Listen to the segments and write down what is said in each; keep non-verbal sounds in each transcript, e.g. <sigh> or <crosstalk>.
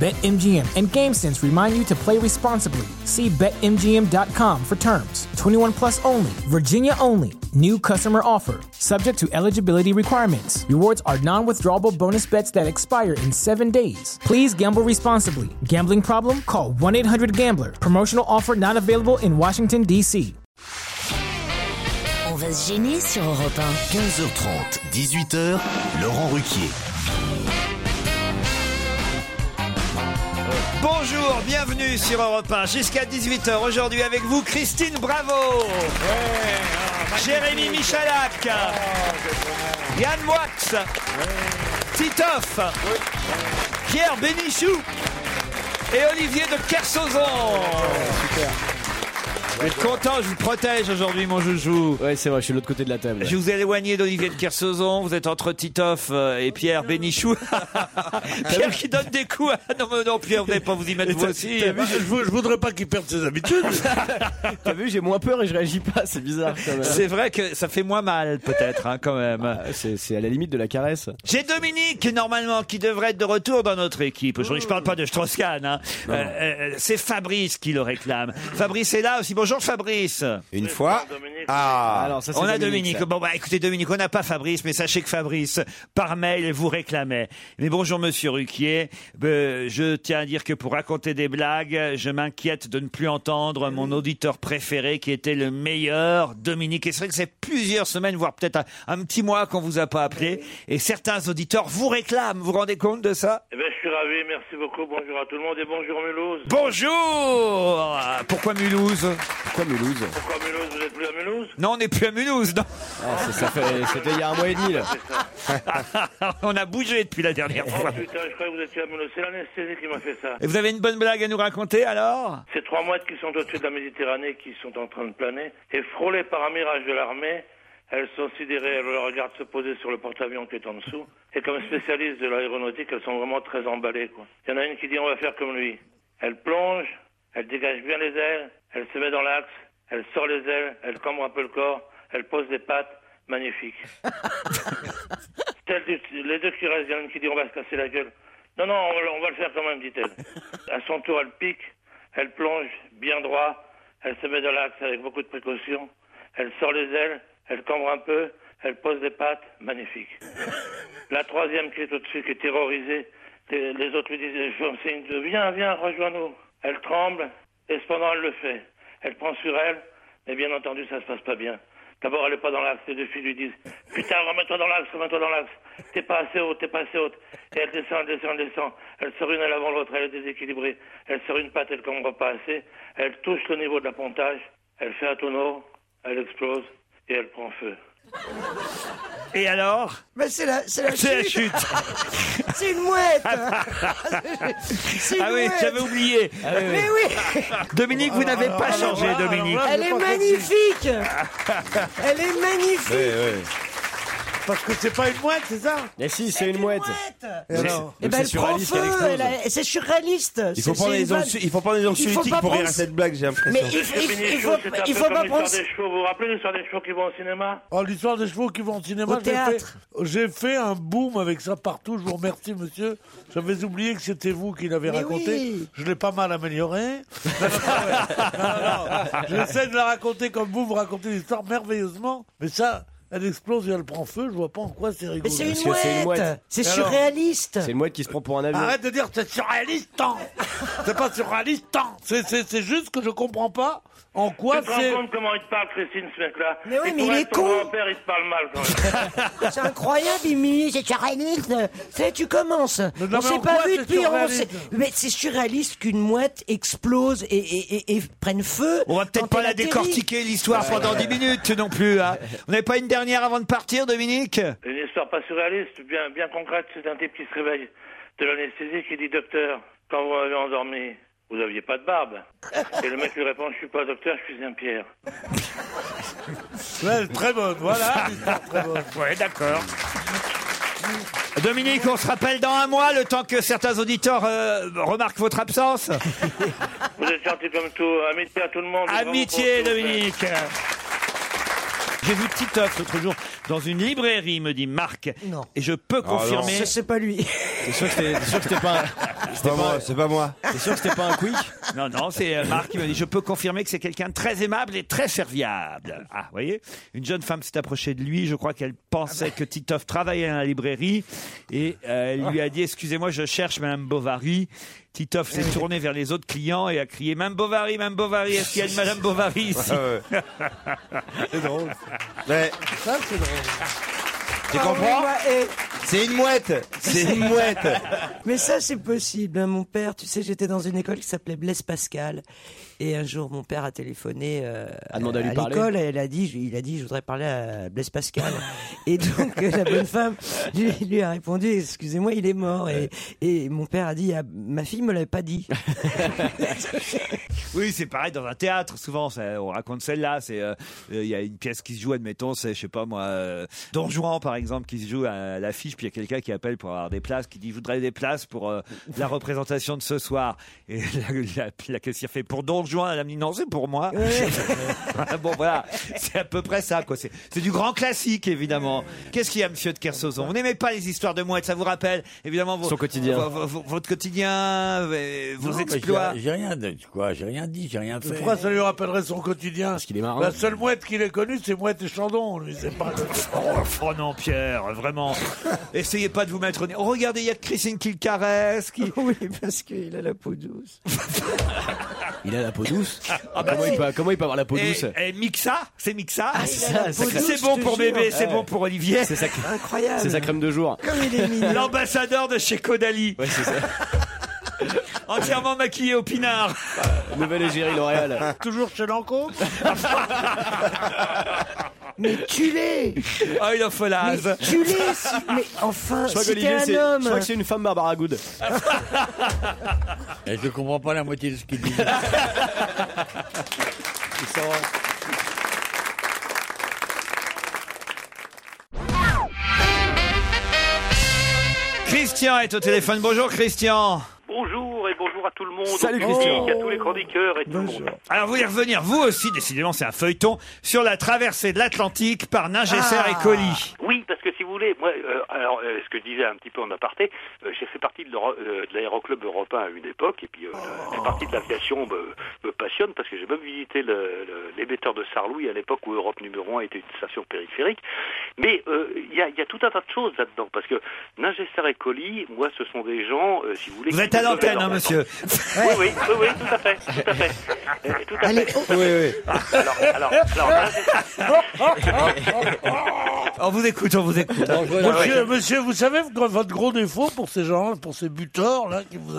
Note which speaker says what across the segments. Speaker 1: BetMGM and GameSense remind you to play responsibly. See BetMGM.com for terms. 21 plus only, Virginia only. New customer offer, subject to eligibility requirements. Rewards are non withdrawable bonus bets that expire in seven days. Please gamble responsibly. Gambling problem? Call 1 800 Gambler. Promotional offer not available in Washington, D.C.
Speaker 2: On va se gêner sur Europe 1.
Speaker 3: 15h30, 18h, Laurent Ruquier.
Speaker 4: Bonjour, bienvenue sur Europe 1 jusqu'à 18h. Aujourd'hui avec vous, Christine Bravo,
Speaker 5: ah,
Speaker 4: Jérémy Michalak,
Speaker 5: Oh,
Speaker 4: Yann Wax, Titoff, Pierre Bénichou et Olivier de Kersauzon. Vous êtes content, je vous protège aujourd'hui, mon joujou.
Speaker 5: Ouais, c'est vrai, je suis de l'autre côté de la table.
Speaker 4: Je vous ai éloigné d'Olivier de Kersauzon, vous êtes entre Titoff euh, et Pierre
Speaker 5: <laughs>
Speaker 4: Bénichou.
Speaker 5: Ah
Speaker 4: Pierre qui donne des coups. à- Non, mais non, Pierre, vous n'allez pas vous y mettre vous aussi.
Speaker 6: euh,
Speaker 7: T'as vu, je, vou- je voudrais pas qu'il perde ses habitudes.
Speaker 5: T'as vu, j'ai moins peur et je réagis pas, c'est bizarre quand même.
Speaker 4: C'est vrai que ça fait moins mal, peut-être, hein, quand même.
Speaker 5: Ah, C'est c'est à la limite de la caresse.
Speaker 4: J'ai Dominique, normalement, qui devrait être de retour dans notre équipe. Aujourd'hui, je parle pas de Strauss-Kahn. hein. Euh, euh, c'est Fabrice qui le réclame. Fabrice est là aussi. Bonjour, Fabrice.
Speaker 8: Une fois.
Speaker 5: Ah
Speaker 8: Ah
Speaker 5: non, ça, c'est
Speaker 4: on a Dominique.
Speaker 5: ça.
Speaker 4: Bon, bah, écoutez, Dominique, on n'a pas Fabrice, mais sachez que Fabrice, par mail, vous réclamait. Mais bonjour, monsieur Ruquier. Euh, je tiens à dire que pour raconter des blagues, je m'inquiète de ne plus entendre mon auditeur préféré qui était le meilleur, Dominique. Et c'est vrai que c'est plusieurs semaines, voire peut-être un, un petit mois qu'on vous a pas appelé. Et certains auditeurs vous réclament. Vous vous rendez compte de ça?
Speaker 8: Eh ben, je suis ravi, merci beaucoup. Bonjour à tout le monde et bonjour Mulhouse.
Speaker 4: Bonjour! Pourquoi Mulhouse?
Speaker 5: Pourquoi Mulhouse
Speaker 8: Pourquoi Mulhouse Vous êtes plus à Mulhouse
Speaker 4: Non, on n'est plus à Mulhouse, non.
Speaker 5: Ah, c'est- ça fait- C'était il y a un mois et demi là.
Speaker 4: <laughs> on a bougé depuis la dernière
Speaker 8: Oh
Speaker 4: fois.
Speaker 8: putain, je croyais que vous étiez à Mulhouse. C'est l'anesthésie qui m'a fait ça.
Speaker 4: Et vous avez une bonne blague à nous raconter alors
Speaker 8: Ces trois mouettes qui sont au-dessus de la Méditerranée, qui sont en train de planer, et frôlées par un mirage de l'armée, elles sont sidérées, elles le regardent se poser sur le porte-avions qui est en dessous. Et comme spécialistes de l'aéronautique, elles sont vraiment très emballées. quoi. Il y en a une qui dit on va faire comme lui. Elle plonge, elle dégage bien les ailes, elle se met dans l'axe, elle sort les ailes, elle cambre un peu le corps, elle pose des pattes, magnifique. Celle du- les deux qui restent, il y en a une qui dit on va se casser la gueule. Non, non, on va, le- on va le faire quand même, dit-elle. À son tour, elle pique, elle plonge bien droit, elle se met dans l'axe avec beaucoup de précautions, elle sort les ailes, elle cambre un peu, elle pose des pattes, magnifique. La troisième qui est au-dessus, qui est terrorisée, les, les autres lui disent, ils font signe de viens, viens, rejoins-nous. Elle tremble, et cependant elle le fait. Elle prend sur elle, mais bien entendu, ça se passe pas bien. D'abord, elle est pas dans l'axe, les deux filles lui disent, putain, remets-toi dans l'axe, remets-toi dans l'axe. T'es pas assez haute, t'es pas assez haute. Et elle descend, elle descend, elle descend. Elle sort une aile avant l'autre, elle est déséquilibrée. Elle sort une patte, elle cambre pas assez. Elle touche le niveau de l'appontage, elle fait un tonneau, elle explose, et elle prend feu.
Speaker 4: Et alors
Speaker 9: Mais c'est la, c'est la
Speaker 4: C'est la
Speaker 9: chute.
Speaker 4: chute.
Speaker 9: C'est une mouette. <laughs> c'est une
Speaker 4: Ah oui,
Speaker 9: mouette.
Speaker 4: j'avais oublié.
Speaker 9: Mais oui,
Speaker 4: Dominique, vous n'avez pas changé, Dominique.
Speaker 9: elle est magnifique. Elle est magnifique.
Speaker 7: Parce que c'est pas une mouette, c'est ça
Speaker 5: Mais si, c'est une mouette.
Speaker 7: Et alors
Speaker 9: Eh ben,
Speaker 5: c'est
Speaker 9: elle prend
Speaker 5: surréaliste, elle
Speaker 9: feu.
Speaker 5: explose.
Speaker 9: elle a- C'est surréaliste.
Speaker 6: Il
Speaker 9: C'est-
Speaker 6: faut, prendre
Speaker 9: c'est
Speaker 6: les
Speaker 9: une
Speaker 6: anxi-
Speaker 9: vanne.
Speaker 6: <laughs> il faut prendre les
Speaker 9: Il
Speaker 6: anxiolytiques
Speaker 9: faut pas
Speaker 6: pour rire à
Speaker 9: prendre- <laughs>
Speaker 6: cette blague, j'ai
Speaker 9: Mais
Speaker 6: l'impression.
Speaker 9: il, il- il
Speaker 8: Bénichou,
Speaker 9: faut,
Speaker 8: c'est un
Speaker 9: il
Speaker 8: peu
Speaker 9: faut
Speaker 8: comme
Speaker 9: pas
Speaker 8: l'histoire
Speaker 9: prendre.
Speaker 8: des chevaux. Vous vous rappelez l'histoire des chevaux qui vont au cinéma
Speaker 7: Oh, l'histoire des chevaux qui vont au cinéma.
Speaker 9: Au
Speaker 7: j'ai
Speaker 9: théâtre.
Speaker 7: fait- J'ai fait un boom avec ça partout. Je vous remercie, monsieur. J'avais oublié que c'était vous qui l'avez
Speaker 9: Mais
Speaker 7: raconté.
Speaker 9: oui.
Speaker 7: Je l'ai pas
Speaker 6: <laughs>
Speaker 7: mal amélioré. Non, non,
Speaker 4: Ah,
Speaker 7: non, non, non. J'essaie de la raconter comme vous. Vous racontez l'histoire merveilleusement. Mais ça, elle explose et elle prend feu. Je vois pas en quoi c'est
Speaker 9: Mais
Speaker 7: rigolo.
Speaker 9: c'est une
Speaker 5: Parce que c'est une
Speaker 9: mouette.
Speaker 5: mouette.
Speaker 9: C'est
Speaker 7: Alors Ah,
Speaker 9: surréaliste.
Speaker 5: C'est une mouette qui se prend pour un avion.
Speaker 8: hein.
Speaker 7: Arrête <laughs> hein. de dire c'est surréaliste. tant. C'est pas surréaliste. tant. C'est- C'est c'est juste que je comprends pas En quoi
Speaker 8: tu te rends
Speaker 7: c'est.
Speaker 8: compte comment il te parle, Christine, ce mec-là
Speaker 9: Mais oui,
Speaker 8: Et
Speaker 9: mais
Speaker 8: ton
Speaker 9: il est
Speaker 8: reste, ton
Speaker 9: con.
Speaker 8: grand-père, il te parle mal, quand même.
Speaker 9: <laughs> C'est incroyable, Imi, c'est surréaliste. C'est, tu commences.
Speaker 7: non, mais
Speaker 9: on s'est
Speaker 7: en
Speaker 9: pas
Speaker 7: quoi
Speaker 9: vu
Speaker 7: c'est
Speaker 9: depuis. On s'est-
Speaker 7: surréaliste
Speaker 9: mais c'est surréaliste qu'une mouette explose et, et, et- et prenne feu.
Speaker 4: On va peut-être
Speaker 9: quand
Speaker 4: pas
Speaker 9: elle
Speaker 4: la
Speaker 9: atterrit.
Speaker 4: décortiquer l'histoire pendant 10 minutes non plus. hein. On n'avait pas une dernière avant de partir, Dominique
Speaker 8: Une histoire pas surréaliste, bien, bien concrète, c'est un type qui se réveille de l'anesthésie qui dit Docteur, quand vous m'avez endormi, vous n'aviez pas de
Speaker 9: <laughs>
Speaker 8: barbe. Et le mec lui répond Je suis pas docteur, je suis un Pierre.
Speaker 7: Ouais, très bonne, voilà.
Speaker 4: <laughs> Ouais, d'accord. Dominique, on se rappelle dans un mois, le temps que certains auditeurs euh, remarquent votre
Speaker 5: <laughs>
Speaker 4: absence.
Speaker 8: Vous êtes gentil comme tout, amitié à tout le monde.
Speaker 4: Amitié,
Speaker 8: Bravo pour tout,
Speaker 4: Dominique. J'ai vu Titoff l'autre jour dans une librairie, me dit Marc.
Speaker 9: Non.
Speaker 4: Et je
Speaker 5: Ah,
Speaker 4: peux confirmer.
Speaker 9: Ça, c'est pas lui.
Speaker 5: T'es sûr que c'était- t'es sûr que
Speaker 4: <laughs>
Speaker 5: c'était pas, un-
Speaker 6: Pas
Speaker 5: c'était pas,
Speaker 6: moi, c'est pas moi.
Speaker 5: un- t'es sûr que c'était pas un quick
Speaker 4: Non, non, c'est euh, Marc qui me dit Je peux confirmer que c'est quelqu'un de très aimable et très serviable. Ah, vous voyez Une jeune femme s'est approchée de lui. Je crois qu'elle pensait que Titoff travaillait à la librairie. Et euh, elle lui a dit Excusez-moi, je cherche Madame Bovary. Titoff s'est tourné vers les autres clients et a crié Madame Bovary, Madame Bovary, est-ce qu'il y a une Madame Bovary ici <laughs>
Speaker 6: C'est drôle. Ouais.
Speaker 7: Ça, c'est drôle.
Speaker 8: Ah,
Speaker 6: Tu
Speaker 9: Ah oui,
Speaker 6: comprends
Speaker 9: moi, eh,
Speaker 6: C'est une mouette C'est
Speaker 4: <laughs>
Speaker 6: une mouette
Speaker 9: Mais ça, c'est possible. hein, Mon père, tu sais, j'étais dans une école qui s'appelait Blaise Pascal. Et un jour, mon père a téléphoné euh,
Speaker 5: A demandé à lui parler.
Speaker 9: l'école et elle a dit, je- il a dit, je voudrais parler à Blaise Pascal. et donc, euh, la bonne femme lui, lui a répondu, excusez-moi, il est mort. Et, et mon père a dit, Ah, ma fille me l'avait pas dit.
Speaker 4: Oui, c'est pareil dans un théâtre. Souvent, ça- on raconte celle-là. C'est euh, euh, il y a une pièce qui se joue, admettons, c'est je sais pas moi, euh, Don Juan par exemple, qui se joue à l'affiche. Puis il y a quelqu'un qui appelle pour avoir des places, qui dit je voudrais des places pour euh, la représentation de ce soir. Et <laughs> la, la- la caissière fait pour Don Juan. Elle a dit non, c'est pour moi. <laughs> bon voilà, c'est à peu près ça quoi. C'est c'est du grand classique évidemment. Qu'est-ce qu'il y a, Monsieur de Kersauzon Vous n'aimez pas les histoires de mouettes Ça vous rappelle évidemment vos-
Speaker 5: Son quotidien.
Speaker 4: vo- vo- vo- votre quotidien, v- vos exploits.
Speaker 10: J'ai rien, de- quoi, j'ai rien dit, j'ai rien fait.
Speaker 7: Pourquoi ça lui rappellerait son quotidien Bah,
Speaker 5: Parce qu'il est
Speaker 8: Ah,
Speaker 5: marin.
Speaker 7: La seule mouette qu'il ait connue, c'est Mouette et Chandon. Lui, c'est pas.
Speaker 4: Oh, oh non, Pierre, vraiment. Essayez pas de vous mettre au nez. Oh, regardez, il y a Christine qui le caresse. Qui...
Speaker 9: <laughs> oui, parce qu'il a la peau douce.
Speaker 5: Il a la peau douce.
Speaker 4: Ah bah
Speaker 5: comment,
Speaker 4: si.
Speaker 5: il peut, comment il peut avoir la peau
Speaker 4: Et,
Speaker 5: douce
Speaker 4: et Mixa, c'est Mixa.
Speaker 9: Ah, il a la peau douce,
Speaker 4: c'est bon
Speaker 9: je te
Speaker 4: pour
Speaker 9: jure.
Speaker 4: bébé, c'est
Speaker 5: Ouais.
Speaker 4: bon pour Olivier.
Speaker 5: C'est sa, cr-
Speaker 9: Incroyable.
Speaker 5: c'est sa crème de jour.
Speaker 9: Comme
Speaker 4: <laughs>
Speaker 9: il est mignon.
Speaker 4: L'ambassadeur de chez Caudalie,
Speaker 5: Ouais, c'est ça.
Speaker 4: <laughs> entièrement maquillé au pinard.
Speaker 5: Euh, Nouvelle égérie L'Oréal.
Speaker 7: <laughs> Toujours chez Lanco
Speaker 9: Mais tu l'es.
Speaker 4: Oh, il en fait
Speaker 9: Mais
Speaker 4: l'as.
Speaker 9: tu l'es. si- Mais enfin,
Speaker 5: Je crois
Speaker 9: si t'es
Speaker 5: qu'Olivier, c'est-
Speaker 9: un
Speaker 5: je
Speaker 9: homme.
Speaker 5: crois que c'est une femme Barbara Good.
Speaker 10: <laughs> Et Eh, je comprends pas la moitié de ce qu'il dit.
Speaker 4: Christian est au téléphone. Bonjour, Christian.
Speaker 8: Bonjour et bonjour à tout le monde.
Speaker 5: Salut,
Speaker 8: au
Speaker 5: Christian.
Speaker 8: public, à tous les chroniqueurs et tout le monde.
Speaker 4: Alors, vous voulez revenir, vous aussi, décidément, c'est un feuilleton, sur la traversée de l'Atlantique par Ningesser et Colli.
Speaker 8: Oui, parce que si vous voulez, moi, euh, alors, euh, ce que je disais un petit peu en aparté, euh, j'ai fait partie de l'Euro- euh, de l'aéroclub européen à une époque, et puis euh,
Speaker 4: Oh.
Speaker 8: la, la partie de l'aviation me, me passionne, parce que j'ai même visité le- le- l'émetteur de Sarlouis à l'époque où Europe numéro 1 était une station périphérique. Mais euh, il y, a, il y a tout un tas de choses là-dedans, parce que Ningesser et Colli, moi, ce sont des gens, euh, si vous voulez...
Speaker 4: Vous
Speaker 8: qui
Speaker 4: êtes à
Speaker 8: me
Speaker 4: l'antenne,
Speaker 8: devaient
Speaker 4: hein,
Speaker 8: leur-
Speaker 4: monsieur.
Speaker 8: Oui, oui, oui, oui, tout à fait, tout à fait. Euh, tout à
Speaker 9: Allez,
Speaker 8: fait. Ah.
Speaker 9: oh,
Speaker 4: Ah,
Speaker 8: Alors, alors, alors, Ningesser- <laughs>
Speaker 4: On vous écoute, on vous écoute.
Speaker 7: monsieur, monsieur, vous savez que votre gros défaut pour ces gens, pour ces buteurs là qui vous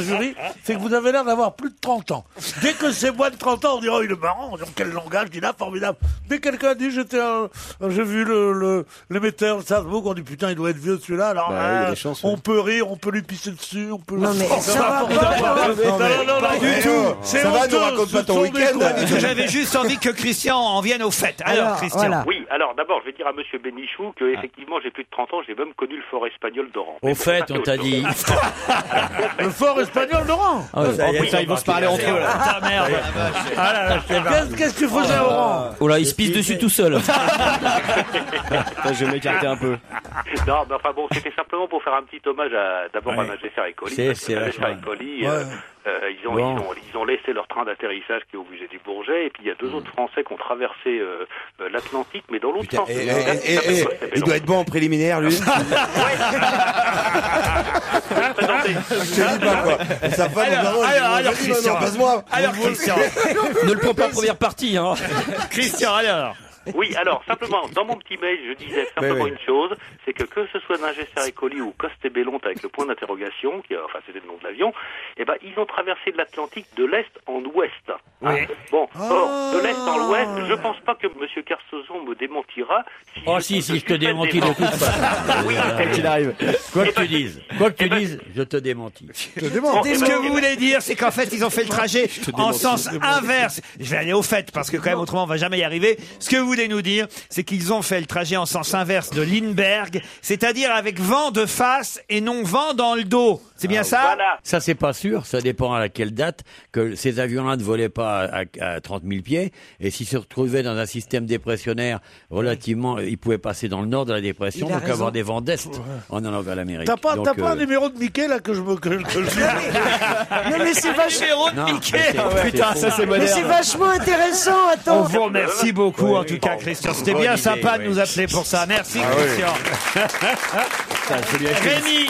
Speaker 7: jury, c'est que vous avez l'air d'avoir plus de 30 ans. Dès que c'est moins de 30 ans, on dit oh il est marrant, dans quel langage, il a formidable. Dès que quelqu'un dit j'étais, un- j'ai vu le le l'émetteur de Salzbourg, on dit putain il doit être vieux celui-là. Alors
Speaker 5: Bah oui, il y a
Speaker 7: euh,
Speaker 5: des chances,
Speaker 7: on
Speaker 5: ouais.
Speaker 7: peut rire, on peut lui pisser dessus, on peut.
Speaker 9: Non, mais ça va pas,
Speaker 6: hein.
Speaker 7: Non, non, non, non,
Speaker 6: du
Speaker 4: euh,
Speaker 6: tout.
Speaker 7: C'est
Speaker 6: Ça va,
Speaker 7: honteux,
Speaker 6: nous raconte pas
Speaker 7: ce
Speaker 6: ton
Speaker 7: sont des
Speaker 6: week-end.
Speaker 4: <laughs>
Speaker 7: cons.
Speaker 4: J'avais juste envie que Christian en vienne aux fêtes. Alors,
Speaker 9: Alors,
Speaker 4: Christian.
Speaker 9: voilà.
Speaker 8: Oui, alors d'abord, je vais dire à Monsieur Bénichou que effectivement, j'ai plus de 30 ans, j'ai même connu le fort espagnol d'Oran.
Speaker 10: Ah. Au
Speaker 11: <laughs>
Speaker 10: fait, on t'a dit.
Speaker 7: Le fort espagnol Laurent.
Speaker 5: Oh putain, ils vont se parler entre eux là.
Speaker 4: Ah merde
Speaker 7: Qu'est-ce qu'est-ce que tu faisais à Oran
Speaker 10: Oh là, il se pisse dessus tout seul.
Speaker 5: Putain, je vais m'écarter un peu.
Speaker 8: non, mais enfin bon, c'était simplement pour faire un petit hommage à d'abord à Manchester et Colli.
Speaker 10: C'est- c'est
Speaker 8: Manchester
Speaker 10: vachement.
Speaker 8: et Colli, euh,
Speaker 11: Euh, ils, ont,
Speaker 10: Bon.
Speaker 11: ils, ont, ils ont laissé leur train d'atterrissage qui est au musée du Bourget, et puis il y a
Speaker 10: Hmm.
Speaker 11: deux autres Français qui ont traversé euh, euh, l'Atlantique, mais dans l'autre sens.
Speaker 6: Eh, eh,
Speaker 11: Donc, là,
Speaker 6: eh,
Speaker 11: ça s'appelle
Speaker 6: eh,
Speaker 11: quoi Ça s'appelle
Speaker 6: il doit être bon en préliminaire,
Speaker 4: <laughs>
Speaker 6: lui.
Speaker 4: Ah,
Speaker 6: Je te dis pas quoi. Ça va,
Speaker 11: Alors,
Speaker 6: non, non,
Speaker 11: alors,
Speaker 6: je-
Speaker 11: alors,
Speaker 6: je dis, non,
Speaker 11: Christian.
Speaker 6: non, passe-moi.
Speaker 11: Alors,
Speaker 6: <laughs>
Speaker 12: <laughs>
Speaker 11: Christian. Ne le prends pas en première
Speaker 10: partie, hein.
Speaker 4: Christian, alors.
Speaker 11: Oui, alors, simplement, dans mon petit mail, je disais simplement
Speaker 10: oui.
Speaker 11: une chose, c'est que que ce soit Ningester et Colli ou Costebellonte avec le point d'interrogation, qui, euh, enfin, c'était le nom de l'avion, eh ben, ils ont traversé l'Atlantique de l'Est en Ouest.
Speaker 10: Oui.
Speaker 11: Bon, or, de l'Est en l'Ouest,
Speaker 10: Ah.
Speaker 11: je pense pas que M. Carsozon me démentira.
Speaker 10: Oh si, si, je te démentis de toute
Speaker 5: <laughs>
Speaker 10: façon.
Speaker 11: Oui.
Speaker 10: Quoi qu'il arrive. Quoi que tu dises, quoi que tu dises, je te démentis. eh ben, Je
Speaker 4: Ce que vous voulez dire, c'est qu'en fait, ils ont fait le trajet en
Speaker 10: démentis.
Speaker 4: sens
Speaker 10: Je te démentis.
Speaker 4: inverse. Je vais aller au fait, parce que quand même, autrement, on va jamais y arriver. Ce que vous voulez nous dire, c'est qu'ils ont fait le trajet en sens inverse de Lindbergh, c'est-à-dire avec vent de face et non vent dans le dos. C'est bien ça
Speaker 10: Ça, c'est pas sûr. Ça dépend à laquelle date que ces avions-là ne volaient pas à, à 30 000 pieds. Et s'ils se retrouvaient dans un système dépressionnaire relativement, ils pouvaient passer dans le nord de la dépression,
Speaker 7: Il a
Speaker 10: donc
Speaker 7: raison.
Speaker 10: avoir des vents d'est en allant vers l'Amérique.
Speaker 7: T'as pas,
Speaker 10: Donc,
Speaker 7: t'as pas
Speaker 10: euh,
Speaker 7: un numéro de Mickey là que je me que, je- que je-
Speaker 10: Non, mais c'est Un vachement- numéro de
Speaker 7: Non,
Speaker 10: Mickey.
Speaker 7: mais c'est-
Speaker 10: Ah ouais.
Speaker 4: Putain, ça, c'est
Speaker 9: Mais
Speaker 4: moderne.
Speaker 9: c'est vachement intéressant, attends.
Speaker 4: On vous remercie beaucoup, en tout cas, Christian. C'était
Speaker 10: Bonne
Speaker 4: bien
Speaker 10: idée,
Speaker 4: sympa
Speaker 10: oui.
Speaker 4: de nous appeler pour ça. Merci,
Speaker 10: Ah oui.
Speaker 4: Christian.
Speaker 10: <laughs>
Speaker 4: Rémi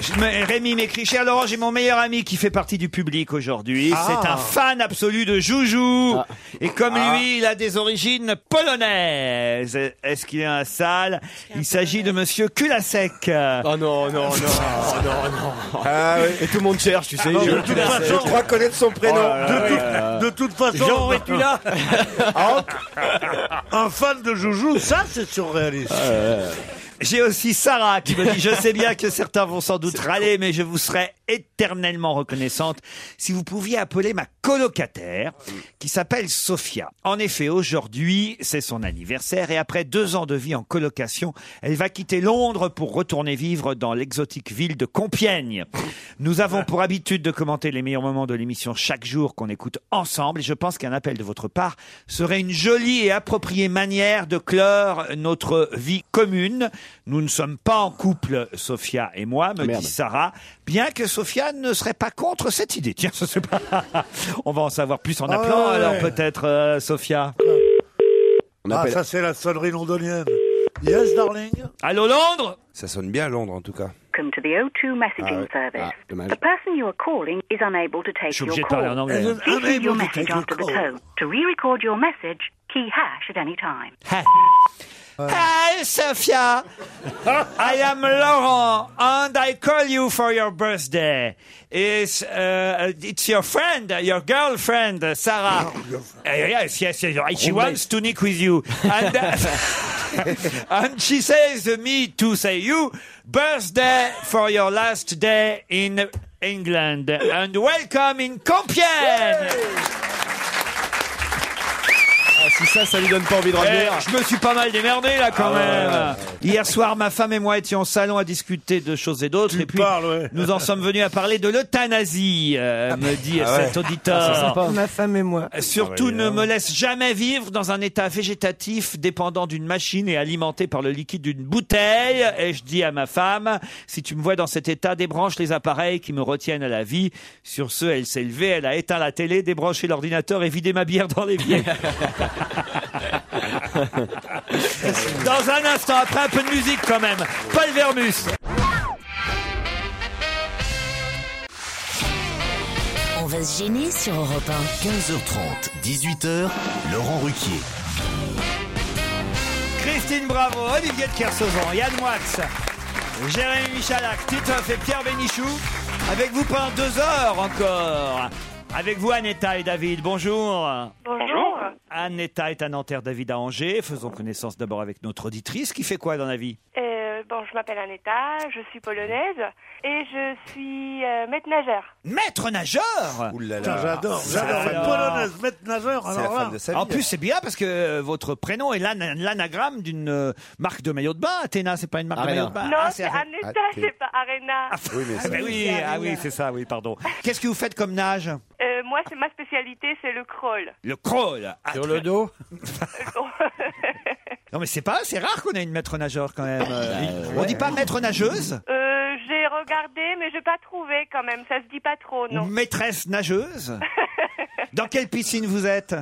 Speaker 4: Je me- Rémi m'écrit, cher Laurent, j'ai mon meilleur ami qui fait partie du public aujourd'hui.
Speaker 10: Ah.
Speaker 4: C'est un fan absolu de Joujou. Et comme
Speaker 10: Ah.
Speaker 4: lui, il a des origines polonaises. Est-ce qu'il est un sale Il s'agit de monsieur Kulasek. Oh non, non, non, non, non.
Speaker 5: Ah oui, et tout le monde cherche, tu sais.
Speaker 4: Ah,
Speaker 5: je-
Speaker 4: de toute
Speaker 5: Kulasek.
Speaker 4: façon-
Speaker 5: je crois connaître son prénom.
Speaker 7: de, toute- de toute façon, Ah,
Speaker 5: Jean, es-tu là
Speaker 4: <laughs>
Speaker 7: un fan de Joujou, ça c'est surréaliste.
Speaker 4: J'ai aussi Sarah qui me dit Je sais bien que certains vont sans doute râler, mais je vous serai éternellement reconnaissante si vous pouviez appeler ma colocataire qui s'appelle Sophia. En effet, aujourd'hui, c'est son anniversaire et après deux ans de vie en colocation, elle va quitter Londres pour retourner vivre dans l'exotique ville de Compiègne. Nous avons pour habitude de commenter les meilleurs moments de l'émission chaque jour qu'on écoute ensemble et je pense qu'un appel de votre part serait une jolie et appropriée manière de clore notre vie commune. Nous ne sommes pas en couple, Sophia et moi, me dit Sarah, bien que Sophia ne serait pas contre cette idée. Tiens, je sais pas. <laughs> On va en savoir plus en
Speaker 7: Ah
Speaker 4: appelant
Speaker 7: ouais.
Speaker 4: alors peut-être euh, Sophia.
Speaker 7: Ah, ça c'est la sonnerie londonienne. Yes, darling.
Speaker 4: Allô Londres
Speaker 6: Ça sonne bien à Londres en tout cas. Ah
Speaker 13: Welcome to the O2 messaging service.
Speaker 6: dommage.
Speaker 13: The person you are calling is unable to take
Speaker 6: suis
Speaker 13: your
Speaker 6: obligé de
Speaker 13: call.
Speaker 6: parler en anglais,
Speaker 13: Please
Speaker 6: hein.
Speaker 13: leave your
Speaker 6: Unable to
Speaker 13: message
Speaker 6: take your
Speaker 13: after the
Speaker 6: call.
Speaker 13: tone. To re-record your message, key hash at any time.
Speaker 4: Hi, Sophia. I am Laurent, and I call you for your birthday. It's uh, it's your friend, your girlfriend, uh, Sarah. Uh, yes, yes, yes. She
Speaker 10: Oh,
Speaker 4: wants to nick with you, and uh, and she says uh, me to say you birthday for your last day in England, and welcome in Compiègne.
Speaker 5: Ah, si ça, ça lui donne pas envie de revenir.
Speaker 4: Eh, je me suis pas mal démerdé là quand
Speaker 5: Ah
Speaker 4: même.
Speaker 5: ouais,
Speaker 4: Hier soir, ma femme et moi étions au salon à discuter de choses et d'autres. Et puis, nous en sommes venus à parler de l'euthanasie, euh, me dit
Speaker 9: Ah ouais.
Speaker 4: cet auditeur.
Speaker 9: Ma femme et moi.
Speaker 4: Surtout ne me laisse jamais vivre dans un état végétatif dépendant d'une machine et alimenté par le liquide d'une bouteille. Et je dis à ma femme, si tu me vois dans cet état, débranche les appareils qui me retiennent à la vie. Sur ce, elle s'est levée, elle a éteint la télé, débranché l'ordinateur et vidé ma bière dans l'évier.
Speaker 9: <laughs>
Speaker 4: <laughs> dans un instant, après un peu de musique quand même. Paul Vermus.
Speaker 2: On va se gêner sur Europe 1.
Speaker 3: 15h30, 18h, Laurent Ruquier.
Speaker 4: Christine Bravo, Olivier de Kersauzon, Yann Moix, Jérémy Michalak, Titoff et Pierre Bénichou. Avec vous pendant deux heures encore. Avec vous, Aneta et David. Bonjour.
Speaker 14: Bonjour.
Speaker 4: Aneta est à Nanterre, David à Angers. Faisons connaissance d'abord avec notre auditrice qui fait quoi dans la vie
Speaker 14: Euh, bon, je m'appelle Aneta, je suis polonaise et je suis euh, maître nageur.
Speaker 4: Maître nageur Ah,
Speaker 7: Putain, J'adore, j'adore.
Speaker 4: Alors.
Speaker 7: Polonaise, maître nageur. Alors là.
Speaker 4: Oh En plus, c'est bien parce que euh, votre prénom est l'an- l'anagramme d'une euh, marque de maillot de bain. Athéna, c'est pas une marque de maillot de bain.
Speaker 14: non,
Speaker 4: Ah,
Speaker 14: c'est
Speaker 4: Arena.
Speaker 14: Aneta, c'est pas Arena.
Speaker 4: Oui,
Speaker 14: Ah, mais
Speaker 4: oui,
Speaker 14: c'est
Speaker 4: ah
Speaker 14: Arena.
Speaker 4: oui, c'est ça, oui, pardon. Qu'est-ce que vous faites comme nage
Speaker 14: Euh, moi, c'est ma spécialité, c'est le crawl.
Speaker 4: Le crawl. Ah, Sur le <laughs> dos Non mais c'est pas, c'est rare qu'on ait une maître nageur quand même. Euh, on dit pas maître nageuse
Speaker 14: Euh, j'ai re- regardé, mais je n'ai pas trouvé quand même. Ça se dit pas trop, non.
Speaker 4: Maîtresse nageuse Dans quelle piscine vous êtes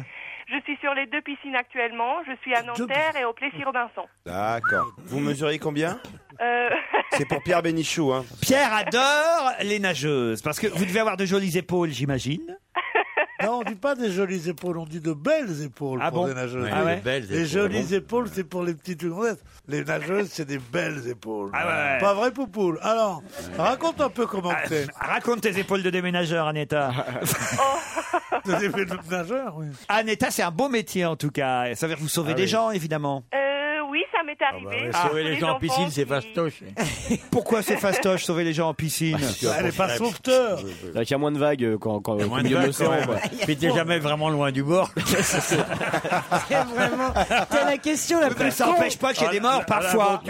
Speaker 14: Je suis sur les deux piscines actuellement. Je suis à Nanterre et au Plessis-Robinson.
Speaker 6: D'accord. Vous mesurez combien
Speaker 14: Euh, <laughs>
Speaker 6: C'est pour Pierre Bénichou, hein.
Speaker 4: Pierre adore les nageuses, parce que vous devez avoir de jolies épaules, j'imagine.
Speaker 7: Non, on dit pas des jolies épaules, on dit de belles épaules
Speaker 4: Ah
Speaker 7: pour
Speaker 4: bon
Speaker 7: les nageuses.
Speaker 4: Oui, Ah de ouais belles
Speaker 7: les
Speaker 4: épaules.
Speaker 7: jolies
Speaker 4: Ah bon
Speaker 7: épaules, c'est pour les petites gonzesses. Les nageuses, c'est des belles épaules.
Speaker 4: Ah ouais. Ah,
Speaker 7: Pas vrai, Poupoule Alors, raconte un peu comment t'es.
Speaker 4: Raconte tes épaules de déménageur, Aneta.
Speaker 14: Oh,
Speaker 7: Des épaules de nageur, oui.
Speaker 4: Aneta, c'est un beau métier en tout cas. Ça veut dire que vous sauvez
Speaker 7: Ah
Speaker 4: des
Speaker 7: oui.
Speaker 4: gens, évidemment.
Speaker 14: euh, oui, ça m'est arrivé.
Speaker 4: Ah,
Speaker 10: ouais, sauver les gens en
Speaker 14: enfants
Speaker 10: piscine, c'est
Speaker 14: qui-
Speaker 10: fastoche.
Speaker 4: Pourquoi c'est fastoche sauver les gens en piscine
Speaker 5: Elle est pas sauveteur. Là, il y a moins de vagues euh, quand, quand, au
Speaker 10: Moins de
Speaker 5: milieu de
Speaker 10: vagues,
Speaker 5: l'océan.
Speaker 10: quand même.
Speaker 5: quoi.
Speaker 10: Puis t'es jamais vraiment loin du bord.
Speaker 9: C'est vraiment. T'as la question la plus.
Speaker 4: ça
Speaker 9: con. Ah,
Speaker 4: n'empêche pas qu'il y ait des
Speaker 7: Ah,
Speaker 4: morts parfois.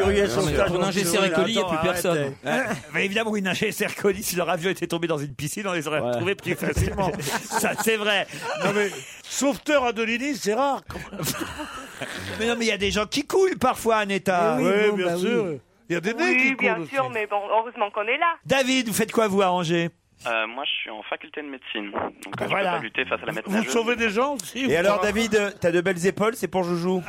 Speaker 4: Mais évidemment, oui, nager Sercoli, si leur avion était tombé dans une piscine, on les aurait retrouvés plus facilement. Ça, c'est vrai.
Speaker 7: Non, mais sauveteur à Delini, c'est rare.
Speaker 4: Mais non, mais il y a des gens qui coulent parfois, Aneta.
Speaker 7: Oui, Oui, bon, bien bah sûr. oui. Il y a des nez
Speaker 14: Oui,
Speaker 7: qui
Speaker 14: bien
Speaker 7: coulent
Speaker 14: sûr, mais bon, heureusement qu'on est là.
Speaker 4: David, vous faites quoi, vous, à Angers
Speaker 11: Euh, moi, je suis en faculté de médecine.
Speaker 4: Ah
Speaker 11: Donc,
Speaker 4: bah
Speaker 11: euh,
Speaker 6: Voilà.
Speaker 11: je peux pas lutter face à la maître
Speaker 7: Vous
Speaker 11: nageuse.
Speaker 7: sauvez des gens aussi
Speaker 6: Et alors, David, euh, t'as de belles épaules, c'est pour
Speaker 4: <laughs>
Speaker 6: Joujou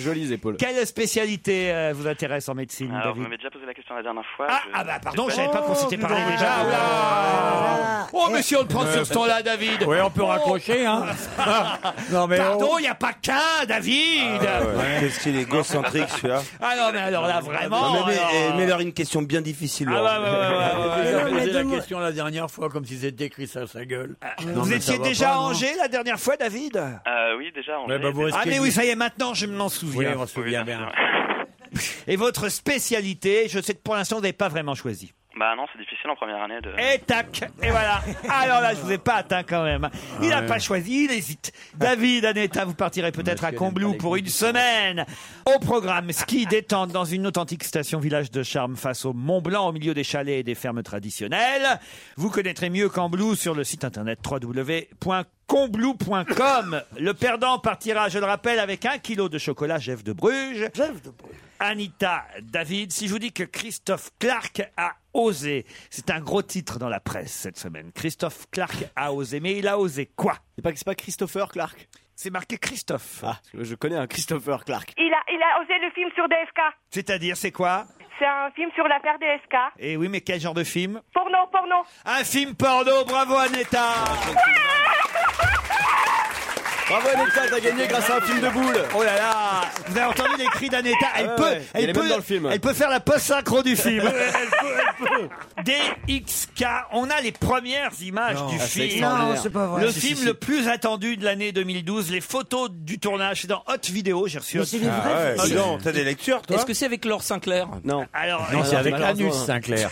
Speaker 5: Jolies épaules.
Speaker 4: Quelle spécialité euh, vous intéresse en médecine,
Speaker 11: Alors, vous
Speaker 4: David
Speaker 11: m'avez déjà posé la question la dernière fois. je-
Speaker 4: Ah bah pardon, je savais
Speaker 11: pas
Speaker 4: pas qu'on s'était parlé déjà. Oh, là oh mais si on le prend sur ce temps-là, David.
Speaker 10: Oui, on peut raccrocher,
Speaker 4: <laughs>
Speaker 10: hein.
Speaker 4: non, mais pardon, il n'y a pas qu'un, David.
Speaker 6: Ah, Qu'est-ce qu'il est gocentrique, celui-là
Speaker 4: Ah non, mais alors là, vraiment.
Speaker 6: Non, mais, mais-
Speaker 4: alors-
Speaker 6: eh, mets-leur une question bien difficile.
Speaker 4: Ah
Speaker 6: Laurent.
Speaker 4: ouais, ouais, ouais, ouais, ouais.
Speaker 10: Il
Speaker 4: Non,
Speaker 10: a
Speaker 4: mais
Speaker 10: posé la
Speaker 4: dis-moi-
Speaker 10: question la dernière fois comme si c'était écrit ça à sa gueule.
Speaker 4: Ah. vous étiez déjà à Angers la dernière fois, David
Speaker 11: Euh, oui, déjà, on
Speaker 10: Ouais, bah, vous
Speaker 11: était-
Speaker 10: risquez
Speaker 4: Ah mais
Speaker 10: de-
Speaker 4: oui, ça y est, maintenant je m'en souviens.
Speaker 10: Oui, on se souvient bien.
Speaker 4: Et votre spécialité, je sais que pour l'instant vous n'avez pas vraiment choisi.
Speaker 11: Bah non, c'est difficile en première année de...
Speaker 4: Et tac, et voilà. Alors là, je vous ai pas atteint quand même. Il n'a
Speaker 11: Ouais.
Speaker 4: pas choisi, il hésite. David, Aneta, vous partirez peut-être à Combloux pour une semaine. Au programme, ski détente dans une authentique station village de charme face au Mont Blanc, au milieu des chalets et des fermes traditionnelles. Vous connaîtrez mieux Combloux sur le site internet www.combloux.com. Le perdant partira, je le rappelle, avec un kilo de chocolat Jeff de Bruges. Anita David, si je vous dis que Christophe Clark a osé, c'est un gros titre dans la presse cette semaine. Christophe Clark a osé, mais il a osé quoi
Speaker 5: C'est pas, c'est pas Christopher Clark
Speaker 4: C'est marqué Christophe.
Speaker 5: Ah, je connais un Christopher Clark.
Speaker 14: Il a, il a osé le film sur DSK.
Speaker 4: C'est-à-dire, c'est quoi
Speaker 14: C'est un film sur l'affaire DSK.
Speaker 4: Eh oui, mais quel genre de film
Speaker 14: Porno, porno.
Speaker 4: Un film porno, bravo Aneta
Speaker 5: <laughs> Bravo Aneta, t'as gagné grâce à un film de boules.
Speaker 4: Oh là là Vous avez entendu les cris d'Aneta Elle
Speaker 5: Ah ouais,
Speaker 4: peut,
Speaker 5: ouais.
Speaker 4: elle
Speaker 5: Elle est
Speaker 4: peut,
Speaker 5: même dans le film.
Speaker 4: elle peut faire la post-synchro du film.
Speaker 10: <laughs>
Speaker 7: Elle peut, elle peut.
Speaker 4: DXK, on a les premières images
Speaker 9: Non,
Speaker 4: du
Speaker 9: ah, c'est
Speaker 4: film.
Speaker 9: extraordinaire. Non, c'est pas vrai.
Speaker 4: Le
Speaker 9: Si, si,
Speaker 4: film
Speaker 9: si.
Speaker 4: le plus attendu de l'année 2012, les photos du tournage c'est dans Hot Vidéo, j'ai reçu.
Speaker 9: Mais
Speaker 4: Hot-
Speaker 9: c'est des Ah vrais ouais, photos.
Speaker 6: dis donc, t'as des lectures, toi
Speaker 12: Est-ce que c'est avec Laure Sinclair
Speaker 5: Non.
Speaker 4: Alors,
Speaker 10: Non, c'est
Speaker 5: Alors,
Speaker 10: avec
Speaker 5: malheureusement,
Speaker 10: Anus
Speaker 5: hein. <laughs>
Speaker 10: Sinclair.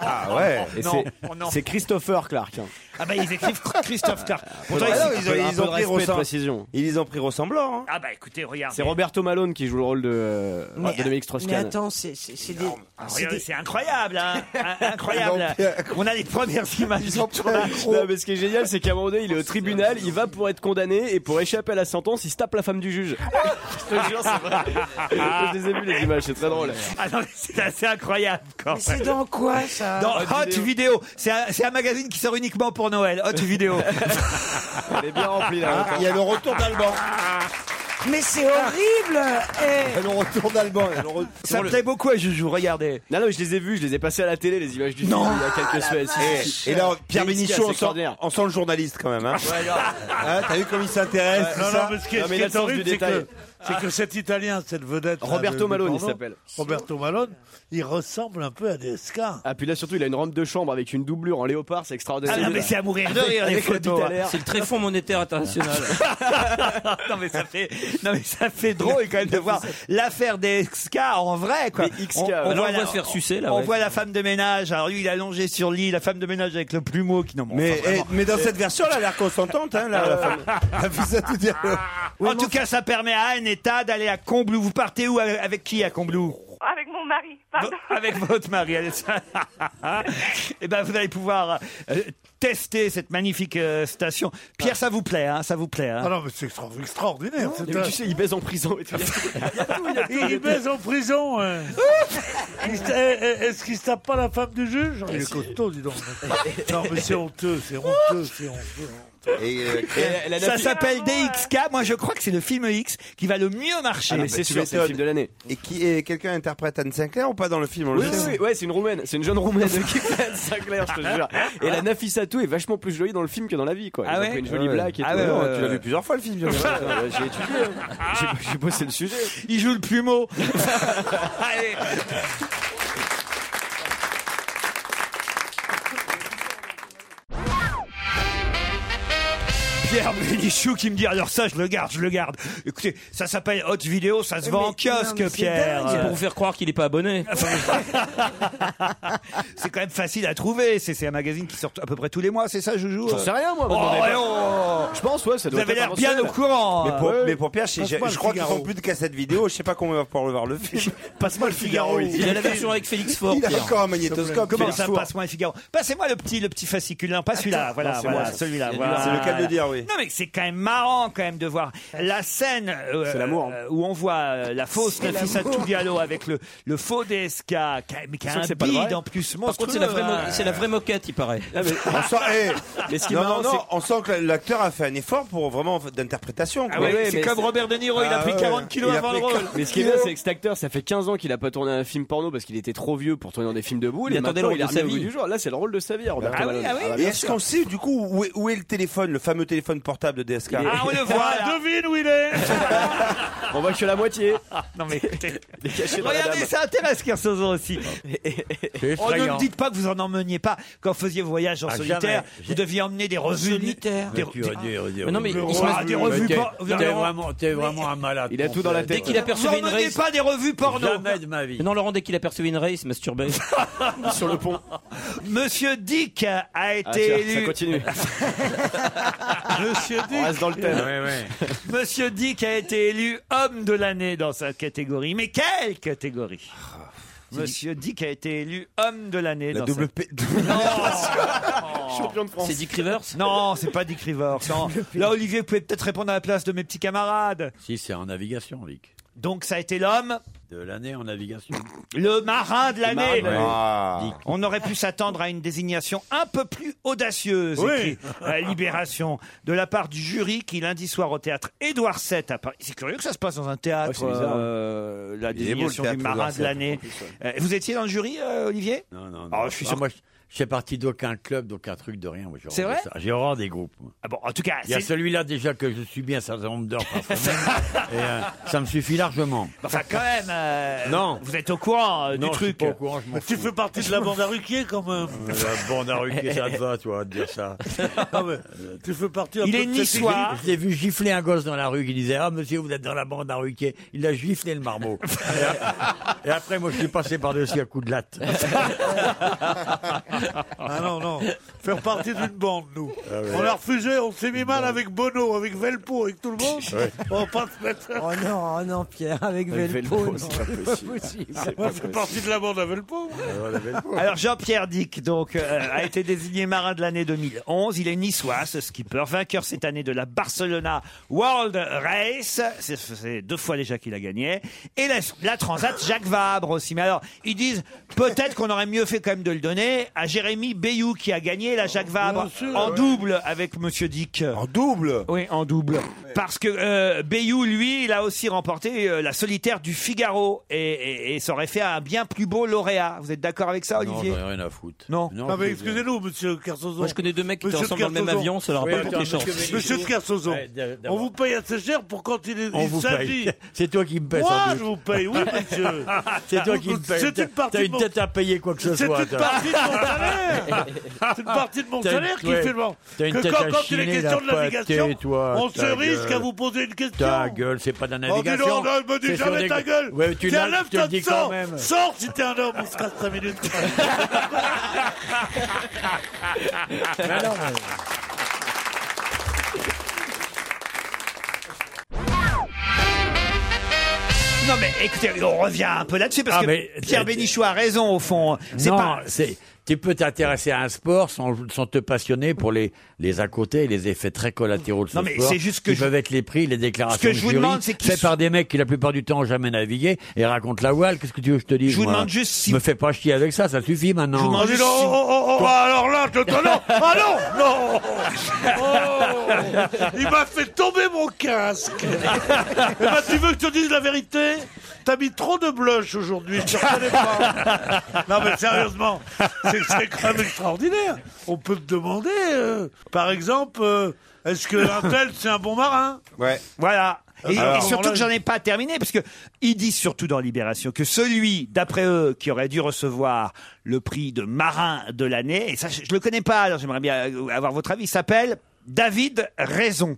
Speaker 6: Ah ouais.
Speaker 5: Et
Speaker 4: Non,
Speaker 5: c'est-
Speaker 4: oh non.
Speaker 5: c'est Christopher Clark. hein.
Speaker 4: Ah bah ils écrivent Christophe Clark. Pourtant,
Speaker 5: Faudrait-
Speaker 4: ils-
Speaker 5: Ah non,
Speaker 6: ils, ont-
Speaker 5: Un
Speaker 6: ils
Speaker 5: peu
Speaker 6: ont
Speaker 5: de
Speaker 6: pris
Speaker 5: respect, de
Speaker 6: ressemblant.
Speaker 5: précision.
Speaker 6: Ils ont pris ressemblant. hein.
Speaker 4: Ah bah écoutez, regardez.
Speaker 5: C'est Roberto Malone qui joue le rôle de, euh, de Dominique
Speaker 9: Mais
Speaker 5: Strauss-Kahn.
Speaker 9: attends, c'est c'est- c'est des.
Speaker 4: Ah,
Speaker 9: c'est
Speaker 4: regardez,
Speaker 9: des-
Speaker 4: C'est incroyable, hein. Ah, incroyable. On a les premières
Speaker 6: <laughs>
Speaker 4: images du tournage.
Speaker 5: Non, mais ce qui est génial, c'est qu'à un moment donné, il est au tribunal, il va pour être condamné et pour échapper à la sentence, il se tape la femme du juge.
Speaker 4: Ah,
Speaker 5: Je te jure, c'est vrai. Je les ai vues, les images, c'est très drôle.
Speaker 4: Ah non, mais c'est assez incroyable. Quand
Speaker 9: Mais c'est dans quoi ça
Speaker 4: Dans Hot Vidéo, c'est un, c'est un magazine qui sort uniquement pour Noël. Hot Vidéo.
Speaker 5: <laughs> Elle est bien remplie là.
Speaker 6: Ah, Il y a le retour d'Alban.
Speaker 9: Mais c'est horrible
Speaker 6: Ah,
Speaker 9: Eh,
Speaker 6: Le retour d'Alban. le re-
Speaker 4: Ça plaît beaucoup à Juju, regardez.
Speaker 5: Non, non, je les ai vues, je les ai passées à la télé, les images du film, il y a quelques semaines. Si, si.
Speaker 6: Ah Et là, Pierre
Speaker 5: C'est
Speaker 6: Bénichou, on sent,
Speaker 5: extraordinaire.
Speaker 6: on sent le journaliste quand même. Hein. Hein, T'as vu comme il s'intéresse tout
Speaker 7: Non, non,
Speaker 6: ça
Speaker 7: mais ce qui est,
Speaker 5: Non,
Speaker 7: ce
Speaker 5: mais
Speaker 7: qui
Speaker 5: la
Speaker 7: est
Speaker 5: sens du
Speaker 7: horrible, c'est
Speaker 5: détail.
Speaker 7: que, c'est que cet Italien, cette vedette. là,
Speaker 5: Roberto
Speaker 7: de- du
Speaker 5: Malone, il
Speaker 7: porno,
Speaker 5: s'appelle.
Speaker 7: Roberto Malone, il ressemble un peu à DSK.
Speaker 5: Ah, puis là, surtout, il a une robe de chambre avec une doublure en léopard, c'est extraordinaire.
Speaker 4: Ah non, mais c'est à mourir de
Speaker 5: Avec-
Speaker 4: rire, les
Speaker 5: avec le
Speaker 4: photos.
Speaker 5: petit alerte.
Speaker 12: C'est le Tréfonds monétaire
Speaker 5: <laughs>
Speaker 12: international.
Speaker 4: non, mais ça fait, non, mais ça fait drôle quand même de voir l'affaire des XK en vrai, quoi.
Speaker 5: Des XK, ouais.
Speaker 12: Là, on voit se faire sucer, là,
Speaker 4: On
Speaker 12: ouais.
Speaker 4: voit la femme de ménage. Alors lui, il est allongé sur le lit, la femme de ménage avec le plumeau qui non, mais
Speaker 6: Mais,
Speaker 4: enfin,
Speaker 6: eh,
Speaker 4: vraiment.
Speaker 6: mais dans cette version, là, elle a l'air consentante.
Speaker 4: <laughs>
Speaker 6: Hein, là, la femme. Elle fait ça tout dire.
Speaker 4: en tout cas, ça permet à Aneta d'aller à Combloux. Vous partez où avec- Avec qui à Combloux
Speaker 14: Avec mon
Speaker 7: <laughs>
Speaker 14: mari, pardon.
Speaker 4: <laughs> Vo- Avec votre mari. allez. Eh ben, vous allez pouvoir euh, tester cette magnifique euh, station. Pierre, ça vous plaît, hein, ça vous plaît. hein. <laughs>
Speaker 7: Ah non, mais c'est extra- extraordinaire.
Speaker 4: Et puis, tu sais, il
Speaker 7: baise en prison. Et <laughs> il
Speaker 4: tout.
Speaker 7: baise en prison. hein. Il se- eh, eh, Est-ce qu'il se tape pas la femme du juge Il est costaud, dis donc. Non, mais c'est honteux, c'est honteux, c'est honteux.
Speaker 4: ça s'appelle DXK. Moi, je crois que c'est le film X qui va le mieux marcher.
Speaker 6: Ah, mais tu m'étonnes. Et qui et quelqu'un interprète Anne Sinclair ou pas dans le film on
Speaker 5: Oui,
Speaker 6: le
Speaker 5: oui,
Speaker 6: sait.
Speaker 5: oui, ouais, c'est une roumaine, c'est une jeune roumaine qui fait Anne Sinclair, je te jure. Et la Nafisatou est vachement plus jolie dans le film que dans la vie, quoi. Ils
Speaker 6: Ah
Speaker 5: ont
Speaker 6: ouais
Speaker 5: pris une jolie
Speaker 6: Ah ouais.
Speaker 5: blague et
Speaker 6: Ah
Speaker 5: tout.
Speaker 6: ouais,
Speaker 5: Non,
Speaker 6: ouais,
Speaker 5: tu l'as
Speaker 6: ouais.
Speaker 5: vu plusieurs fois le film, bien sûr. Ouais, J'ai étudié. hein. J'ai- J'ai bossé le sujet.
Speaker 4: Il joue le
Speaker 5: <laughs>
Speaker 4: plumeau. Allez. Pierre Bénichou qui me dit alors ça je le garde, je le garde. Écoutez, ça s'appelle Haute Vidéo, ça se
Speaker 12: Mais-
Speaker 4: vend en
Speaker 12: non,
Speaker 4: kiosque,
Speaker 12: mais c'est
Speaker 4: Pierre.
Speaker 12: dingue. Pour vous
Speaker 4: faire croire qu'il n'est pas abonné. c'est quand même facile à trouver. C'est c'est un magazine qui sort à peu près tous les mois, c'est ça, Joujou
Speaker 5: J'en sais rien, moi,
Speaker 4: Oh,
Speaker 5: maintenant, mais-
Speaker 4: et oh.
Speaker 5: Je pense, ouais, ça
Speaker 4: Vous
Speaker 5: doit
Speaker 4: avez
Speaker 5: être
Speaker 4: l'air
Speaker 5: un
Speaker 4: bien
Speaker 5: mensuel.
Speaker 4: au courant.
Speaker 6: Mais pour,
Speaker 4: euh.
Speaker 6: mais pour Pierre, j'ai- j'ai- je, crois qu'ils font plus de cassettes vidéo. Je sais pas comment on va pouvoir le
Speaker 4: <laughs>
Speaker 6: voir le film.
Speaker 4: Passe-moi le Figaro.
Speaker 6: Il a la version avec Félix Faure, Il a Pierre. encore un magnétoscope,
Speaker 4: Comment
Speaker 6: Félix
Speaker 4: ça
Speaker 6: Faure.
Speaker 4: passe-moi le Figaro Passez-moi le petit, le petit fascicule. Non, pas celui-là.
Speaker 6: Attends.
Speaker 4: Voilà,
Speaker 6: Non, c'est
Speaker 4: voilà,
Speaker 6: moi, ça.
Speaker 4: celui-là.
Speaker 6: C'est
Speaker 4: voilà.
Speaker 6: le cas de le dire, oui.
Speaker 4: Non, mais c'est quand même marrant quand même de voir la scène euh,
Speaker 6: C'est l'amour,
Speaker 4: euh,
Speaker 6: hein.
Speaker 4: où on voit euh, la fausse
Speaker 6: C'est
Speaker 4: Nafissa
Speaker 6: l'amour.
Speaker 4: Toudialo avec le, le faux DSK, qui a, mais qui a
Speaker 12: C'est sûr que
Speaker 4: un
Speaker 12: c'est pas le
Speaker 4: bide
Speaker 12: vrai.
Speaker 4: en plus monstrueux.
Speaker 12: Par contre, c'est la, vraie mo-
Speaker 4: hein.
Speaker 12: c'est la vraie moquette, il paraît.
Speaker 6: On sent,
Speaker 4: <laughs>
Speaker 6: eh,
Speaker 12: Mais ce qui est
Speaker 6: non, non,
Speaker 12: marrant,
Speaker 6: non,
Speaker 12: c'est-
Speaker 6: on sent que l'acteur a fait un effort pour vraiment d'interprétation.
Speaker 5: Ah
Speaker 6: quoi.
Speaker 5: ouais, mais c'est- Ah ouais. Il a pris 40
Speaker 6: 40
Speaker 5: Mais ce qui est bien, c'est que cet acteur, ça fait 15 ans qu'il a pas tourné un film porno parce qu'il était trop vieux pour tourner dans des films de boules.
Speaker 6: Il
Speaker 5: et
Speaker 6: attendait le
Speaker 5: maintenant,
Speaker 6: rôle
Speaker 5: il est
Speaker 6: de sa
Speaker 5: remis au
Speaker 6: vie.
Speaker 5: goût du jour. Là, c'est le rôle de sa vie, Robert
Speaker 4: Ah
Speaker 5: Cameron. bah,
Speaker 6: Ah Et
Speaker 5: bien
Speaker 6: est-ce
Speaker 5: sûr.
Speaker 6: qu'on sait du coup où est, où est le téléphone, le fameux téléphone portable de DSK
Speaker 5: Ah, on
Speaker 6: <laughs>
Speaker 5: le voit,
Speaker 7: Ah, devine où il est
Speaker 5: On voit que je suis à la moitié.
Speaker 4: non mais
Speaker 5: <laughs>
Speaker 4: écoutez.
Speaker 5: Caché dans la
Speaker 4: Regardez,
Speaker 7: <laughs>
Speaker 5: dame.
Speaker 4: ça intéresse Kersozon aussi. Oh, ne me dites pas que vous en emmeniez pas. Quand vous faisiez voyage en
Speaker 10: Ah,
Speaker 4: solitaire,
Speaker 10: jamais.
Speaker 4: vous deviez emmener des revues.
Speaker 10: Solitaire.
Speaker 4: Des,
Speaker 10: Tu vas dire, dire,
Speaker 4: Mais non, mais
Speaker 10: dire,
Speaker 4: il se
Speaker 10: ouais,
Speaker 4: passe des revues
Speaker 10: t'es-
Speaker 4: por-
Speaker 10: T'es vraiment, t'es vraiment un malade.
Speaker 5: Il a tout dans la tête.
Speaker 12: Dès qu'il apercevait une
Speaker 4: Vous emmenez
Speaker 12: race.
Speaker 4: pas des revues porno.
Speaker 12: Jamais
Speaker 10: de ma vie.
Speaker 12: Non, Laurent, dès qu'il apercevait une race, il se masturbait.
Speaker 5: Sur le pont.
Speaker 4: Monsieur Dick a été
Speaker 12: Ah, tiens, ça
Speaker 4: élu.
Speaker 12: continue.
Speaker 4: <laughs> Monsieur Dick.
Speaker 5: reste dans le thème.
Speaker 4: <laughs> Monsieur Dick a été élu homme de l'année dans sa catégorie. Mais quelle catégorie Monsieur Dick a été élu homme de l'année.
Speaker 6: La
Speaker 4: dans
Speaker 6: double
Speaker 4: sa-
Speaker 6: P-
Speaker 4: Champion de France.
Speaker 12: C'est Dick Rivers
Speaker 4: Non, c'est pas Dick Rivers. non. Là, Olivier, vous pouvez peut-être répondre à la place de mes petits camarades.
Speaker 10: Si, c'est en navigation, Vic.
Speaker 4: Donc, ça a été l'homme,
Speaker 10: De l'année en navigation.
Speaker 4: le marin de l'année.
Speaker 10: marin de l'année. Ah.
Speaker 4: Dick. On aurait pu s'attendre à une désignation un peu plus audacieuse.
Speaker 7: Oui.
Speaker 4: écrit
Speaker 7: <laughs>
Speaker 4: à Libération de la part du jury qui lundi soir au théâtre Édouard VII à Paris. C'est curieux que ça se passe dans un théâtre.
Speaker 5: Ouais, c'est bizarre, hein.
Speaker 4: euh, la
Speaker 10: Il est beau, le
Speaker 4: désignation
Speaker 10: théâtre
Speaker 4: du marin
Speaker 10: Édouard
Speaker 4: de
Speaker 10: VII,
Speaker 4: l'année.
Speaker 10: en plus,
Speaker 4: Euh, Vous étiez dans le jury, euh, Olivier
Speaker 10: Non, non, non.
Speaker 4: Ah, je suis sûr-
Speaker 10: moi, je, je fais partie d'aucun club, d'aucun truc, de rien. moi, j'ai horreur
Speaker 4: C'est
Speaker 10: de
Speaker 4: vrai
Speaker 10: ça. J'ai horreur des groupes. moi.
Speaker 4: Ah bon, en tout cas,
Speaker 10: Il y a
Speaker 4: c'est-
Speaker 10: celui-là déjà que je subis un certain nombre d'heures par semaine.
Speaker 4: <laughs>
Speaker 10: et euh, ça me suffit largement.
Speaker 4: Enfin, quand même. euh,
Speaker 10: Non.
Speaker 4: Vous êtes au courant euh,
Speaker 10: Non,
Speaker 4: du
Speaker 10: je suis
Speaker 4: truc.
Speaker 10: pas au courant, je m'en
Speaker 7: Tu
Speaker 10: fous.
Speaker 7: fais partie de la bande à Ruquier, quand même.
Speaker 10: La bande à Ruquier, ça te va, toi, de dire
Speaker 4: <laughs>
Speaker 10: ça.
Speaker 7: Non, mais euh, tu fais partie un
Speaker 10: Il
Speaker 7: peu
Speaker 10: est
Speaker 7: de cette
Speaker 10: niçois.
Speaker 7: équipe.
Speaker 10: Je l'ai vu gifler un gosse dans la rue qui disait Ah, monsieur, vous êtes dans la bande à Ruquier. Il a giflé le
Speaker 7: <laughs>
Speaker 10: marmot. Et a- Et après, moi, je suis passé par-dessus à coups de latte.
Speaker 7: <laughs> Ah non, non. Faire partie d'une bande, nous.
Speaker 10: Ah ouais.
Speaker 7: On l'a refusé, on s'est mis mal avec Bono, avec Velpo, avec tout le monde.
Speaker 10: Ouais.
Speaker 7: On va pas se mettre.
Speaker 9: Oh non, oh non, Pierre, avec
Speaker 7: Avec
Speaker 9: Velpo,
Speaker 7: Velpo,
Speaker 9: non,
Speaker 7: c'est pas
Speaker 9: c'est pas possible.
Speaker 7: Moi, je fais partie de la bande à Velpo.
Speaker 4: <laughs> Alors Jean-Pierre Dick donc euh, a été désigné marin de l'année 2011. Il est niçois, ce skipper, vainqueur cette année de la Barcelona World Race. C'est- C'est deux fois déjà qu'il a gagné. Et la, la Transat Jacques Vabre aussi. Mais alors ils disent peut-être qu'on aurait mieux fait quand même de le donner à Jérémy Bayou qui a gagné la Jacques
Speaker 6: Ah,
Speaker 4: Vabre en double avec Monsieur Dick. En
Speaker 6: double
Speaker 4: Oui, en double. Parce que euh, Bayou, lui, il a aussi remporté euh, la solitaire du Figaro et, et- et ça aurait fait un bien plus beau lauréat. Vous êtes d'accord avec ça,
Speaker 10: Non, bah,
Speaker 4: Olivier
Speaker 10: j'en ai rien à foutre.
Speaker 4: Non.
Speaker 7: Non, Ah, mais excusez-nous, monsieur Kersozon.
Speaker 12: Moi, je connais deux mecs qui étaient
Speaker 7: <laughs> Monsieur
Speaker 12: ensemble dans le même
Speaker 7: Kersozon.
Speaker 12: avion, ça leur a
Speaker 7: Oui,
Speaker 12: pas porté
Speaker 7: attends,
Speaker 12: chance.
Speaker 7: monsieur- Monsieur Kersozon,
Speaker 10: Ouais, d'a- d'abord.
Speaker 7: on vous paye assez cher pour quand il, est-
Speaker 10: On
Speaker 7: il
Speaker 10: vous
Speaker 7: s'agit.
Speaker 10: paye. C'est toi qui me paye.
Speaker 7: Moi,
Speaker 10: sans doute.
Speaker 7: je vous paye, oui, monsieur.
Speaker 10: <laughs> C'est toi qui me paye.
Speaker 7: C'est une
Speaker 10: T'as
Speaker 7: partie
Speaker 10: t'as
Speaker 7: de
Speaker 10: une
Speaker 7: mon-
Speaker 10: tête à payer quoi que ce
Speaker 7: C'est
Speaker 10: soit.
Speaker 7: une
Speaker 10: toi.
Speaker 7: partie de mon salaire. C'est une partie de mon
Speaker 10: T'as une-
Speaker 7: salaire qui
Speaker 10: ouais.
Speaker 7: fait le bon.
Speaker 10: T'as une
Speaker 7: Que
Speaker 10: tête
Speaker 7: quand,
Speaker 10: à
Speaker 7: quand il est
Speaker 10: chiner,
Speaker 7: question de
Speaker 10: la pâtée,
Speaker 7: navigation,
Speaker 10: toi,
Speaker 7: on
Speaker 10: ta
Speaker 7: se risque
Speaker 10: gueule.
Speaker 7: à vous poser une
Speaker 10: <laughs>
Speaker 7: question.
Speaker 10: Ta gueule, c'est pas de la
Speaker 7: Oh, dis
Speaker 10: navigation.
Speaker 7: donc, non, me dis
Speaker 10: C'est sur
Speaker 7: jamais
Speaker 10: des-
Speaker 7: ta gueule.
Speaker 10: Ouais, tu
Speaker 7: t'es
Speaker 10: l'as,
Speaker 7: un
Speaker 10: je te le dis quand même.
Speaker 7: Sors si t'es un homme, on se casse 5 minutes.
Speaker 10: <laughs> Mais non, mais-
Speaker 4: Non mais écoutez, on revient un peu là-dessus parce
Speaker 10: Ah,
Speaker 4: que
Speaker 10: mais-
Speaker 12: Ah,
Speaker 10: Ah,
Speaker 4: Pierre Bénichou a raison au fond. hein. C'est
Speaker 10: non,
Speaker 4: pas
Speaker 10: c'est tu peux t'intéresser à un sport sans, sans te passionner pour les, les à côté et les effets très collatéraux de ce
Speaker 4: Non, mais
Speaker 10: sport.
Speaker 4: c'est juste que
Speaker 10: qui
Speaker 4: je-
Speaker 10: peuvent être les prix, les déclarations
Speaker 4: Ce que je
Speaker 10: de
Speaker 4: vous
Speaker 10: jury,
Speaker 4: demande, c'est qu'ils
Speaker 10: fait par des mecs qui la plupart du temps ont jamais navigué et racontent la voile. Qu'est-ce que tu veux que je te dise
Speaker 4: Je vous
Speaker 10: moi
Speaker 4: demande juste si-
Speaker 10: Me fais pas chier avec ça, ça suffit maintenant.
Speaker 7: Oh, dis donc, oh, oh, oh,
Speaker 10: Toi-
Speaker 7: alors là, je te non, ah non, non, Oh, il m'a fait tomber mon casque. Eh ben, tu veux que je te dise la vérité T'as mis trop de blush aujourd'hui, je te reconnais pas. Non mais sérieusement, c'est c'est quand même extraordinaire. On peut te demander, euh, par exemple, euh, est-ce que un tel c'est un bon marin
Speaker 4: Ouais. Voilà. Et,
Speaker 7: Alors-
Speaker 4: et surtout que j'en ai pas terminé, parce que ils disent surtout dans Libération que celui, d'après eux, qui aurait dû recevoir le prix de marin de l'année, et ça, je, je le connais pas, alors j'aimerais bien euh, avoir votre avis, il s'appelle David Raison.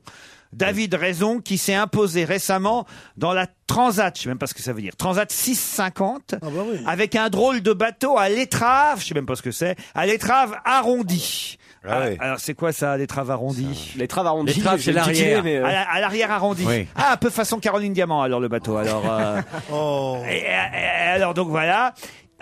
Speaker 4: David Raison qui s'est imposé récemment dans la Transat, je sais même pas ce que ça veut dire, Transat 650,
Speaker 10: Ah bah
Speaker 4: avec un drôle de bateau à l'étrave, je sais même pas ce que c'est, à l'étrave arrondie. Ah, Alors c'est quoi ça, l'étrave arrondie L'étrave arrondie,
Speaker 10: L'étrave, c'est j'ai l'arrière. titillé, mais, euh,
Speaker 4: À la- à l'arrière arrondi.
Speaker 10: Oui.
Speaker 4: Ah, un peu façon Caroline Diamant, alors le bateau. Alors,
Speaker 5: <laughs>
Speaker 4: euh, et, et- et alors donc voilà.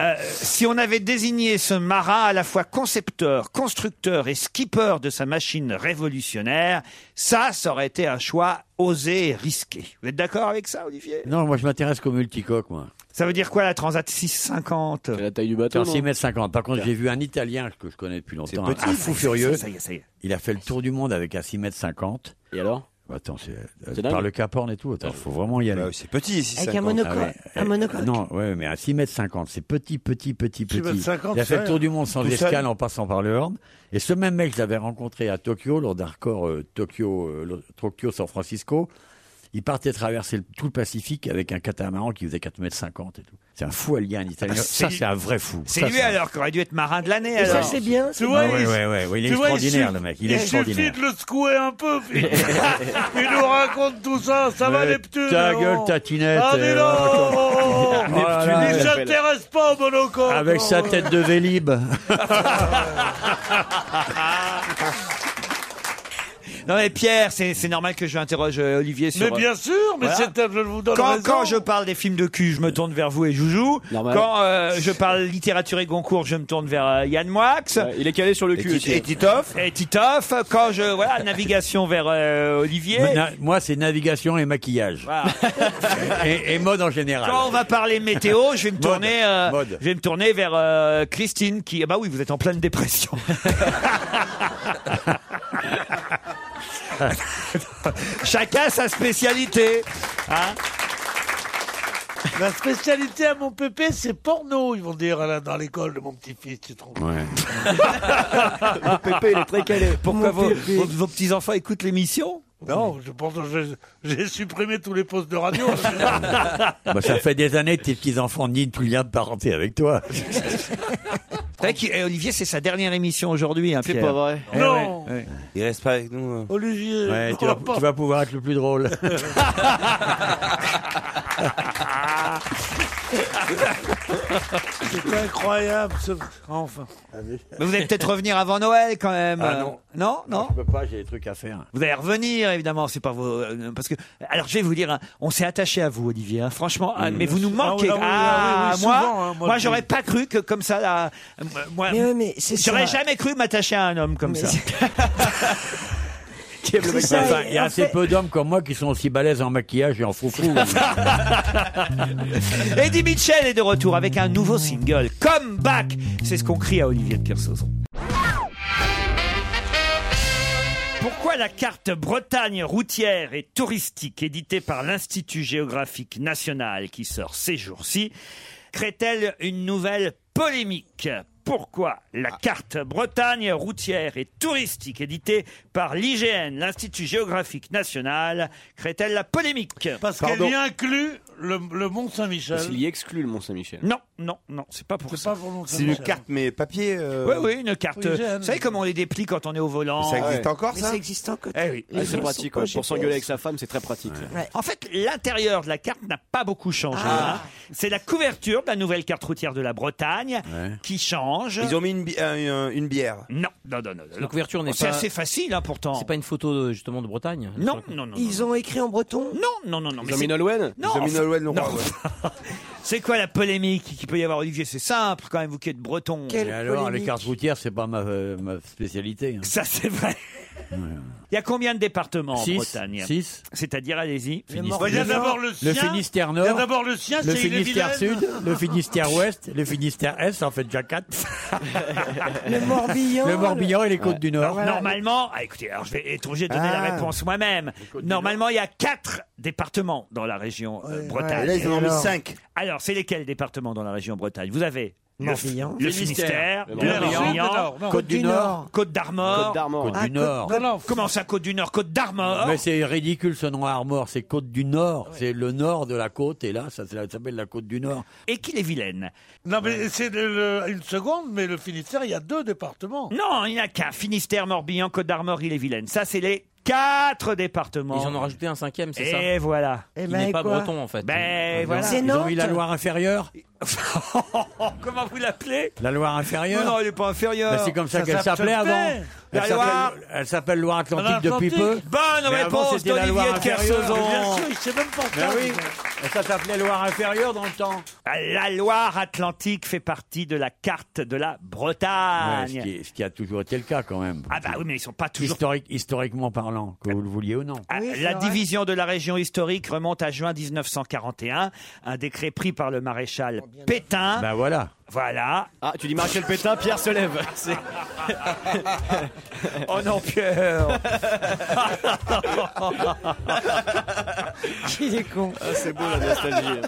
Speaker 4: Euh, si on avait désigné ce marin à la fois concepteur, constructeur et skipper de sa machine révolutionnaire, ça, ça aurait été un choix osé et risqué. Vous êtes d'accord avec ça, Olivier
Speaker 10: Non, moi je m'intéresse qu'au multicoque, moi.
Speaker 4: Ça veut dire quoi la Transat 650
Speaker 10: la taille du
Speaker 4: bateau, non
Speaker 10: 6 mètres 50. Par contre, j'ai vu un Italien que je connais depuis longtemps,
Speaker 4: petit.
Speaker 10: un fou
Speaker 4: Ah, ça y est,
Speaker 10: furieux.
Speaker 4: ça y est, ça y est.
Speaker 10: Il a fait le tour du monde avec un 6 mètres 50. Et alors Attends, c'est euh, par le Cap Horn et tout. Attends, faut vraiment y aller.
Speaker 4: Bah,
Speaker 10: c'est
Speaker 6: petit, 6,50. Avec un monocoque. Un monocoque.
Speaker 10: Non, ouais, mais un 6 mètres 50, c'est petit, petit, petit,
Speaker 6: 6 mètres
Speaker 10: petit.
Speaker 6: 50,
Speaker 10: Il a fait le
Speaker 6: ça,
Speaker 10: tour du monde sans
Speaker 6: tout seul.
Speaker 10: escale en passant par le Horn. Et ce même mec, je l'avais rencontré à Tokyo lors d'un record euh, Tokyo, euh, le- Tokyo San Francisco. Il partait traverser le- tout le Pacifique avec un catamaran qui faisait 4 mètres 50 et tout. C'est un fou alien italien.
Speaker 4: Ah, c'est
Speaker 10: Ça,
Speaker 4: lui-
Speaker 10: c'est un vrai fou.
Speaker 4: C'est
Speaker 10: Ça,
Speaker 4: lui
Speaker 10: un-
Speaker 4: alors qui aurait dû être marin de l'année.
Speaker 10: Et ça,
Speaker 4: alors.
Speaker 10: c'est bien, c'est Ah bien. ouais, ouais, ouais, ouais, il est
Speaker 7: Tu vois,
Speaker 10: extraordinaire,
Speaker 7: suffit-
Speaker 10: le mec, il est
Speaker 7: Il
Speaker 10: extraordinaire.
Speaker 7: suffit de le secouer un peu. puis-
Speaker 10: <laughs>
Speaker 4: <laughs>
Speaker 7: il nous raconte tout ça. Ça va,
Speaker 10: Mais
Speaker 7: Neptune
Speaker 10: ta
Speaker 7: non
Speaker 10: gueule, Tatinette,
Speaker 7: Ah, mais
Speaker 10: euh,
Speaker 7: non
Speaker 10: raconte.
Speaker 7: Neptune,
Speaker 10: Oh là
Speaker 7: Il
Speaker 10: là.
Speaker 7: s'intéresse pas au monocoque. Oh.
Speaker 10: Avec
Speaker 7: non,
Speaker 10: sa
Speaker 7: ouais.
Speaker 10: tête de
Speaker 7: <laughs>
Speaker 10: Vélib.
Speaker 4: Non mais Pierre, c'est c'est normal que je interroge euh, Olivier sur.
Speaker 7: Mais bien sûr, mais c'est- je vous donne
Speaker 4: quand,
Speaker 7: raison.
Speaker 4: quand je parle des films de cul, je me tourne vers vous et Joujou.
Speaker 5: Normal.
Speaker 4: Quand euh, je parle littérature et Goncourt, je me tourne vers euh, Yann Moix.
Speaker 5: il est calé sur le cul. aussi.
Speaker 4: Titoff. Et Titoff. Quand je voilà navigation vers euh, Olivier.
Speaker 10: Mais na- Moi, c'est navigation et maquillage.
Speaker 4: Voilà.
Speaker 10: <laughs> et, et mode en général.
Speaker 4: Quand on va parler météo, je vais me
Speaker 10: Mode.
Speaker 4: tourner, euh,
Speaker 10: Mode.
Speaker 4: je vais me tourner vers euh, Christine qui, ah bah oui, vous êtes en pleine
Speaker 7: <laughs>
Speaker 4: dépression. Chacun sa spécialité. Hein
Speaker 7: La spécialité à mon pépé, c'est porno, ils vont dire à la- dans l'école de mon petit-fils, tu te
Speaker 15: <laughs>
Speaker 7: rends
Speaker 9: <laughs>
Speaker 7: compte.
Speaker 4: Mon
Speaker 7: pépé, il est très calé.
Speaker 4: Pourquoi
Speaker 7: Mon
Speaker 4: vos,
Speaker 7: pépé.
Speaker 4: vos- vos petits-enfants écoutent l'émission
Speaker 7: Non, je pense que j'ai- j'ai supprimé tous les postes de radio.
Speaker 4: <laughs>
Speaker 10: Bah, ça fait des années que tes petits-enfants nient tout lien de parenté avec toi.
Speaker 4: C'est vrai que- eh, Olivier, c'est sa dernière émission aujourd'hui. Hein,
Speaker 10: C'est
Speaker 4: Pierre.
Speaker 10: pas vrai.
Speaker 4: Eh
Speaker 10: Non.
Speaker 4: ouais, ouais.
Speaker 10: Il reste pas avec nous. hein.
Speaker 7: Olivier.
Speaker 10: Ouais, tu, vas, tu vas pouvoir être le plus drôle.
Speaker 7: C'est incroyable. ce- Enfin.
Speaker 4: Mais vous allez peut-être revenir avant Noël quand même. euh,
Speaker 10: Ah non.
Speaker 4: Non, non.
Speaker 10: Je peux pas, j'ai des trucs à faire.
Speaker 4: Vous allez revenir, évidemment, c'est pas vos... euh, Parce que... Alors, je vais vous dire, hein, on s'est attaché à vous, Olivier, hein, franchement, hein, mais vous nous
Speaker 7: Ah oui,
Speaker 4: manquez.
Speaker 7: ah oui,
Speaker 4: Ah,
Speaker 7: ah oui, oui,
Speaker 4: moi,
Speaker 7: souvent, hein, moi,
Speaker 4: moi,
Speaker 7: je-
Speaker 4: j'aurais pas cru que comme ça, là... euh, Moi,
Speaker 9: Mais ouais, mais c'est
Speaker 4: j'aurais
Speaker 9: ça.
Speaker 4: jamais cru m'attacher à un homme comme ça. Qui aime le
Speaker 10: Enfin, Il
Speaker 4: maquillage.
Speaker 10: y a assez peu d'hommes comme moi qui sont aussi balèzes en maquillage et en
Speaker 4: <laughs>
Speaker 10: foufou.
Speaker 7: hein.
Speaker 4: Eddie Mitchell est de retour avec un nouveau single, Come Back. C'est ce qu'on crie à Olivier de Kersauzon. Pourquoi la carte Bretagne routière et touristique éditée par l'Institut géographique national qui sort ces jours-ci crée-t-elle une nouvelle polémique Pourquoi la
Speaker 7: Ah.
Speaker 4: carte Bretagne routière et touristique éditée par l'IGN, l'Institut géographique national, crée-t-elle la polémique
Speaker 7: Parce qu'elle y inclut le, le Mont Saint-Michel.
Speaker 5: Il y exclut le Mont-Saint-Michel.
Speaker 4: Non, non, non, c'est pas pour
Speaker 7: C'est pas pour Mont
Speaker 5: C'est une
Speaker 7: Saint-Michel.
Speaker 5: carte,
Speaker 6: mais papier. euh,
Speaker 4: Oui, oui, une carte.
Speaker 7: Oui, j'aime.
Speaker 4: Vous savez comment on les déplie quand on est au volant
Speaker 6: Ça existe encore, ça
Speaker 4: existe encore. Eh oui.
Speaker 5: Ah, c'est pratique, ouais. pour s'engueuler avec sa femme, c'est très pratique.
Speaker 4: Ouais. En fait, l'intérieur de la carte n'a pas beaucoup changé.
Speaker 6: Ah.
Speaker 4: hein. C'est la couverture de la nouvelle carte routière de la Bretagne qui change.
Speaker 6: Ils ont mis une, bi- euh, une- une bière.
Speaker 4: Non, non, non, non.
Speaker 12: La couverture n'est
Speaker 4: C'est
Speaker 12: pas-
Speaker 4: assez facile, hein, pourtant.
Speaker 12: C'est pas une photo euh, justement de Bretagne
Speaker 4: Non, non, non.
Speaker 9: Ils ont écrit en breton
Speaker 4: Non, non, non, non. mais
Speaker 5: Ils ont mis
Speaker 4: c'est-
Speaker 5: Nolwenn
Speaker 4: Non,
Speaker 6: Ils ont mis
Speaker 4: enfin-
Speaker 6: Nolwenn Leroy,
Speaker 4: non.
Speaker 6: ouais.
Speaker 4: <laughs> C'est quoi la polémique qu'il peut y avoir, Olivier C'est simple quand même, vous qui êtes breton.
Speaker 10: Et alors, les cartes routières, c'est pas ma, euh, ma spécialité. hein.
Speaker 4: Ça, c'est vrai. Il y a combien de départements
Speaker 10: Six.
Speaker 4: en Bretagne
Speaker 10: Six.
Speaker 4: C'est-à-dire, allez-y.
Speaker 10: Finistère.
Speaker 4: Il y a d'abord le sien.
Speaker 10: Finistère Nord.
Speaker 4: Il y a d'abord le sien,
Speaker 10: Le
Speaker 4: c'est il est
Speaker 10: Finistère
Speaker 4: vilaine.
Speaker 10: Sud. Le Finistère Ouest. Le Finistère Est. Ça en fait déjà
Speaker 4: <laughs>
Speaker 10: quatre.
Speaker 4: Le
Speaker 10: Morbihan. Le Morbihan et les Côtes du Nord.
Speaker 4: Normalement, ah, écoutez, alors je vais être obligé de donner
Speaker 10: Ah.
Speaker 4: la réponse moi-même. Normalement, il y a quatre départements dans la région euh, Bretagne.
Speaker 6: ouais. Là, ils en ont mis Alors. cinq.
Speaker 4: Alors, c'est lesquels départements dans la région Bretagne Vous avez le,
Speaker 9: Morbihan.
Speaker 4: le Finistère,
Speaker 9: Finistère, le
Speaker 4: le
Speaker 9: Morbihan, Côte
Speaker 4: Morbihan,
Speaker 9: d'Or, non. Côte du Nord.
Speaker 4: Côte d'Armor,
Speaker 9: Côte d'Armor. Côte du Ah, Côte- Nord.
Speaker 4: Non, non, Comment ça, Côte du Nord Côte d'Armor.
Speaker 10: Mais c'est ridicule ce nom à Armor, c'est Côte du Nord, c'est le nord de la côte, et là, ça ça s'appelle la Côte du Nord.
Speaker 4: Et qu'il est vilaine
Speaker 7: Non, mais c'est le- le- une seconde, mais le Finistère, il y a deux départements.
Speaker 4: Non, il n'y en a qu'un. Finistère, Morbihan, Côte d'Armor, il est vilaine. Ça, c'est les quatre départements.
Speaker 12: Ils en ont rajouté un cinquième, c'est ça
Speaker 4: Et voilà.
Speaker 10: Eh
Speaker 12: Qui n'est pas breton, en fait.
Speaker 4: Ben voilà.
Speaker 10: Ils ont eu la Loire inférieure
Speaker 4: Comment vous l'appelez
Speaker 10: La Loire inférieure
Speaker 4: Non, non, elle n'est pas inférieure.
Speaker 10: Ben, C'est comme ça,
Speaker 4: Ça
Speaker 10: qu'elle
Speaker 4: s'appelait
Speaker 10: s'appelait avant. Elle
Speaker 4: la
Speaker 10: s'appelle-
Speaker 4: Loire.
Speaker 10: Elle s'appelle Loire Atlantique
Speaker 4: Loire
Speaker 10: depuis peu.
Speaker 4: Atlantique. Bonne
Speaker 10: Mais avant,
Speaker 4: réponse
Speaker 10: c'était la
Speaker 4: d'Olivier
Speaker 10: Loire
Speaker 4: de
Speaker 10: inférieure.
Speaker 4: Kersauzon.
Speaker 10: Mais bien sûr,
Speaker 7: il sait même pas
Speaker 10: Ben oui, ça s'appelait Loire inférieure dans le temps.
Speaker 4: Ah, La Loire-Atlantique fait partie de la carte de la
Speaker 10: Ouais,
Speaker 4: Bretagne.
Speaker 10: ce, qui, ce qui a toujours été le cas quand même.
Speaker 4: Ah bah oui, mais ils sont pas toujours...
Speaker 10: Historique, historiquement parlant, que vous le vouliez ou non.
Speaker 4: Ah,
Speaker 10: Oui, c'est
Speaker 4: la
Speaker 10: vrai.
Speaker 4: division de la région historique remonte à juin 1941, un décret pris par le maréchal Pétain.
Speaker 10: Ben voilà.
Speaker 4: Voilà.
Speaker 5: Ah, tu dis Maréchal Pétain, Pierre se lève. <laughs> C'est-
Speaker 4: Oh non, Pierre
Speaker 6: <laughs> Il est con. c'est beau la nostalgie.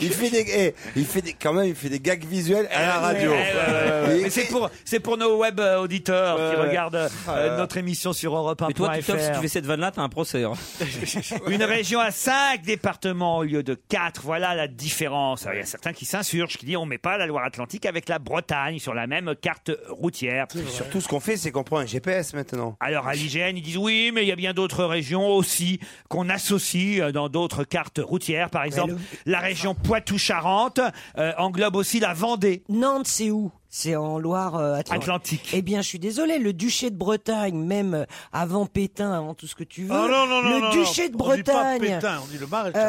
Speaker 6: Il fait des, eh, il fait des, quand même, il fait des gags visuels à la
Speaker 4: Eh,
Speaker 6: radio.
Speaker 4: ouais, ouais, ouais. Mais c'est pour, c'est pour nos web euh, auditeurs qui
Speaker 6: Ouais.
Speaker 4: regardent euh,
Speaker 6: Euh,
Speaker 4: notre émission sur Europe 1.fr.
Speaker 12: Mais toi, tu t'offres, si tu fais cette vanne-là, t'as un procès. hein.
Speaker 4: <laughs> Une région à 5 départements au lieu de 4, voilà la différence. Alors, il y a certains qui s'insurgent, qui disent on met pas la Loire-Atlantique avec la Bretagne sur la même carte routière.
Speaker 6: Surtout, ce qu'on fait, c'est qu'on prend un GPS maintenant.
Speaker 4: Alors à l'IGN, ils disent oui, mais il y a bien d'autres régions aussi qu'on associe euh, dans d'autres cartes routières. Par exemple, la région Poitou-Charentes euh, englobe aussi la Vendée.
Speaker 9: Nantes, c'est où C'est en Loire euh, Atlan-
Speaker 4: Atlantique.
Speaker 9: Eh bien, je suis désolé, le duché de Bretagne, même euh, avant Pétain, avant tout ce que tu veux.
Speaker 4: Ah,
Speaker 7: Oh non, non, non,
Speaker 9: le
Speaker 7: non,
Speaker 9: duché
Speaker 7: non.
Speaker 9: de
Speaker 7: On dit pas
Speaker 9: Bretagne.
Speaker 7: Pétain, on dit le maréchal.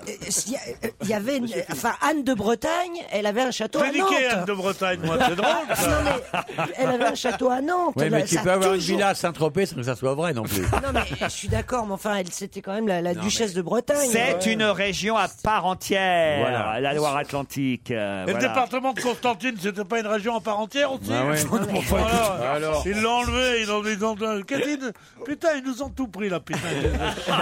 Speaker 9: Euh, s'il y a- euh, Il y avait, une- enfin, Anne de Bretagne, elle avait un château
Speaker 7: Je
Speaker 9: à
Speaker 7: vais niquer Anne
Speaker 9: Nantes.
Speaker 7: de Bretagne, moi, c'est
Speaker 9: <laughs>
Speaker 7: drôle. ça.
Speaker 9: Elle avait un château à Nantes.
Speaker 10: Oui,
Speaker 9: Là,
Speaker 10: mais tu
Speaker 9: ça
Speaker 10: peux
Speaker 9: a
Speaker 10: avoir une
Speaker 9: toujours-
Speaker 10: villa à Saint-Tropez sans que ça soit vrai non
Speaker 4: <laughs>
Speaker 10: plus.
Speaker 6: Ah
Speaker 9: Non, mais je suis d'accord, mais enfin, elle, c'était quand même la, la duchesse de Bretagne.
Speaker 4: C'est
Speaker 9: Ouais.
Speaker 4: une région à part entière,
Speaker 10: Voilà.
Speaker 4: Ah, la Loire-Atlantique. euh,
Speaker 7: Et le
Speaker 4: voilà.
Speaker 7: département de Constantine, c'était pas une région à part entière aussi
Speaker 4: Bah
Speaker 7: <laughs>
Speaker 4: ouais. Non, mais-
Speaker 7: Alors,
Speaker 4: Alors.
Speaker 7: Ils l'ont enlevé, ils l'ont ils ont- Qu'est-ce qu'ils- Putain, ils nous ont tout pris là, putain.
Speaker 4: <laughs>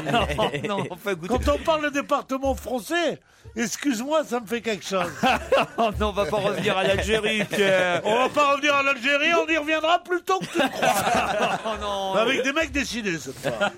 Speaker 4: non, on peut goûter.
Speaker 7: Quand on parle de département français, excuse-moi, ça me fait quelque chose.
Speaker 4: <laughs> Oh non, on va pas revenir à l'Algérie, Pierre.
Speaker 7: On va pas revenir à l'Algérie, on y reviendra plus tôt que tu
Speaker 4: <laughs>
Speaker 7: le crois.
Speaker 4: Oh
Speaker 7: Avec des mecs décidés cette fois.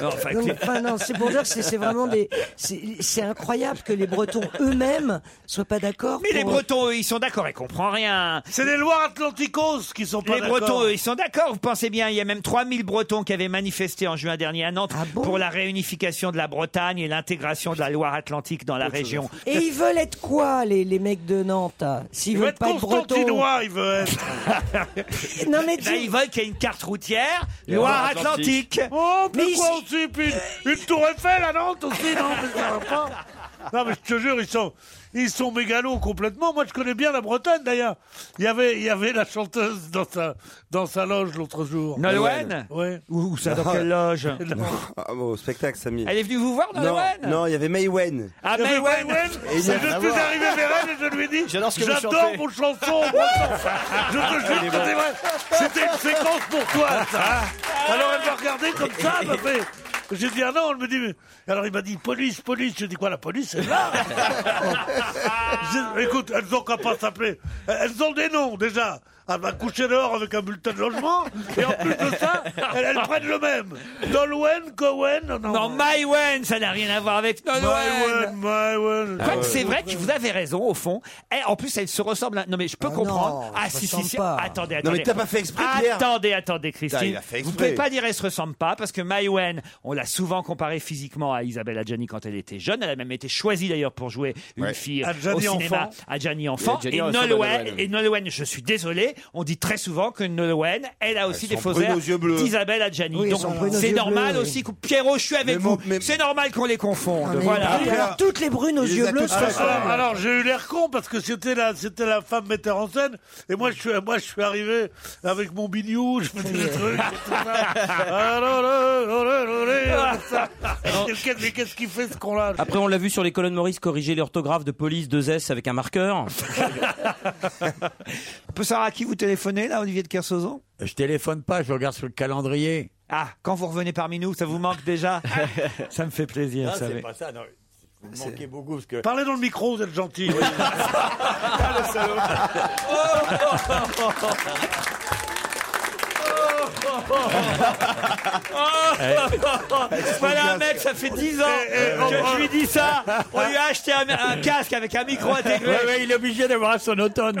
Speaker 4: Non, enfin,
Speaker 9: Donc,
Speaker 4: clé-
Speaker 9: enfin, non, c'est pour dire que c'est c'est vraiment des. C'est c'est incroyable que les Bretons eux-mêmes soient pas d'accord.
Speaker 4: Mais les
Speaker 9: pour-
Speaker 4: Bretons, eux, ils sont d'accord, ils comprennent rien.
Speaker 7: C'est les Loires Atlanticos qui sont pas
Speaker 4: Les
Speaker 7: d'accord.
Speaker 4: Bretons, eux, ils sont d'accord, vous pensez bien, il y a même 3000 Bretons qui avaient manifesté en juin dernier à
Speaker 9: Ah
Speaker 4: Nantes pour la réunification de la Bretagne et l'intégration de la Loire-Atlantique dans la région.
Speaker 9: Et ils veulent être quoi, les, les mecs de Nantes hein S'ils
Speaker 7: Il veut
Speaker 9: veulent
Speaker 7: être
Speaker 9: pas être Bretons.
Speaker 7: Constantinois, il veut
Speaker 4: <laughs>
Speaker 7: être.
Speaker 9: Non, mais
Speaker 4: Là,
Speaker 9: dis-
Speaker 4: ils veulent qu'il y ait une carte routière Loire-Atlantique.
Speaker 7: Oh,
Speaker 4: Mais
Speaker 7: puis quoi
Speaker 4: ils-
Speaker 7: aussi puis une, une tour Eiffel à Nantes aussi, non mais ça va pas. Non mais je te jure, ils sont, ils sont mégalos complètement. Moi, je connais bien la Bretagne d'ailleurs. Il y avait, il y avait la chanteuse dans sa, dans sa loge l'autre jour.
Speaker 4: Nolwenn
Speaker 7: Ouais.
Speaker 4: Où ça, dans quelle loge
Speaker 6: <laughs> Ah, bon, au spectacle, Samy.
Speaker 4: Elle est venue vous voir,
Speaker 6: non,
Speaker 4: Nolwenn
Speaker 6: non, il y avait Maywen.
Speaker 4: Ah,
Speaker 7: Il y avait
Speaker 4: Maïwenn
Speaker 7: Maïwenn, et
Speaker 6: il y a
Speaker 7: je
Speaker 6: rien à
Speaker 7: suis
Speaker 6: voir.
Speaker 7: arrivé vers elle et je lui ai dit
Speaker 5: J'adore ce que vous
Speaker 7: J'adore
Speaker 5: chantez.
Speaker 7: vos chansons, moi. Je te jure que c'est vrai. C'était une séquence pour toi, ça. hein. Alors elle m'a regardé comme ça, elle m'a fait. J'ai dit, ah non, elle me dit, mais- alors il m'a dit, police, police. Je dis, quoi, la police, c'est là J'ai- Écoute, elles ont qu'à pas s'appeler. Elles ont des noms, déjà. Elle va coucher dehors avec un bulletin de logement, et en plus de ça, elles, elles prennent le même. Nolwenn, Cowen, non.
Speaker 4: Non, Maïwenn, ça n'a rien à voir avec Nolwenn.
Speaker 7: Maïwenn, Maïwenn.
Speaker 4: Quoique, c'est vrai que vous avez raison, au fond. Eh, en plus, elles se ressemblent. à- Non, mais je peux comprendre.
Speaker 9: non,
Speaker 4: ah,
Speaker 9: elles se
Speaker 4: si, si,
Speaker 9: ressemblent
Speaker 4: si.
Speaker 9: pas.
Speaker 4: Attendez,
Speaker 6: Non,
Speaker 4: attendez.
Speaker 6: mais t'as pas fait exprès, Pierre.
Speaker 4: Attendez, attendez, Christine.
Speaker 6: il a fait
Speaker 4: vous
Speaker 6: exprès.
Speaker 4: pouvez pas dire elles se ressemblent pas, parce que Maïwen, on l'a souvent comparée physiquement à Isabelle Adjani quand elle était jeune. Elle a même été choisie, d'ailleurs, pour jouer une
Speaker 6: Ouais.
Speaker 4: fille
Speaker 7: Adjani
Speaker 4: au cinéma.
Speaker 7: enfant.
Speaker 4: Adjani enfant.
Speaker 5: Et Adjani
Speaker 4: Et
Speaker 5: ressemble à
Speaker 4: Nolwenn,
Speaker 5: Nolwenn.
Speaker 4: et Nolwenn, je suis désolé, on dit très souvent que Nolwenn, elle a aussi des
Speaker 6: Elles sont
Speaker 4: faux
Speaker 6: brunes
Speaker 4: airs
Speaker 6: aux Ah, yeux bleus.
Speaker 4: d'Isabelle Adjani.
Speaker 6: Oui, elles
Speaker 4: Donc
Speaker 6: sont brunes aux
Speaker 4: c'est
Speaker 6: yeux
Speaker 4: normal
Speaker 6: bleus, oui.
Speaker 4: aussi. que- Pierrot, je suis avec vous. C'est normal qu'on les confonde.
Speaker 7: On est
Speaker 4: voilà.
Speaker 7: brunes. Alors,
Speaker 9: toutes les brunes
Speaker 7: Ah, Alors, alors, j'ai eu l'air con parce que c'était la, c'était la femme metteur en scène et moi je suis, moi je suis arrivé avec mon bignou, <laughs> je faisais des trucs, et tout ça. Ah, là, là, là, là, là, là, tout ça. Et qu'est- Mais qu'est-ce qu'il fait ce con-là
Speaker 12: Après, on l'a vu sur les colonnes Maurice corriger l'orthographe de police 2S avec un marqueur.
Speaker 4: On peut savoir à qui vous téléphonez, là, Olivier de Kersauzon
Speaker 10: Euh, Je téléphone pas, je regarde sur le calendrier.
Speaker 4: Ah, quand vous revenez parmi nous, ça vous manque
Speaker 7: <laughs>
Speaker 4: déjà Ça me fait plaisir,
Speaker 10: Non,
Speaker 4: ça.
Speaker 10: c'est pas ça, non. Vous me manquez beaucoup parce <laughs> que. Ah,
Speaker 7: Parlez dans le micro, vous êtes
Speaker 4: <laughs>
Speaker 7: gentil.
Speaker 6: <laughs>
Speaker 4: Eh. Voilà un mec, ça fait 10 ans
Speaker 10: euh,
Speaker 4: que euh, je lui
Speaker 10: <laughs>
Speaker 4: dis ça. On lui a acheté un, un casque avec un micro intégré.
Speaker 10: Ouais, ouais, il est obligé d'avoir son
Speaker 4: <laughs>
Speaker 10: automne.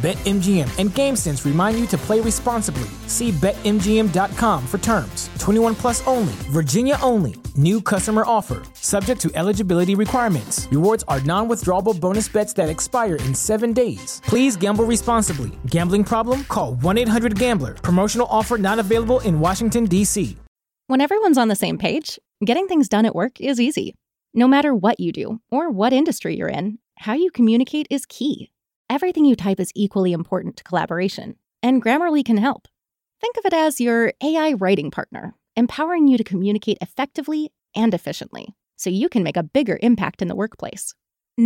Speaker 1: BetMGM and GameSense remind you to play responsibly. See BetMGM.com for terms. 21 plus only, Virginia only. New customer offer, subject to eligibility requirements. Rewards are non withdrawable bonus bets that expire in seven days. Please gamble responsibly. Gambling problem? Call 1 800 Gambler. Promotional offer not available in Washington, D.C.
Speaker 16: When everyone's on the same page, getting things done at work is easy. No matter what you do or what industry you're in, how you communicate is key. Everything you type is equally important to collaboration, and Grammarly can help. Think of it as your AI writing partner, empowering you to communicate effectively and efficiently so you can make a bigger impact in the workplace.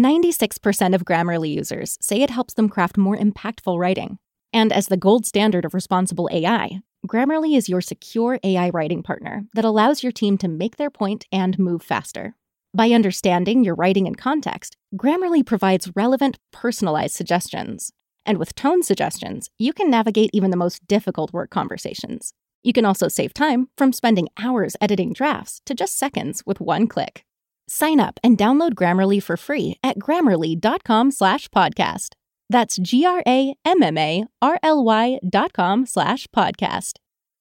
Speaker 16: 96% of Grammarly users say it helps them craft more impactful writing. And as the gold standard of responsible AI, Grammarly is your secure AI writing partner that allows your team to make their point and move faster. By understanding your writing and context, Grammarly provides relevant, personalized suggestions. And with tone suggestions, you can navigate even the most difficult work conversations. You can also save time from spending hours editing drafts to just seconds with one click. Sign up and download Grammarly for free at grammarly.com slash podcast. That's G R A M M A R L Y dot com slash podcast.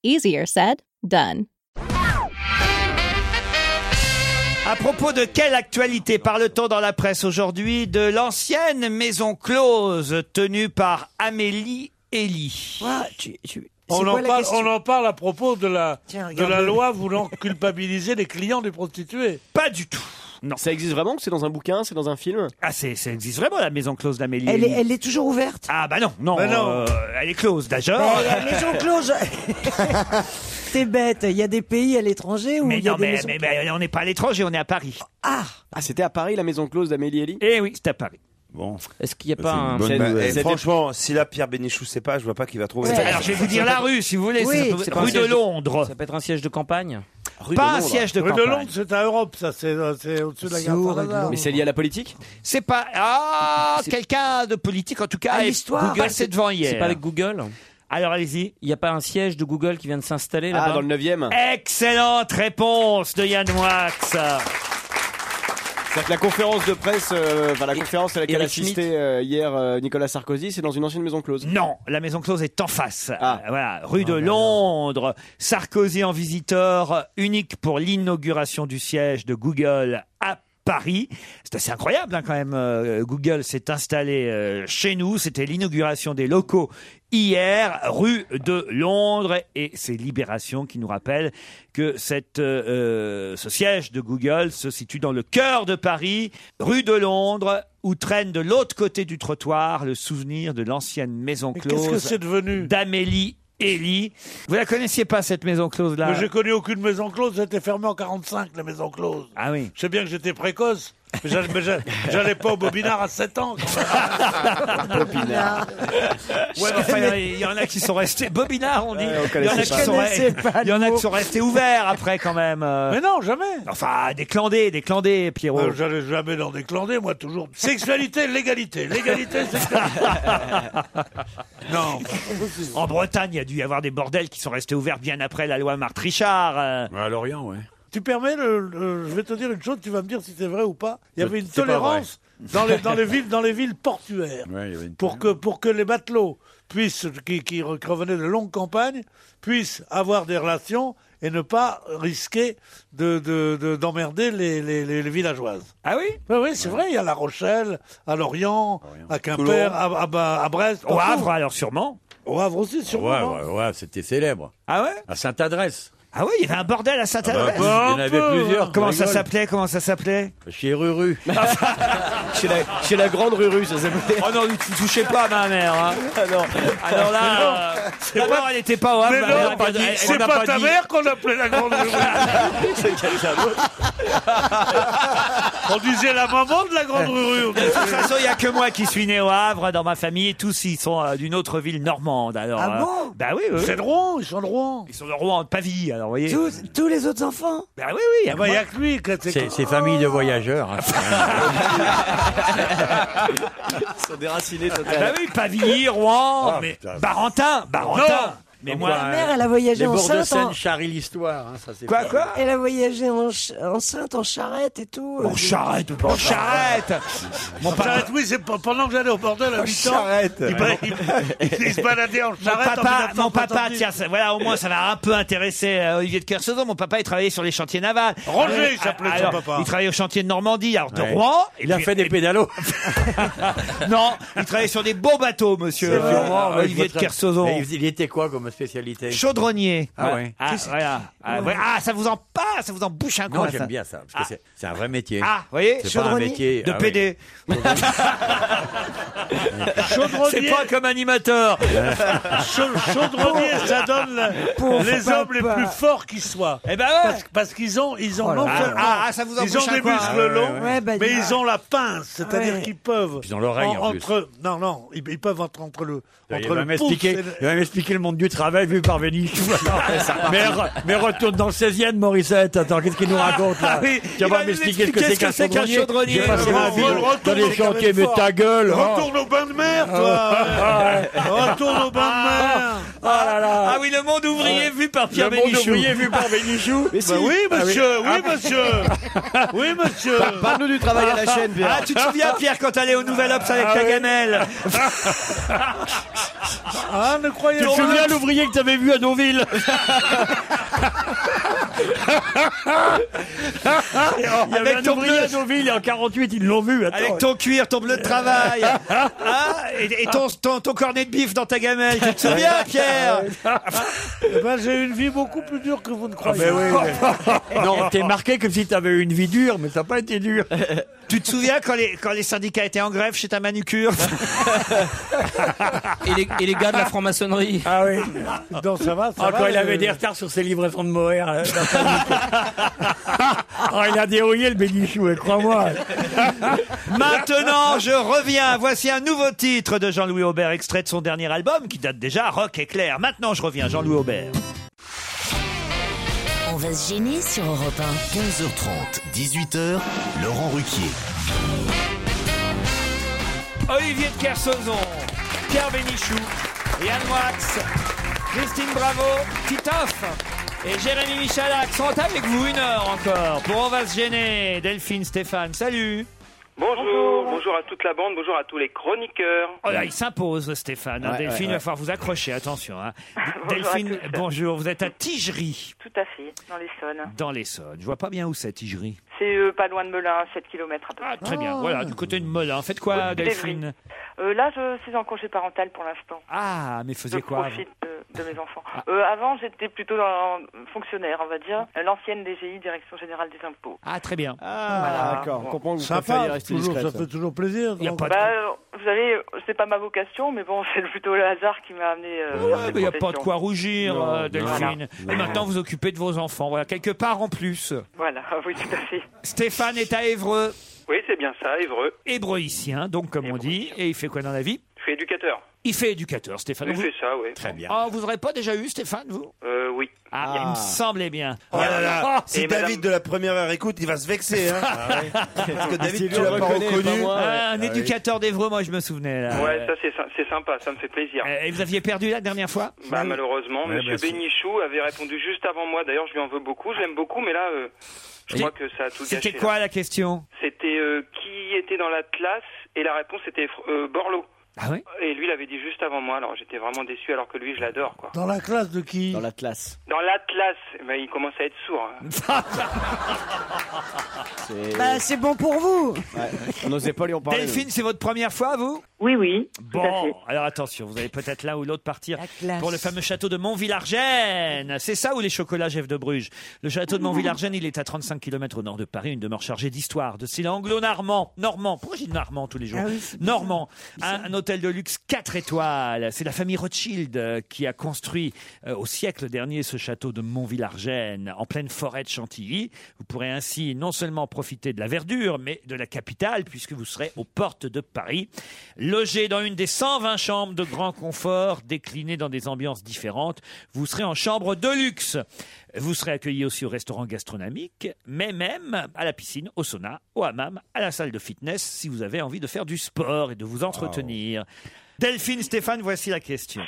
Speaker 16: Easier said, done.
Speaker 4: À propos de quelle actualité parle-t-on dans la presse aujourd'hui De l'ancienne maison close tenue par Amélie Elie.
Speaker 5: Ah,
Speaker 7: On en, parle, on en parle à propos de la, de la
Speaker 4: regarde-le.
Speaker 7: loi voulant culpabiliser les clients des prostituées.
Speaker 4: Pas du tout. Non.
Speaker 5: Ça existe vraiment que c'est dans un bouquin, c'est dans un film
Speaker 4: Ah, c'est, ça existe vraiment la maison close d'Amélie.
Speaker 5: Elle est-
Speaker 4: Elie.
Speaker 5: elle
Speaker 9: est
Speaker 4: <laughs>
Speaker 9: toujours ouverte.
Speaker 4: Ah bah non, non,
Speaker 5: Bah non.
Speaker 4: euh, elle est close déjà.
Speaker 9: Mais la maison close. T'es bête. Il y a des pays à l'étranger
Speaker 4: <laughs>
Speaker 9: où
Speaker 4: Mais
Speaker 9: il y a
Speaker 4: non,
Speaker 9: des
Speaker 4: mais,
Speaker 9: maisons-
Speaker 4: mais- mais on n'est pas à l'étranger, on est à Paris.
Speaker 9: Ah
Speaker 5: Ah, c'était à Paris la maison close d'Amélie Elie
Speaker 4: Eh oui, c'était à Paris.
Speaker 5: Bon.
Speaker 12: Est-ce qu'il n'y a
Speaker 5: pas un-
Speaker 6: Bonne
Speaker 5: C'est-
Speaker 6: nouvelle.
Speaker 5: c'était-
Speaker 6: Eh, franchement, si la Pierre Bénichou sait pas, je vois pas qu'il va trouver.
Speaker 12: Ouais.
Speaker 4: Alors, je vais vous dire la rue, si vous voulez.
Speaker 12: Oui.
Speaker 4: C'est-
Speaker 12: C'est pas un
Speaker 4: rue de
Speaker 12: siège de-
Speaker 4: Londres.
Speaker 12: Ça peut être un siège de campagne
Speaker 4: Pas un siège de
Speaker 7: Rue
Speaker 4: campagne.
Speaker 7: de Londres, c'est à Europe, ça. C'est euh, c'est au-dessus de la gare Saint-Lazare.
Speaker 4: lié à la politique C'est pas. Ah, quelqu'un de politique en tout cas.
Speaker 12: Ah,
Speaker 4: est
Speaker 12: l'histoire.
Speaker 4: Google, Bah, c'est devant hier.
Speaker 12: C'est pas avec Google
Speaker 4: Alors allez-y.
Speaker 12: Il n'y a pas un siège de Google qui vient de s'installer là-bas Eh
Speaker 5: Ah, dans le 9ème
Speaker 4: Excellente réponse de Yann Moix.
Speaker 5: C'est-à-dire que la conférence de presse, euh, enfin la conférence à laquelle
Speaker 4: Eric
Speaker 5: assistait euh, hier euh, Nicolas Sarkozy, c'est dans une ancienne maison close. Ah.
Speaker 4: Non, la maison close est en face. Euh, Voilà, rue de Londres. Sarkozy en visiteur unique pour l'inauguration du siège de Google à Paris. C'est assez incroyable hein, quand même. Euh, Google s'est installé euh, chez nous. C'était l'inauguration des locaux hier, rue de Londres. Et c'est Libération qui nous rappelle que cette, euh, euh, ce siège de Google se situe dans le cœur de Paris, rue de Londres où traîne de l'autre côté du trottoir le souvenir de l'ancienne maison
Speaker 7: qu'est-ce
Speaker 4: close
Speaker 7: que c'est devenu
Speaker 4: d'Amélie Elie. Vous la connaissiez pas cette maison close là
Speaker 7: Mais j'ai connu aucune maison close, c'était fermé en 45 la maison close.
Speaker 4: Ah oui.
Speaker 7: Je sais bien que j'étais précoce. Mais j'allais- mais j'allais j'allais pas au Bobinard à 7 ans.
Speaker 4: Bobinard. Ouais, mais enfin, il y en a qui sont restés bobinards, on dit.
Speaker 7: Ouais, on
Speaker 4: Il y en a
Speaker 7: connaissait
Speaker 4: qui
Speaker 7: pas.
Speaker 4: sont
Speaker 7: Je
Speaker 4: restés-
Speaker 7: connaissais pas
Speaker 4: il y en a
Speaker 7: le
Speaker 4: qui
Speaker 7: mot.
Speaker 4: sont restés ouverts après, quand même. euh.
Speaker 7: Mais non, jamais.
Speaker 4: Enfin, des clandés, des clandés, Pierrot.
Speaker 7: Euh, J'allais jamais dans des clandés, moi, toujours. Sexualité,
Speaker 4: <laughs>
Speaker 7: légalité. Légalité, sexualité. non.
Speaker 4: En Bretagne, il y a dû y avoir des bordels qui sont restés ouverts bien après la loi euh. Marthe Richard.
Speaker 10: À Lorient, ouais.
Speaker 7: Tu permets, le, le- je vais te dire une chose, tu vas me dire si c'est vrai ou pas. Il y
Speaker 10: Je-
Speaker 7: avait une
Speaker 10: c'est pas
Speaker 7: tolérance
Speaker 10: vrai.
Speaker 7: dans les, dans, les villes, dans les villes portuaires
Speaker 10: Ouais, il y avait une-
Speaker 7: pour que, pour que les matelots puissent, qui, qui revenaient de longues campagnes puissent avoir des relations et ne pas risquer de- de- de- d'emmerder de, les, les, les- les villageoises.
Speaker 4: Ah oui
Speaker 7: Oui, c'est vrai, il y a La Rochelle, à Lorient, à Quimper, à, à- à- à Brest.
Speaker 10: Au Havre,
Speaker 4: alors sûrement.
Speaker 7: Au Havre aussi,
Speaker 10: Ouais,
Speaker 7: sûrement. non
Speaker 10: ouais, ouais, c'était célèbre.
Speaker 4: Ah ouais
Speaker 10: À Sainte-Adresse.
Speaker 4: Ah ouais, il y avait un bordel à saint
Speaker 10: Ah bah, il y en avait plusieurs,
Speaker 4: Comment
Speaker 10: on
Speaker 4: ça
Speaker 10: rigole.
Speaker 4: s'appelait Comment ça s'appelait
Speaker 10: Chez Ruru.
Speaker 4: chez, la, grande Ruru, ça s'appelait. Oh non, ne touchez pas ma mère. Hein.
Speaker 9: Ah
Speaker 4: Alors, là, euh, d'abord, elle n'était pas au Havre.
Speaker 7: Mais
Speaker 4: ma
Speaker 7: non,
Speaker 4: mère a pas dit- elle-
Speaker 7: c'est
Speaker 4: bah, on n'a
Speaker 7: pas, ta
Speaker 4: dit.
Speaker 7: mère qu'on appelait
Speaker 4: <laughs>
Speaker 7: la grande rue. c'est quelqu'un d'autre. On disait la maman de la grande
Speaker 4: De
Speaker 7: rue.
Speaker 4: toute façon, il n'y a que moi qui suis né au Havre dans ma famille. Tous, ils sont euh, d'une autre ville normande. Alors,
Speaker 7: Ah
Speaker 4: euh,
Speaker 7: bon
Speaker 4: Bah oui, oui.
Speaker 7: C'est de Rouen, ils sont de Rouen.
Speaker 4: Ils sont de Rouen, de Pavie. Alors, vous voyez.
Speaker 7: Tous-
Speaker 4: tous les autres enfants Bah oui, oui.
Speaker 7: Ah bah, il y a que lui. que
Speaker 10: C'est c'est famille de voyageurs. hein.
Speaker 4: Ah,
Speaker 5: Ils sont déracinés
Speaker 4: Ah bah
Speaker 5: totalement.
Speaker 4: oui, Pavilly, Rouen,
Speaker 10: Ah,
Speaker 4: oh, mais
Speaker 10: putain.
Speaker 4: Barentin, Barentin.
Speaker 10: Non.
Speaker 4: mais
Speaker 10: Donc,
Speaker 4: moi,
Speaker 10: bah,
Speaker 9: mère, elle a voyagé
Speaker 10: les
Speaker 9: en
Speaker 10: bords de
Speaker 9: Sainte,
Speaker 10: Seine
Speaker 9: hein.
Speaker 10: charrient l'histoire. hein, ça, c'est
Speaker 4: Quoi,
Speaker 10: pas-
Speaker 4: quoi
Speaker 9: Elle a voyagé en, ch- enceinte, en charrette et tout. euh,
Speaker 4: Mon charrette, mon charrette. Mon papa-
Speaker 7: Charrette, oui, c'est p- pendant que j'allais au bordel à 8 ans.
Speaker 4: charrette.
Speaker 7: Il, ba- il- il-
Speaker 4: <laughs>
Speaker 7: il se baladait en
Speaker 4: Mon
Speaker 7: charrette. en
Speaker 4: papa,
Speaker 7: 1970.
Speaker 4: mon papa, tiens, ça- voilà, au moins ça va un peu intéresser euh, Olivier de Kersauzon. Mon papa, il travaillait sur les chantiers navals.
Speaker 7: Roger,
Speaker 4: Alors,
Speaker 7: il s'appelait son
Speaker 4: alors,
Speaker 7: papa.
Speaker 4: Il travaillait au chantier de Normandie, alors de
Speaker 10: Ouais.
Speaker 4: Rouen.
Speaker 10: Il a fait des pédalos.
Speaker 4: <laughs> non, il travaillait sur des beaux bateaux, monsieur.
Speaker 10: C'est vrai.
Speaker 4: Rouen,
Speaker 10: Ah, ouais,
Speaker 4: Olivier
Speaker 10: je
Speaker 4: de
Speaker 10: vois très-
Speaker 4: Kersauzon.
Speaker 10: Mais Il il était quoi comme spécialité
Speaker 4: Chaudronnier.
Speaker 10: Ah ouais.
Speaker 4: Ah, voilà. Ah, ouais. Ah, ça vous en passe, ça vous en bouche un coin.
Speaker 10: Non, j'aime bien ça, parce que
Speaker 4: Ah.
Speaker 10: c'est- c'est un vrai métier.
Speaker 4: Ah, vous voyez,
Speaker 10: C'est pas un
Speaker 4: chaudronnier
Speaker 10: métier.
Speaker 4: de
Speaker 10: ah oui.
Speaker 4: PD. C'est pas comme animateur.
Speaker 7: <laughs> Cha- Chaudronnier, ça donne le-
Speaker 4: Pauvre
Speaker 7: les
Speaker 4: papa.
Speaker 7: hommes les plus forts qui soient.
Speaker 4: Eh ben ouais.
Speaker 7: Parce, parce qu'ils ont, ils ont
Speaker 4: Oh là
Speaker 7: non
Speaker 4: là.
Speaker 7: seulement,
Speaker 4: Ah, ah, ça vous en
Speaker 7: ils ont
Speaker 4: bouche un
Speaker 7: des
Speaker 4: coin.
Speaker 7: muscles
Speaker 4: Ouais, ouais,
Speaker 7: longs,
Speaker 4: ouais. Ouais, bah,
Speaker 7: mais
Speaker 4: dis
Speaker 7: ils ont la pince, c'est-à-dire
Speaker 4: Ouais.
Speaker 7: qu'ils peuvent
Speaker 10: Puis ils ont l'oreille, en plus.
Speaker 7: entre, non non, ils, ils peuvent entre entre le
Speaker 10: Il
Speaker 7: entre
Speaker 10: va
Speaker 7: le pouce.
Speaker 10: m'expliquer
Speaker 7: et le-
Speaker 10: il va m'expliquer le monde du travail vu par
Speaker 4: <laughs>
Speaker 10: Vénus. <laughs> mais, re- mais retourne dans le 16e, Morissette. Attends, qu'est-ce qu'il nous raconte là
Speaker 4: Ah oui,
Speaker 10: Tu vas
Speaker 4: il
Speaker 10: voir
Speaker 4: va
Speaker 10: m'expliquer ce que
Speaker 4: m'expliquer
Speaker 10: c'est qu'un
Speaker 4: ce que c'est qu'un
Speaker 10: chaudronnier.
Speaker 4: chaudronnier.
Speaker 10: J'ai passé ma
Speaker 4: Oh,
Speaker 10: vie
Speaker 4: oh,
Speaker 10: dans
Speaker 4: retourne
Speaker 10: les
Speaker 4: au
Speaker 10: chantiers, mais
Speaker 4: Camelfort.
Speaker 10: ta gueule. oh.
Speaker 7: Retourne au bain de mer, toi. Retourne au bain de mer.
Speaker 10: Ah là là.
Speaker 4: Ah oui, le monde ouvrier vu par Pierre
Speaker 10: Le monde
Speaker 4: Bénichou. Ah
Speaker 10: ouvrier vu par Vénichou.
Speaker 7: Bah oui, monsieur, oui, monsieur. Oui, <laughs> monsieur.
Speaker 5: Parle-nous du travail à
Speaker 7: <laughs>
Speaker 5: la chaîne, Pierre.
Speaker 4: Ah, tu te souviens, Pierre, quand t'allais au Nouvel Ops avec
Speaker 10: Ah
Speaker 4: ta
Speaker 10: oui.
Speaker 4: <laughs> gamelle
Speaker 7: Ah, ne croyez
Speaker 10: Tu te
Speaker 7: pas.
Speaker 10: souviens l'ouvrier que t'avais vu à
Speaker 4: <laughs>
Speaker 10: Deauville Il y avait
Speaker 4: Avec
Speaker 10: un
Speaker 4: ton
Speaker 10: ouvrier à Deauville et en 48 ils l'ont vu. Attends.
Speaker 4: Avec ton cuir, ton bleu de
Speaker 10: <laughs>
Speaker 4: travail Ah, Et, et ton, ton, ton cornet de bif dans ta gamelle Tu te
Speaker 10: Ah
Speaker 4: souviens, Pierre
Speaker 7: Eh ben, j'ai une vie beaucoup plus dure que vous ne croyez.
Speaker 10: Mais
Speaker 4: Ah,
Speaker 10: Ah ben
Speaker 4: ben
Speaker 10: oui, mais- Non, t'es marqué comme si t'avais eu une vie dure, mais ça n'a pas été dur.
Speaker 4: <laughs> Tu te souviens quand les, quand les syndicats étaient en grève chez ta manucure
Speaker 12: <laughs> Et les, et les gars de la franc-maçonnerie.
Speaker 10: Ah oui.
Speaker 7: Non, ça va, ça
Speaker 10: Ah,
Speaker 7: va.
Speaker 10: quand il
Speaker 7: je-
Speaker 10: avait des retards sur ses livraisons de Moher. euh, dans sa vie. Ah, il a dérouillé le bénichou, euh, crois-moi.
Speaker 4: <laughs> Maintenant, je reviens. Voici un nouveau titre de Jean-Louis Aubert, extrait de son dernier album qui date déjà, Rock éclair. Maintenant, je reviens, Jean-Louis Aubert.
Speaker 2: On va se gêner sur Europe
Speaker 3: 15h30, 18h, Laurent Ruquier.
Speaker 4: Olivier de Kersauzon, Pierre Bénichou, Yann Moix, Christine Bravo, Titoff et Jérémy Michalak sont avec vous une heure encore pour On va se gêner. Delphine Stéphane, salut.
Speaker 11: Bonjour, bonjour à toute la bande, bonjour à tous les chroniqueurs.
Speaker 4: Oh là, il s'impose, Stéphane. hein,
Speaker 11: Ouais,
Speaker 4: Delphine,
Speaker 11: ouais,
Speaker 4: il va
Speaker 11: ouais.
Speaker 4: falloir vous accrocher, attention. hein.
Speaker 11: <laughs> Bonjour à
Speaker 4: Delphine,
Speaker 11: tous.
Speaker 4: bonjour. Vous êtes à Tigerie,
Speaker 14: Tout à fait, dans l'Essonne.
Speaker 4: dans l'Essonne. Je vois pas bien où c'est Tigerie.
Speaker 14: C'est euh, pas loin de Melun, 7 km à peu près.
Speaker 4: Ah, Très
Speaker 11: Ah.
Speaker 4: bien, voilà, du côté de Melun. Faites quoi, Delphine
Speaker 14: Euh, là, je suis en congé parental pour l'instant.
Speaker 4: Ah, mais
Speaker 14: Je
Speaker 4: faisiez quoi avant Ah.
Speaker 14: profite de, de mes enfants. Euh, avant, j'étais plutôt dans, fonctionnaire, on va dire. L'ancienne DGI, Direction Générale des Impôts.
Speaker 4: Ah, très bien.
Speaker 7: Ah,
Speaker 14: Voilà.
Speaker 5: D'accord, on comprend que vous préférez
Speaker 7: Sympa,
Speaker 5: rester
Speaker 7: toujours,
Speaker 5: discret.
Speaker 7: ça fait toujours plaisir.
Speaker 4: Y a
Speaker 7: donc.
Speaker 4: pas de-
Speaker 14: Bah, euh, vous savez, euh, c'est pas ma vocation, mais bon, <laughs> c'est plutôt le hasard qui m'a amené. euh, vers
Speaker 4: Ouais,
Speaker 14: cette
Speaker 4: mais il n'y a pas de
Speaker 14: profession.
Speaker 4: quoi rougir,
Speaker 5: Non,
Speaker 4: euh,
Speaker 5: non,
Speaker 4: Delphine.
Speaker 5: non.
Speaker 4: Et maintenant, vous occupez de vos enfants. Voilà, quelque part en plus.
Speaker 11: <laughs>
Speaker 14: Voilà, oui, tout à fait.
Speaker 4: Stéphane est à Évreux.
Speaker 11: Oui, c'est bien ça, Évreux.
Speaker 4: Hébroïcien, donc comme on dit. Et il fait quoi dans la vie
Speaker 11: Je suis éducateur.
Speaker 4: Il fait éducateur, Stéphane.
Speaker 11: Je
Speaker 4: Vous-
Speaker 11: fais ça, oui.
Speaker 4: Très bien. Ah, vous n'aurez pas déjà eu Stéphane, vous
Speaker 11: Euh, oui.
Speaker 4: Ah, il me semblait bien.
Speaker 6: Oh là là,
Speaker 4: Ah,
Speaker 6: si
Speaker 4: et
Speaker 6: David
Speaker 4: madame-
Speaker 6: de la première heure écoute, il va se
Speaker 4: <laughs>
Speaker 6: vexer. Hein. Parce que
Speaker 4: Ah, Si
Speaker 6: David,
Speaker 4: lui,
Speaker 6: Ah, tu
Speaker 4: on
Speaker 6: l'as pas
Speaker 4: reconnaît,
Speaker 6: reconnu.
Speaker 4: pas moi, ouais. Ah, un éducateur d'Evreux, moi je me souvenais. là.
Speaker 11: Ouais, ça c'est sy- c'est sympa, ça me fait plaisir.
Speaker 4: Et vous aviez perdu la dernière fois
Speaker 11: Bah, malheureusement,
Speaker 4: Ouais,
Speaker 11: Monsieur
Speaker 4: bah, si.
Speaker 11: Bénichou avait répondu juste avant moi. D'ailleurs, je lui en veux beaucoup. Je l'aime beaucoup, mais là, euh, je
Speaker 4: Et
Speaker 11: crois que ça a tout gâché.
Speaker 4: C'était quoi
Speaker 11: là.
Speaker 4: la question
Speaker 11: C'était euh, qui était dans la classe et la réponse était euh, Borlo.
Speaker 4: Ah oui
Speaker 11: Et lui, il avait dit juste avant moi. Alors j'étais vraiment déçu, alors que lui, je l'adore, quoi.
Speaker 7: Dans la classe de qui Dans
Speaker 5: <laughs>
Speaker 7: la
Speaker 5: classe.
Speaker 11: Dans l'Atlas, bah, il commence à être sourd. hein.
Speaker 9: Bah, c'est bon pour vous.
Speaker 5: On n'osait pas lui en parler.
Speaker 4: Delphine, c'est votre première fois, vous
Speaker 13: Oui, oui.
Speaker 4: Bon, alors attention, vous allez peut-être l'un ou l'autre partir
Speaker 13: classe.
Speaker 4: pour le fameux château de Montvillargennes. C'est ça ou les chocolats Jeff de Bruges Le château de Montvillargennes, il est à 35 km au nord de Paris, une demeure chargée d'histoire, de style anglo-normand. Normand, pourquoi j'ai dit normand tous les jours
Speaker 12: Ah oui, c'est
Speaker 4: Normand, un, un hôtel de luxe 4 étoiles. C'est la famille Rothschild euh, qui a construit euh, au siècle dernier ce château de Montvillargennes, en pleine forêt de Chantilly. Vous pourrez ainsi non seulement profiter de la verdure, mais de la capitale, puisque vous serez aux portes de Paris. Logé dans une des 120 chambres de grand confort, déclinées dans des ambiances différentes, vous serez en chambre de luxe. Vous serez accueilli aussi au restaurant gastronomique, mais même à la piscine, au sauna, au hammam, à la salle de fitness, si vous avez envie de faire du sport et de vous entretenir. Delphine, Stéphane, voici la question.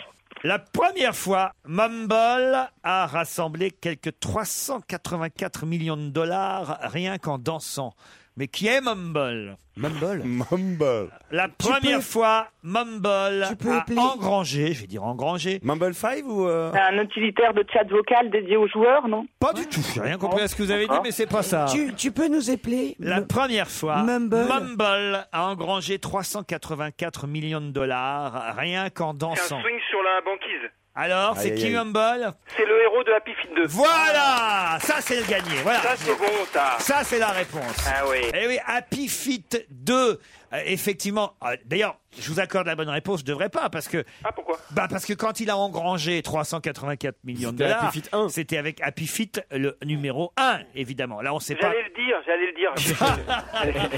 Speaker 4: La première fois, Mumble a rassemblé quelques 384 millions de dollars rien qu'en dansant. Mais qui est Mumble Mumble
Speaker 6: Mumble.
Speaker 4: La première fois, Mumble a engrangé, je vais dire engrangé.
Speaker 6: Mumble 5 ou... euh
Speaker 14: C'est un utilitaire de chat vocal dédié aux joueurs, non
Speaker 4: Pas du tout. J'ai rien compris à ce que vous avez
Speaker 13: Ah.
Speaker 4: dit, mais c'est pas ça.
Speaker 9: Tu, tu peux nous épeler
Speaker 4: La première fois,
Speaker 9: Mumble.
Speaker 4: Mumble a engrangé 384 millions de dollars rien qu'en dansant.
Speaker 11: Swing sur la banquise.
Speaker 4: Alors, c'est
Speaker 11: Aïe,
Speaker 4: qui
Speaker 11: aïe, aïe.
Speaker 4: Mumble
Speaker 11: C'est le héros de Happy Feet 2.
Speaker 4: Voilà Ça, c'est le gagné. Voilà.
Speaker 11: Ça, c'est bon, ça.
Speaker 4: Ça, c'est la réponse.
Speaker 11: Ah oui.
Speaker 4: Eh oui, Happy Feet 2, euh, effectivement. euh, D'ailleurs, je vous accorde la bonne réponse, je devrais pas, parce que... Ah, pourquoi Bah, parce que quand il a engrangé 384 millions de
Speaker 11: C'était
Speaker 4: dollars,
Speaker 11: Happy
Speaker 4: c'était avec Happy Feet le numéro 1, évidemment. Là, on sait pas...
Speaker 11: J'allais le dire, <laughs> j'allais le
Speaker 4: <laughs>
Speaker 11: dire.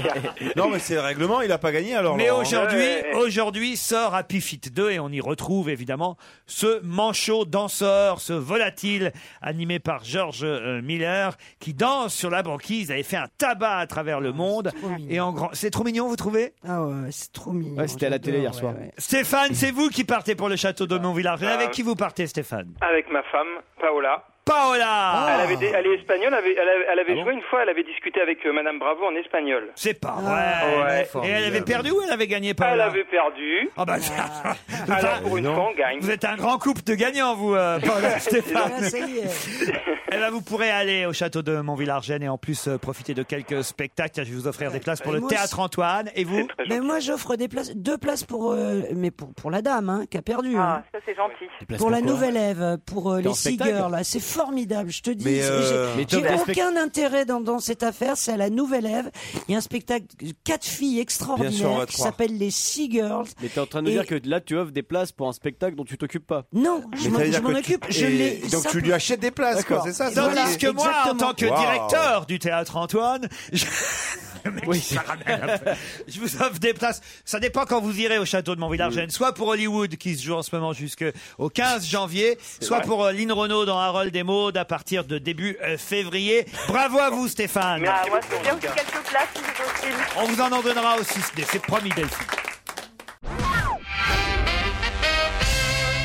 Speaker 6: Non, mais c'est le règlement, il a pas gagné alors.
Speaker 4: Mais
Speaker 6: Laurent.
Speaker 4: aujourd'hui, aujourd'hui sort Happy Feet 2 et on y retrouve évidemment ce manchot danseur, ce volatile animé par George euh, Miller qui danse sur la banquise, avait fait un tabac à travers le monde et en grand. C'est trop mignon, vous trouvez
Speaker 9: Ah ouais, c'est trop mignon.
Speaker 5: c'était à la télé hier soir.
Speaker 4: Stéphane, c'est vous qui partez pour le château de Montvillard.
Speaker 11: Ah.
Speaker 4: Avec qui vous partez, Stéphane
Speaker 11: Avec ma femme, Paola.
Speaker 4: Paola Ah
Speaker 11: elle, avait des- elle est espagnole, elle avait, elle avait- elle avait joué une fois, elle avait discuté avec euh, Madame Bravo en espagnol.
Speaker 4: C'est pas
Speaker 11: Ah.
Speaker 4: vrai. Et elle
Speaker 11: Ouais.
Speaker 4: avait
Speaker 11: Formidable.
Speaker 4: perdu ou elle avait gagné Paola
Speaker 11: Elle avait perdu.
Speaker 4: Ah bah, <laughs>
Speaker 11: Alors pour
Speaker 5: Euh,
Speaker 11: une fois, on gagne.
Speaker 4: Vous êtes un grand couple de gagnants, vous, euh,
Speaker 9: <laughs>
Speaker 4: Paola et Stéphane.
Speaker 11: Ah, ça y
Speaker 4: Eh ben, vous pourrez aller au château de Montvillargennes et en plus euh, profiter de quelques spectacles. Tiens, Je vais vous offrir des places pour le
Speaker 9: Moi
Speaker 4: théâtre
Speaker 9: aussi.
Speaker 4: Antoine. Et vous
Speaker 9: Mais moi, j'offre des places, deux places pour, euh, mais pour, pour la dame hein, qui a perdu. hein.
Speaker 14: Ça, c'est gentil.
Speaker 9: Pour, la nouvelle Ève, pour euh,
Speaker 14: T'es en
Speaker 9: les Sea
Speaker 14: spectacle
Speaker 9: Girls, là, c'est formidable, je te dis.
Speaker 14: Mais,
Speaker 9: J'ai-
Speaker 14: euh,
Speaker 9: j'ai-
Speaker 14: Mais
Speaker 9: J'ai
Speaker 14: Tom, t'as
Speaker 9: aucun intérêt dans, dans cette affaire, c'est à la nouvelle Ève. Il y a un spectacle, de quatre filles
Speaker 5: Bien sûr, on
Speaker 9: extraordinaires
Speaker 5: va te
Speaker 9: qui
Speaker 5: croire.
Speaker 9: s'appellent les Sea Girls.
Speaker 5: Mais t'es en train de nous
Speaker 9: Et-
Speaker 5: dire que là, tu offres des places pour un spectacle dont tu t'occupes pas.
Speaker 9: Non, je m'en je m'en occupe, je l'ai. ça peut-
Speaker 5: D'accord.
Speaker 4: Tandis que moi, en tant que
Speaker 5: Wow.
Speaker 4: directeur du théâtre Antoine, je... <laughs> Le mec qui se la ramène un peu. Je vous offre des places. Ça dépend quand vous irez au château de Montvillargennes, soit pour Hollywood qui se joue en ce moment jusqu'au 15 janvier, soit
Speaker 11: vrai.
Speaker 4: pour euh, Lynn Renault dans Harold et Maude à partir de début euh, février. Bravo à vous Stéphane.
Speaker 14: Ah, moi, c'est bien aussi quelques places si c'est possible.
Speaker 4: On vous en en donnera aussi, c'est- c'est promis Delphine.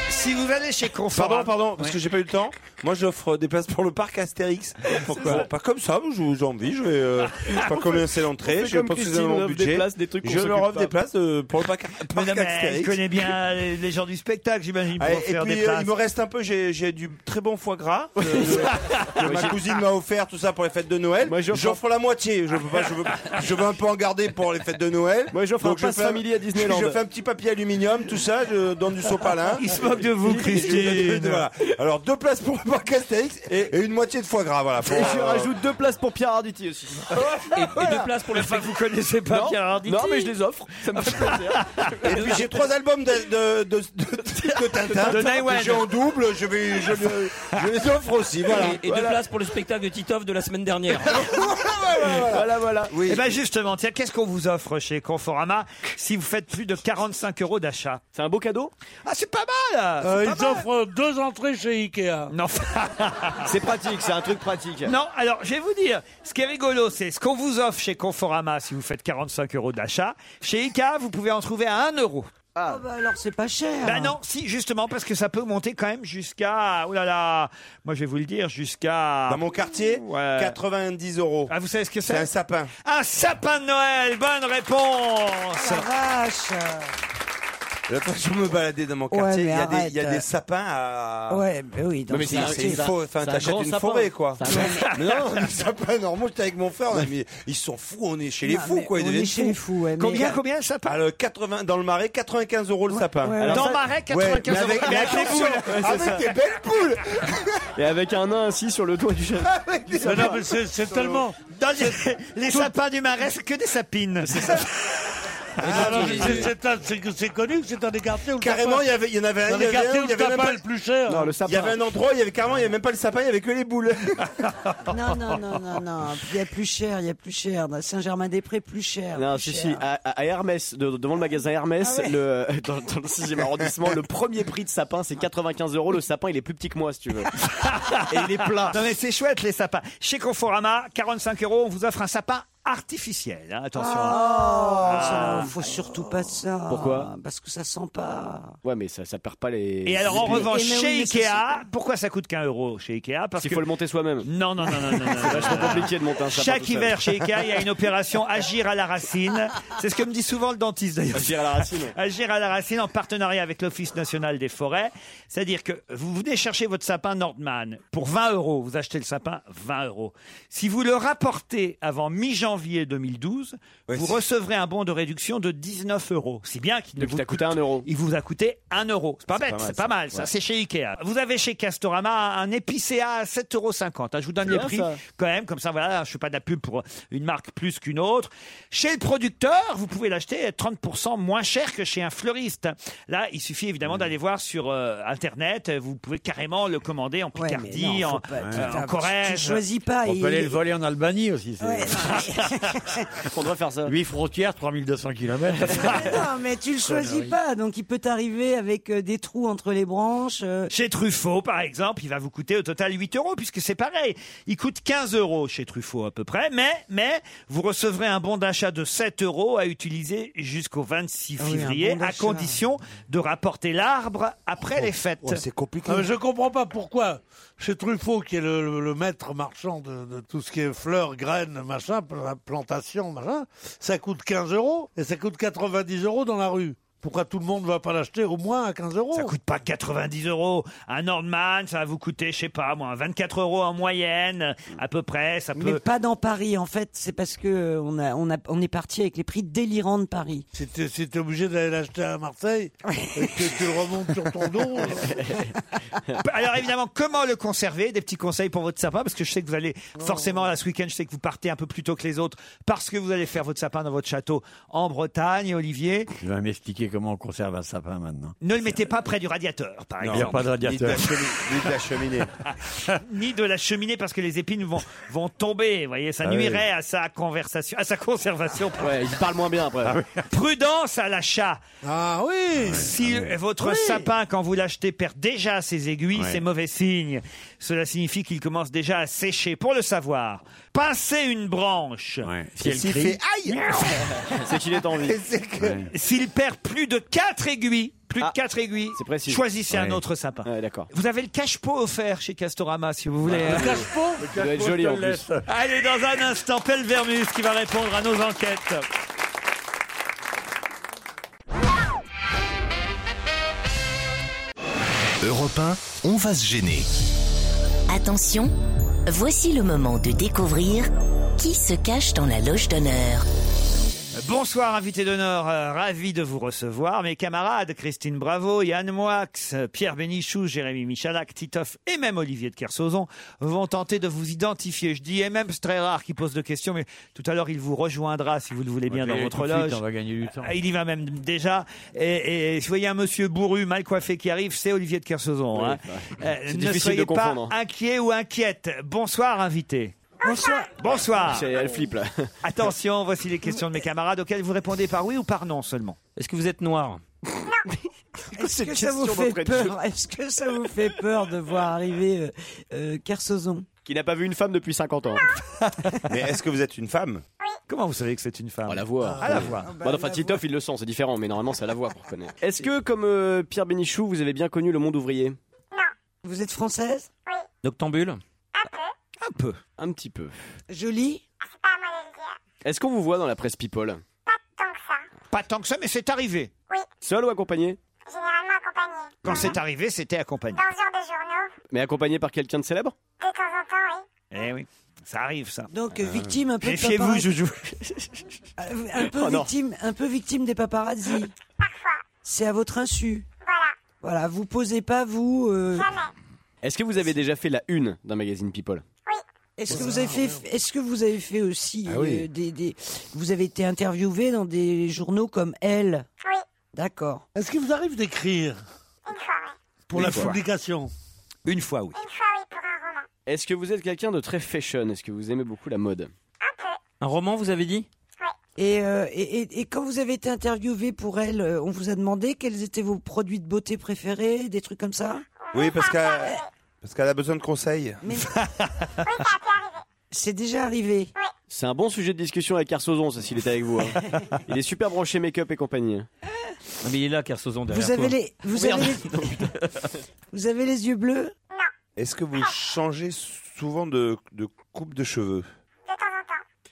Speaker 4: Si vous allez chez Confort.
Speaker 6: Pardon, pardon, parce que j'ai pas eu le temps. Moi, j'offre des places pour le parc
Speaker 5: <laughs>
Speaker 6: Astérix. Pourquoi Pas comme ça, moi, je- j'ai envie. Je vais euh, pas combien c'est l'entrée. Je
Speaker 5: on fait
Speaker 6: vais
Speaker 5: comme
Speaker 6: pas suffisamment
Speaker 5: Christine, on
Speaker 6: mon
Speaker 5: offre des
Speaker 6: budget.
Speaker 5: places, des trucs qu'on
Speaker 6: je leur
Speaker 5: s'occupe
Speaker 6: offre des
Speaker 5: pas.
Speaker 6: places euh, pour le parc,
Speaker 4: Mais
Speaker 6: parc
Speaker 4: non, mais
Speaker 6: Astérix.
Speaker 4: je connais bien les les gens du spectacle, j'imagine, pour
Speaker 6: Ah, et
Speaker 4: offrir
Speaker 6: puis
Speaker 4: des
Speaker 6: euh,
Speaker 4: places.
Speaker 6: il me reste un peu, j'ai j'ai du très bon foie gras. euh, que ma cousine m'a offert tout ça pour les fêtes de Noël. J'offre la moitié. Je veux pas, je veux, je veux un peu en garder pour les fêtes de Noël.
Speaker 5: Moi, j'offre
Speaker 6: Donc,
Speaker 5: un
Speaker 6: je
Speaker 5: pass
Speaker 6: fais un-
Speaker 5: familier à Disneyland.
Speaker 6: Je fais un petit papier aluminium, tout ça, je donne du sopalin.
Speaker 4: Il se moque de vous, Christine.
Speaker 6: Voilà. Alors deux places pour le parc Astérix et, et une moitié de foie gras. Voilà. euh,
Speaker 5: Et je rajoute deux places pour Pierre Arditi
Speaker 9: <laughs>
Speaker 5: aussi.
Speaker 6: Et- et deux
Speaker 4: places pour le Enfin, vous connaissez pas
Speaker 5: non,
Speaker 4: Pierre Arditi
Speaker 5: Non, mais je les offre. Ça me fait plaisir.
Speaker 6: Et puis j'ai trois albums de, de, de, de, de Tintin
Speaker 4: De Naiwan.
Speaker 6: que j'ai en double, je, vais, je, le- je les offre aussi. Voilà.
Speaker 12: Et, et deux
Speaker 6: Voilà.
Speaker 12: places pour le spectacle de Titoff de la semaine dernière.
Speaker 5: Voilà, voilà.
Speaker 4: Et bien Eh ben, justement, tiens, qu'est-ce qu'on vous offre chez Conforama si vous faites plus de 45 euros d'achat C'est un beau cadeau Ah, c'est pas mal
Speaker 7: Euh,
Speaker 4: c'est
Speaker 7: ils
Speaker 4: pas mal.
Speaker 7: offrent deux entrées chez Ikea.
Speaker 4: Non.
Speaker 5: <laughs> C'est pratique, c'est un truc pratique.
Speaker 4: Non, alors je vais vous dire, ce qui est rigolo, c'est ce qu'on vous offre chez Conforama si vous faites 45 euros d'achat. Chez Ikea, vous pouvez en trouver à 1 euro.
Speaker 9: Ah bah alors c'est pas cher.
Speaker 4: Bah non, si, justement, parce que ça peut monter quand même jusqu'à. Oh là là Moi, je vais vous le dire, jusqu'à. Dans mon quartier 90 euros. Ah, vous savez ce que c'est
Speaker 6: C'est un sapin.
Speaker 4: Un sapin de Noël Bonne réponse
Speaker 6: La fois que je me baladais dans mon quartier, il
Speaker 9: mais
Speaker 6: y a des- il y, a
Speaker 9: arrête.
Speaker 6: des sapins à.
Speaker 9: Ouais, mais oui, donc
Speaker 6: mais
Speaker 9: c'est
Speaker 6: c'est
Speaker 9: un-
Speaker 6: c'est une
Speaker 9: c'est un-
Speaker 6: forêt. Enfin,
Speaker 9: c'est un
Speaker 6: t'achètes
Speaker 9: grand
Speaker 6: une
Speaker 9: sapin.
Speaker 6: forêt, quoi.
Speaker 9: C'est un-
Speaker 6: Mais non, un sapin normal. J'étais avec mon frère, on a mis- Ils sont fous, on est chez les
Speaker 9: Non,
Speaker 6: fous,
Speaker 9: mais
Speaker 6: quoi. ils
Speaker 9: on
Speaker 6: deviennent
Speaker 9: est chez les fous, ouais, mais-
Speaker 6: combien,
Speaker 4: combien le sapin
Speaker 6: Alors, 80, Dans le marais, 95 euros le sapin.
Speaker 9: ouais,
Speaker 6: Alors
Speaker 4: Dans
Speaker 6: ça-
Speaker 4: le marais,
Speaker 6: Ouais,
Speaker 4: 95
Speaker 6: mais
Speaker 4: euros.
Speaker 6: avec-
Speaker 4: Mais
Speaker 6: mais
Speaker 4: avec les
Speaker 6: attention,
Speaker 4: poules. Ouais, c'est ça.
Speaker 6: Avec tes belles poules
Speaker 5: Et avec un nain assis sur le toit du
Speaker 4: <laughs>
Speaker 5: chef.
Speaker 4: Ah
Speaker 7: Mais non, mais c'est- c'est tellement-
Speaker 4: Dans les, les sapins du marais, c'est que des sapines. C'est <laughs> ça
Speaker 7: Alors, c'est- c'est un- c'est que c'est connu que c'est un des quartiers où le
Speaker 6: Carrément,
Speaker 7: tapin-
Speaker 6: il y avait- il y en avait un.
Speaker 7: Dans
Speaker 6: il y
Speaker 7: les
Speaker 6: avait un,
Speaker 7: quartiers où
Speaker 6: il y
Speaker 7: le
Speaker 6: avait même
Speaker 7: tapin
Speaker 6: pas-
Speaker 7: est le plus cher.
Speaker 6: Il y avait un endroit, il y avait carrément, il y avait même pas le sapin, il y avait que les boules.
Speaker 9: Non, non, non, non, non. Il y a plus cher, il y a plus cher. Dans Saint-Germain-des-Prés, plus cher.
Speaker 5: Non,
Speaker 9: plus
Speaker 5: si,
Speaker 9: cher.
Speaker 5: si, à, à Hermès, de- devant le magasin Hermès,
Speaker 9: Ah ouais.
Speaker 5: le, <laughs> dans, dans le 6 e arrondissement, le premier prix de sapin, c'est 95 euros. Le sapin, il est plus petit que moi, si tu
Speaker 9: <laughs>
Speaker 5: veux. Et il est plat.
Speaker 4: Non mais c'est chouette les sapins. Chez Conforama, 45 euros, on vous offre un sapin artificiel. hein, attention.
Speaker 9: Ah,
Speaker 4: Ah.
Speaker 9: ça, faut surtout pas ça.
Speaker 5: Pourquoi
Speaker 9: Parce que ça sent pas.
Speaker 5: Ouais, mais ça, ça perd pas les.
Speaker 4: Et alors en
Speaker 5: les bulles.
Speaker 4: revanche,
Speaker 9: Eh mais oui,
Speaker 4: chez
Speaker 9: mais ça,
Speaker 4: Ikea, pourquoi ça coûte qu'un euro chez Ikea Parce
Speaker 5: S'il
Speaker 4: que
Speaker 5: faut le monter soi-même.
Speaker 4: Non, non, non, non, non. non,
Speaker 5: C'est vachement
Speaker 4: non.
Speaker 5: compliqué de monter un sapin.
Speaker 4: Chaque
Speaker 5: tout seul.
Speaker 4: hiver chez Ikea, il y a une opération Agir à la racine. C'est ce que me dit souvent le dentiste d'ailleurs.
Speaker 5: Agir à la
Speaker 4: <laughs>
Speaker 5: racine, ouais.
Speaker 4: Agir à la racine en partenariat avec l'Office national des forêts. C'est-à-dire que vous venez chercher votre sapin Nordman pour 20 euros. Vous achetez le sapin 20 euros. Si vous le rapportez avant mi-janvier 2012, vous recevrez un bon de réduction de 19 euros. Si bien qu'il ne vous a coûté 1
Speaker 5: euro.
Speaker 4: Il vous a coûté 1 euro. C'est pas
Speaker 5: C'est
Speaker 4: bête,
Speaker 5: pas mal,
Speaker 4: c'est pas
Speaker 5: ça.
Speaker 4: mal ça.
Speaker 5: Ouais.
Speaker 4: C'est chez Ikea. Vous avez chez Castorama un épicéa à 7,50 euros. Je vous donne
Speaker 5: C'est
Speaker 4: les
Speaker 5: bien,
Speaker 4: prix
Speaker 5: ça.
Speaker 4: quand même, comme ça, voilà, je ne fais pas de la pub pour une marque plus qu'une autre. Chez le producteur, vous pouvez l'acheter 30% moins cher que chez un fleuriste. Là, il suffit évidemment d'aller voir sur euh, Internet. Vous pouvez carrément le commander en Picardie,
Speaker 9: mais non, faut
Speaker 4: en,
Speaker 9: pas-
Speaker 4: euh,
Speaker 9: putain,
Speaker 4: en
Speaker 9: tu- tu
Speaker 4: Corrèze.
Speaker 9: choisis pas,
Speaker 10: On peut aller le voler en Albanie aussi. c'est- <laughs>
Speaker 5: On devrait faire ça.
Speaker 10: 8 frontières, 3200 km.
Speaker 9: <laughs> Mais non, mais tu le choisis
Speaker 10: Connerie.
Speaker 9: pas. Donc il peut t'arriver avec euh, des trous entre les branches. euh,
Speaker 4: Chez Truffaut, par exemple, il va vous coûter au total 8 euros, puisque c'est pareil. Il coûte 15 euros chez Truffaut à peu près, mais, mais vous recevrez un bon d'achat de 7 euros à utiliser jusqu'au 26
Speaker 9: Ah oui, un
Speaker 4: février,
Speaker 9: bon
Speaker 4: à
Speaker 9: d'achat. Oh,
Speaker 4: condition de rapporter l'arbre après les fêtes.
Speaker 7: Ah, mais je comprends pas pourquoi chez Truffaut, qui est le, le- le maître marchand de, de tout ce qui est fleurs, graines, machin, pla- plantation, machin, ça coûte 15 euros et ça coûte 90 euros dans la rue. Pourquoi tout le monde ne va pas l'acheter au moins à 15 euros
Speaker 4: Ça coûte pas 90 euros. Un Nordman, ça va vous coûter, je sais pas moi, 24 euros en moyenne, à peu près. Ça
Speaker 9: Mais
Speaker 4: peut.
Speaker 9: pas dans Paris, en fait. C'est parce que euh, on a, on a, on est parti avec les prix délirants de Paris.
Speaker 7: Si t'es si t'es obligé d'aller l'acheter à
Speaker 9: <laughs>
Speaker 7: Marseille et que tu le remontes sur ton dos. euh,
Speaker 4: <laughs> Alors évidemment, comment le conserver Des petits conseils pour votre sapin, parce que je sais que vous allez forcément là ce week-end, je sais que vous partez un peu plus tôt que les autres, parce que vous allez faire votre sapin dans votre château en Bretagne, Olivier.
Speaker 10: Je vais m'expliquer comment on conserve un sapin maintenant.
Speaker 4: Ne le mettez pas près du radiateur, par
Speaker 10: Non, il
Speaker 4: exemple.
Speaker 10: n'y a pas de radiateur.
Speaker 6: Ni de la cheminée.
Speaker 4: <laughs> Ni de la cheminée, parce que les épines vont, vont tomber. Vous voyez, ça
Speaker 10: Ah oui. Ah
Speaker 4: nuirait à sa conversation, à sa conservation. Ah
Speaker 5: Ouais, il parle moins bien après.
Speaker 4: Prudence à l'achat.
Speaker 7: Ah oui
Speaker 4: Si votre
Speaker 7: Oui.
Speaker 4: sapin, quand vous l'achetez, perd déjà ses aiguilles,
Speaker 10: Ouais.
Speaker 4: c'est mauvais signe. Cela signifie qu'il commence déjà à sécher. Pour le savoir, pincez une branche.
Speaker 10: Si elle
Speaker 4: S'il
Speaker 10: crie,
Speaker 4: fait
Speaker 6: <laughs>
Speaker 5: C'est qu'il est en vie.
Speaker 4: aïe, S'il perd plus de quatre aiguilles, plus de quatre aiguilles,
Speaker 5: Ah, précis.
Speaker 4: choisissez un
Speaker 5: Ouais.
Speaker 4: autre sapin.
Speaker 5: Ouais, d'accord.
Speaker 4: Vous avez le cache-pot offert chez Castorama, si vous voulez.
Speaker 7: Le cache-pot
Speaker 5: Il doit être joli en plus.
Speaker 4: Allez, dans un instant, Pelle Vermus qui va répondre à nos enquêtes.
Speaker 3: Europe 1, on va se gêner.
Speaker 2: Attention, voici le moment de découvrir qui se cache dans la loge d'honneur.
Speaker 4: Bonsoir, invité d'honneur, euh, ravi de vous recevoir. Mes camarades, Christine Bravo, Yann Moix, euh, Pierre Bénichou, Jérémy Michalak, Titoff et même Olivier de Kersauzon vont tenter de vous identifier. Je dis et même, c'est très rare qu'il pose de questions, mais tout à l'heure, il vous rejoindra si vous le voulez bien dans
Speaker 10: Allez,
Speaker 4: votre
Speaker 10: tout de suite,
Speaker 4: loge.
Speaker 10: On va gagner du temps.
Speaker 4: Ah, Il y va même déjà. Et, et si vous voyez un monsieur bourru, mal coiffé qui arrive, c'est Olivier de Kersauzon. hein.
Speaker 5: ouais.
Speaker 4: Euh,
Speaker 5: C'est
Speaker 4: ne
Speaker 5: difficile
Speaker 4: soyez
Speaker 5: de
Speaker 4: pas
Speaker 5: confondre.
Speaker 4: inquiet ou inquiète. Bonsoir, invité. Bonsoir. Bonsoir.
Speaker 5: C'est- elle flippe, là.
Speaker 4: <laughs> Attention, voici les questions de mes camarades auxquelles vous répondez par oui ou par non seulement. Est-ce que vous êtes noir
Speaker 9: Est-ce
Speaker 4: Cette
Speaker 9: que ça vous
Speaker 4: question
Speaker 9: fait
Speaker 4: d'entrée de
Speaker 9: peur Est-ce que ça vous fait peur de voir arriver euh, euh, Kersozon
Speaker 5: Qui n'a pas vu une femme depuis 50 ans.
Speaker 6: Mais est-ce que vous êtes une femme
Speaker 4: Comment vous savez que c'est une femme
Speaker 5: À la voix.
Speaker 4: À Ah, la voix.
Speaker 9: Ah, bah,
Speaker 5: Bon, enfin, Titoff, il le sent, c'est différent, mais normalement, c'est à la voix qu'on reconnaît. Est-ce que, comme euh, Pierre Bénichou, vous avez bien connu le monde ouvrier
Speaker 9: Vous êtes française
Speaker 5: Noctambule Un peu. Un petit peu.
Speaker 9: Jolie
Speaker 5: Est-ce qu'on vous voit dans la presse People
Speaker 4: Pas tant que ça, mais c'est arrivé.
Speaker 5: Seul ou accompagné
Speaker 15: Généralement accompagné.
Speaker 4: Quand c'est arrivé, c'était accompagné.
Speaker 15: Dans ce genre de journaux,
Speaker 5: Mais accompagné par quelqu'un de célèbre
Speaker 15: de temps en temps, oui.
Speaker 4: Eh oui, ça arrive ça.
Speaker 9: Donc, euh, victime un peu de
Speaker 4: Méfiez-vous,
Speaker 9: paparazzi.
Speaker 4: Joujou.
Speaker 9: <laughs> Euh, un peu,
Speaker 4: Oh non.
Speaker 9: victime, un peu victime des paparazzi. Parfois. C'est à votre insu. Voilà. Voilà, vous posez pas, vous. euh,
Speaker 5: Est-ce que vous avez déjà fait la une d'un magazine People
Speaker 9: Est-ce que vous avez fait, est-ce que vous avez fait aussi
Speaker 5: Ah oui.
Speaker 9: euh, des, des- vous avez été interviewé dans des journaux comme Elle Oui. D'accord.
Speaker 7: Est-ce qu'il vous arrive d'écrire pour
Speaker 5: Une
Speaker 7: la
Speaker 5: fois.
Speaker 7: publication
Speaker 4: Une fois, oui.
Speaker 5: Est-ce que vous êtes quelqu'un de très fashion Est-ce que vous aimez beaucoup la mode
Speaker 12: Un roman, vous avez dit
Speaker 9: Et, euh, et, et- et quand vous avez été interviewé pour Elle, euh, on vous a demandé quels étaient vos produits de beauté préférés, des trucs comme ça
Speaker 6: Oui, parce qu'elle parce qu'elle a besoin de conseils.
Speaker 9: C'est déjà arrivé.
Speaker 5: C'est un bon sujet de discussion avec Carsozon, ça, s'il était avec vous. hein. il est super branché make-up et compagnie. hein.
Speaker 12: Mais il est là, Kersozon, derrière
Speaker 9: Vous avez
Speaker 12: toi.
Speaker 9: les, vous avez les, <laughs> vous avez les yeux bleus
Speaker 6: Est-ce que vous changez souvent de, de coupe de cheveux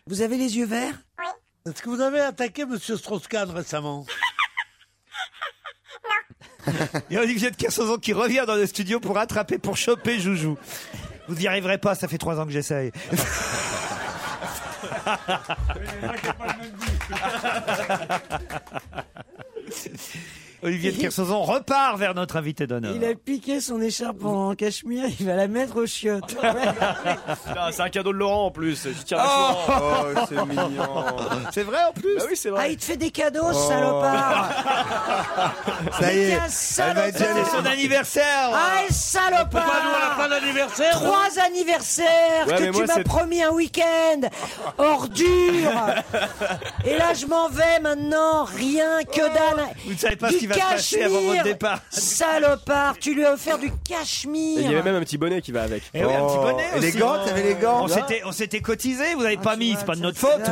Speaker 9: Vous avez les yeux verts
Speaker 7: Est-ce que vous avez attaqué Monsieur Strauss-Kahn récemment
Speaker 4: <laughs>
Speaker 9: Ah,
Speaker 4: Il y a Olivier de Kersauzon qui revient dans le studio pour attraper, pour choper Joujou. Vous n'y arriverez pas, ça fait trois ans que <laughs> j'essaye. Olivier de Kersauzon repart vers notre invité d'honneur.
Speaker 9: Il a piqué son écharpe en cachemire, il va la mettre aux chiottes.
Speaker 5: c'est un cadeau de Laurent en plus. Je tiens
Speaker 6: Oh, c'est mignon.
Speaker 4: C'est vrai en plus
Speaker 5: Bah oui, c'est
Speaker 9: Ah,
Speaker 5: vrai.
Speaker 9: il te fait des cadeaux, salopard
Speaker 6: Ça y est,
Speaker 7: Eh ben,
Speaker 9: Tiens,
Speaker 6: elle va
Speaker 9: salopard
Speaker 6: dire les-
Speaker 7: Oh.
Speaker 4: anniversaire
Speaker 9: Ah, et salopard
Speaker 7: Pourquoi nous, on n'a pas d'anniversaire
Speaker 9: Trois anniversaires
Speaker 5: Ouais, mais
Speaker 9: que
Speaker 5: moi,
Speaker 9: tu m'as
Speaker 5: c'est-
Speaker 9: promis un week-end Ordure Et là, je m'en vais maintenant, rien que dalle
Speaker 4: Oh, Vous ne savez pas ce qui va se passer avant votre départ.
Speaker 9: Salopard, tu lui as offert du
Speaker 5: Et
Speaker 9: cachemire
Speaker 5: il y avait même un petit bonnet qui va avec.
Speaker 4: Eh oui, un petit bonnet aussi.
Speaker 6: Oh, élégante, elle est élégante. hein.
Speaker 4: On s'était- On s'était cotisé, vous n'avez pas mis, c'est pas de notre faute.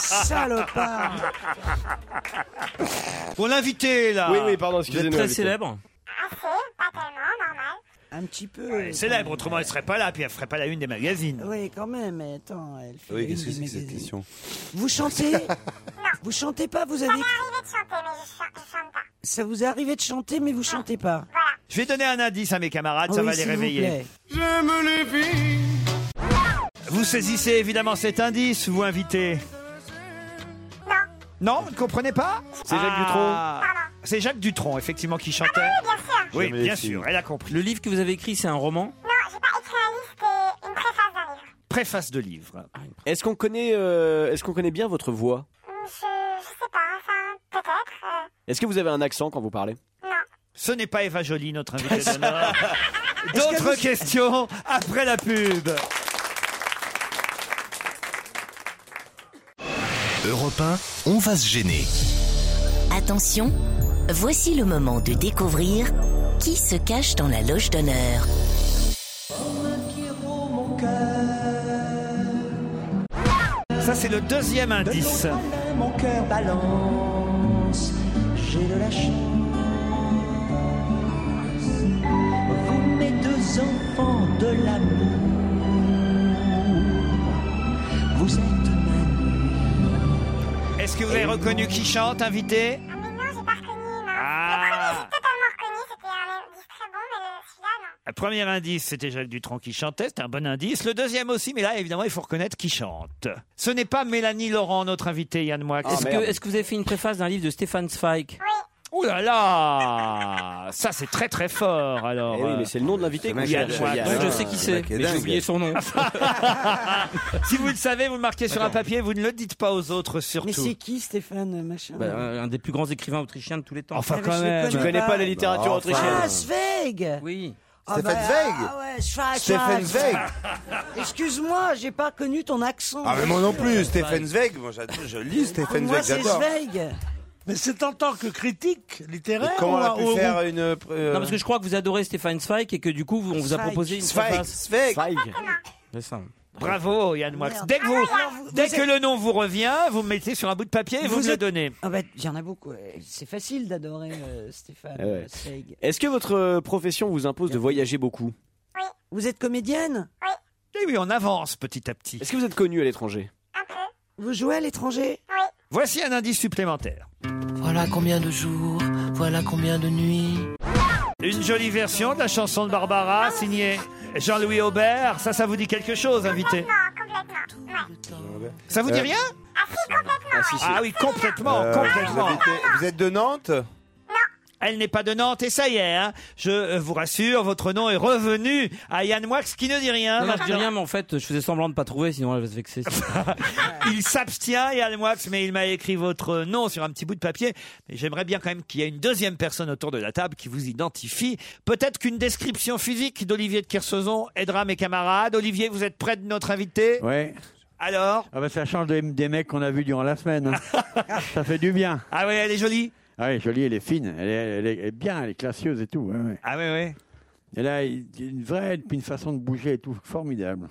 Speaker 9: Salopard
Speaker 4: <laughs> Pour l'invité, là.
Speaker 5: Oui, oui, pardon, excusez-nous.
Speaker 12: très
Speaker 5: invité.
Speaker 12: célèbre.
Speaker 9: Un petit peu.
Speaker 4: Elle est Célèbre, autrement elle serait pas là, puis elle ferait pas la une des magazines.
Speaker 9: Oui, quand même, mais attends, elle fait
Speaker 6: Oui,
Speaker 9: une
Speaker 6: qu'est-ce que
Speaker 9: des
Speaker 6: c'est que cette
Speaker 9: magazines.
Speaker 6: question
Speaker 9: Vous chantez Vous chantez pas, vous avez... Ça vous est arrivé de chanter, mais vous chantez pas.
Speaker 4: Je vais donner un indice à mes camarades,
Speaker 9: Ah
Speaker 4: ça
Speaker 9: oui,
Speaker 4: va les
Speaker 9: s'il vous
Speaker 4: réveiller.
Speaker 9: plaît.
Speaker 15: J'aime les filles.
Speaker 4: Vous saisissez évidemment cet indice, vous invitez Non, vous ne comprenez pas
Speaker 5: C'est Jacques
Speaker 4: Ah. C'est Jacques Dutronc, effectivement, qui chantait. Ah Oui,
Speaker 6: J'aime les
Speaker 4: bien
Speaker 6: filles.
Speaker 4: sûr, elle a compris.
Speaker 12: Le livre que vous avez écrit, c'est un roman
Speaker 4: Préface de livre.
Speaker 5: Est-ce qu'on connaît, euh, est-ce qu'on connaît bien votre voix Est-ce que vous avez un accent quand vous parlez
Speaker 4: Ce n'est pas Eva Jolie, notre
Speaker 5: Ah,
Speaker 4: invitée
Speaker 5: <laughs>
Speaker 4: d'honneur. D'autres questions après la pub.
Speaker 3: Europe 1, on va se gêner.
Speaker 2: Attention, voici le moment de découvrir qui se cache dans la loge d'honneur.
Speaker 4: Ça, c'est le deuxième indice.
Speaker 17: Mon cœur balance, j'ai de la chance. Vous, mes deux enfants de l'amour, vous êtes ma
Speaker 4: Est-ce que vous avez reconnu qui chante, invité Ah Le premier indice, c'était Jacques Dutronc qui chantait, c'était un bon indice. Le deuxième aussi, mais là, évidemment, il faut reconnaître qui chante. Ce n'est pas Mélanie Laurent, notre invitée, Yann Moix.
Speaker 12: Est-ce
Speaker 5: Ah,
Speaker 12: que, est-ce que vous avez fait une préface d'un livre de Stéphane Zweig
Speaker 4: Ouh là là Ça, c'est très très fort, alors.
Speaker 5: Eh oui, mais c'est le nom de l'invité. qu'on
Speaker 4: mec,
Speaker 5: cherche.
Speaker 4: il a- il a-
Speaker 12: Donc
Speaker 5: Ah,
Speaker 12: je sais qui c'est,
Speaker 6: mec est
Speaker 12: mais j'ai
Speaker 6: dingue.
Speaker 12: oublié son nom.
Speaker 4: <laughs> Si vous le savez, vous le marquez sur un papier, vous ne le dites pas aux autres, surtout.
Speaker 9: Mais c'est qui, Stéphane, machin
Speaker 12: Bah, un un des plus grands écrivains autrichiens de tous les temps.
Speaker 4: Enfin,
Speaker 9: Ah, mais
Speaker 4: quand
Speaker 9: je le
Speaker 4: même.
Speaker 5: Tu connais pas la
Speaker 6: Bah,
Speaker 5: littérature
Speaker 6: enfin.
Speaker 5: autrichienne
Speaker 9: Ah, Zweig
Speaker 12: Oui.
Speaker 9: Ah
Speaker 6: Stéphane
Speaker 9: bah,
Speaker 6: Zweig
Speaker 9: ah ouais, schwa,
Speaker 6: Stéphane
Speaker 9: schwa,
Speaker 6: Zweig
Speaker 9: schwa. <laughs> Excuse-moi, j'ai pas connu ton accent. Euh, bah,
Speaker 6: Ah mais moi non plus, Stéphane Zweig, moi j'adore, je lis Stéphane
Speaker 9: Moi,
Speaker 6: Zweig,
Speaker 9: c'est
Speaker 6: j'adore.
Speaker 9: Zweig.
Speaker 7: Mais c'est en tant que critique littéraire.
Speaker 6: Et comment on
Speaker 7: ou
Speaker 6: l'a
Speaker 7: à-
Speaker 6: pu
Speaker 7: ou-
Speaker 6: faire une, euh,
Speaker 12: Non, parce que je crois que vous adorez Stéphane Zweig et que du coup, vous- on vous a
Speaker 6: Zweig.
Speaker 12: proposé une
Speaker 6: Zweig.
Speaker 12: préface.
Speaker 6: Zweig.
Speaker 12: C'est ça.
Speaker 4: Bravo, Yann Moix. Dès que,
Speaker 9: Ah,
Speaker 4: vous- dès que le nom vous revient, vous me mettez sur un bout de papier et vous,
Speaker 9: Vous
Speaker 4: me le
Speaker 9: êtes-
Speaker 4: donnez.
Speaker 9: Ah bah, il y en a beaucoup. euh, C'est facile d'adorer euh, Stéphane
Speaker 5: Ah ouais.
Speaker 9: Zweig.
Speaker 5: Est-ce que votre euh, profession vous impose de voyager beaucoup
Speaker 9: Vous êtes comédienne
Speaker 4: Et Eh oui, on avance petit à petit.
Speaker 5: Est-ce que vous êtes connu à l'étranger
Speaker 9: Vous jouez à l'étranger
Speaker 4: Voici un indice supplémentaire.
Speaker 17: Voilà combien de jours, voilà combien de nuits.
Speaker 4: Une jolie version de la chanson de Barbara, signée Jean-Louis Aubert. Ça, ça vous dit quelque chose, invité Ça vous dit
Speaker 6: Euh,
Speaker 4: rien
Speaker 6: Ah, si, si.
Speaker 4: Ah oui, complètement,
Speaker 6: Euh,
Speaker 4: complètement.
Speaker 6: Vous, habitez- vous êtes de Nantes
Speaker 4: Elle n'est pas de Nantes et ça y est, hein. je euh, vous rassure, votre nom est revenu à Yann Moix qui ne dit rien.
Speaker 12: Non, non, je dis
Speaker 4: maintenant.
Speaker 12: rien, mais en fait, je faisais semblant de pas trouver, sinon elle va se
Speaker 6: <laughs>
Speaker 12: vexer.
Speaker 4: Il s'abstient, Yann Moix, mais il m'a écrit votre nom sur un petit bout de papier. Mais J'aimerais bien quand même qu'il y ait une deuxième personne autour de la table qui vous identifie. Peut-être qu'une description physique d'Olivier de Kersauzon aidera mes camarades. Olivier, vous êtes près de notre invité
Speaker 10: Ouais.
Speaker 4: Alors
Speaker 10: Ah bah ça change des, des mecs qu'on a vus durant la semaine.
Speaker 4: <laughs>
Speaker 10: hein. ça fait du bien.
Speaker 4: Ah ouais, elle est jolie
Speaker 10: Ah oui, jolie, elle est fine. Elle est, elle est- elle est bien, elle est classieuse et tout. ouais, ouais.
Speaker 4: Ah ouais, ouais.
Speaker 10: Elle a une vraie, puis une façon de bouger et tout, formidable.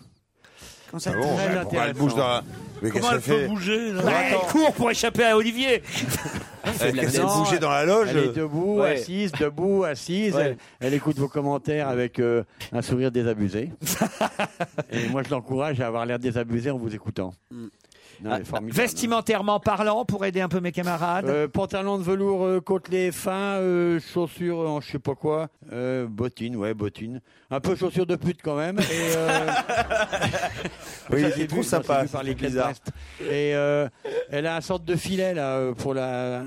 Speaker 9: Quand
Speaker 6: Ah bon, ouais, pourquoi elle bouge dans la... Mais
Speaker 10: Comment
Speaker 6: qu'est-ce qu'elle fait
Speaker 7: bouger
Speaker 4: Bah, Elle court pour échapper à Olivier
Speaker 6: <laughs> Elle qu'elle s'est bougée dans la loge
Speaker 10: Elle est debout,
Speaker 6: Ouais.
Speaker 10: assise, debout, assise.
Speaker 6: Ouais.
Speaker 10: Elle, elle écoute vos commentaires avec euh, un sourire
Speaker 6: <laughs>
Speaker 10: désabusé. et moi, je l'encourage à avoir l'air désabusé en vous écoutant. Non, elle est formidable.
Speaker 4: Ah, Vestimentairement parlant, pour aider un peu mes camarades.
Speaker 10: Euh, pantalon de velours euh, côtelé fin, euh, chaussures euh, en je sais pas quoi, euh, bottines, ouais, bottines. Un peu chaussures de pute quand même. Et, euh,
Speaker 6: <laughs> Oui,
Speaker 10: ça,
Speaker 6: il
Speaker 10: j'ai
Speaker 6: trouve
Speaker 10: vu,
Speaker 6: ça
Speaker 10: moi, j'ai
Speaker 6: passe,
Speaker 10: vu par les
Speaker 6: c'est
Speaker 10: Gaz
Speaker 6: bizarre.
Speaker 10: Brest. Et euh, elle a un sorte de filet là euh, pour la,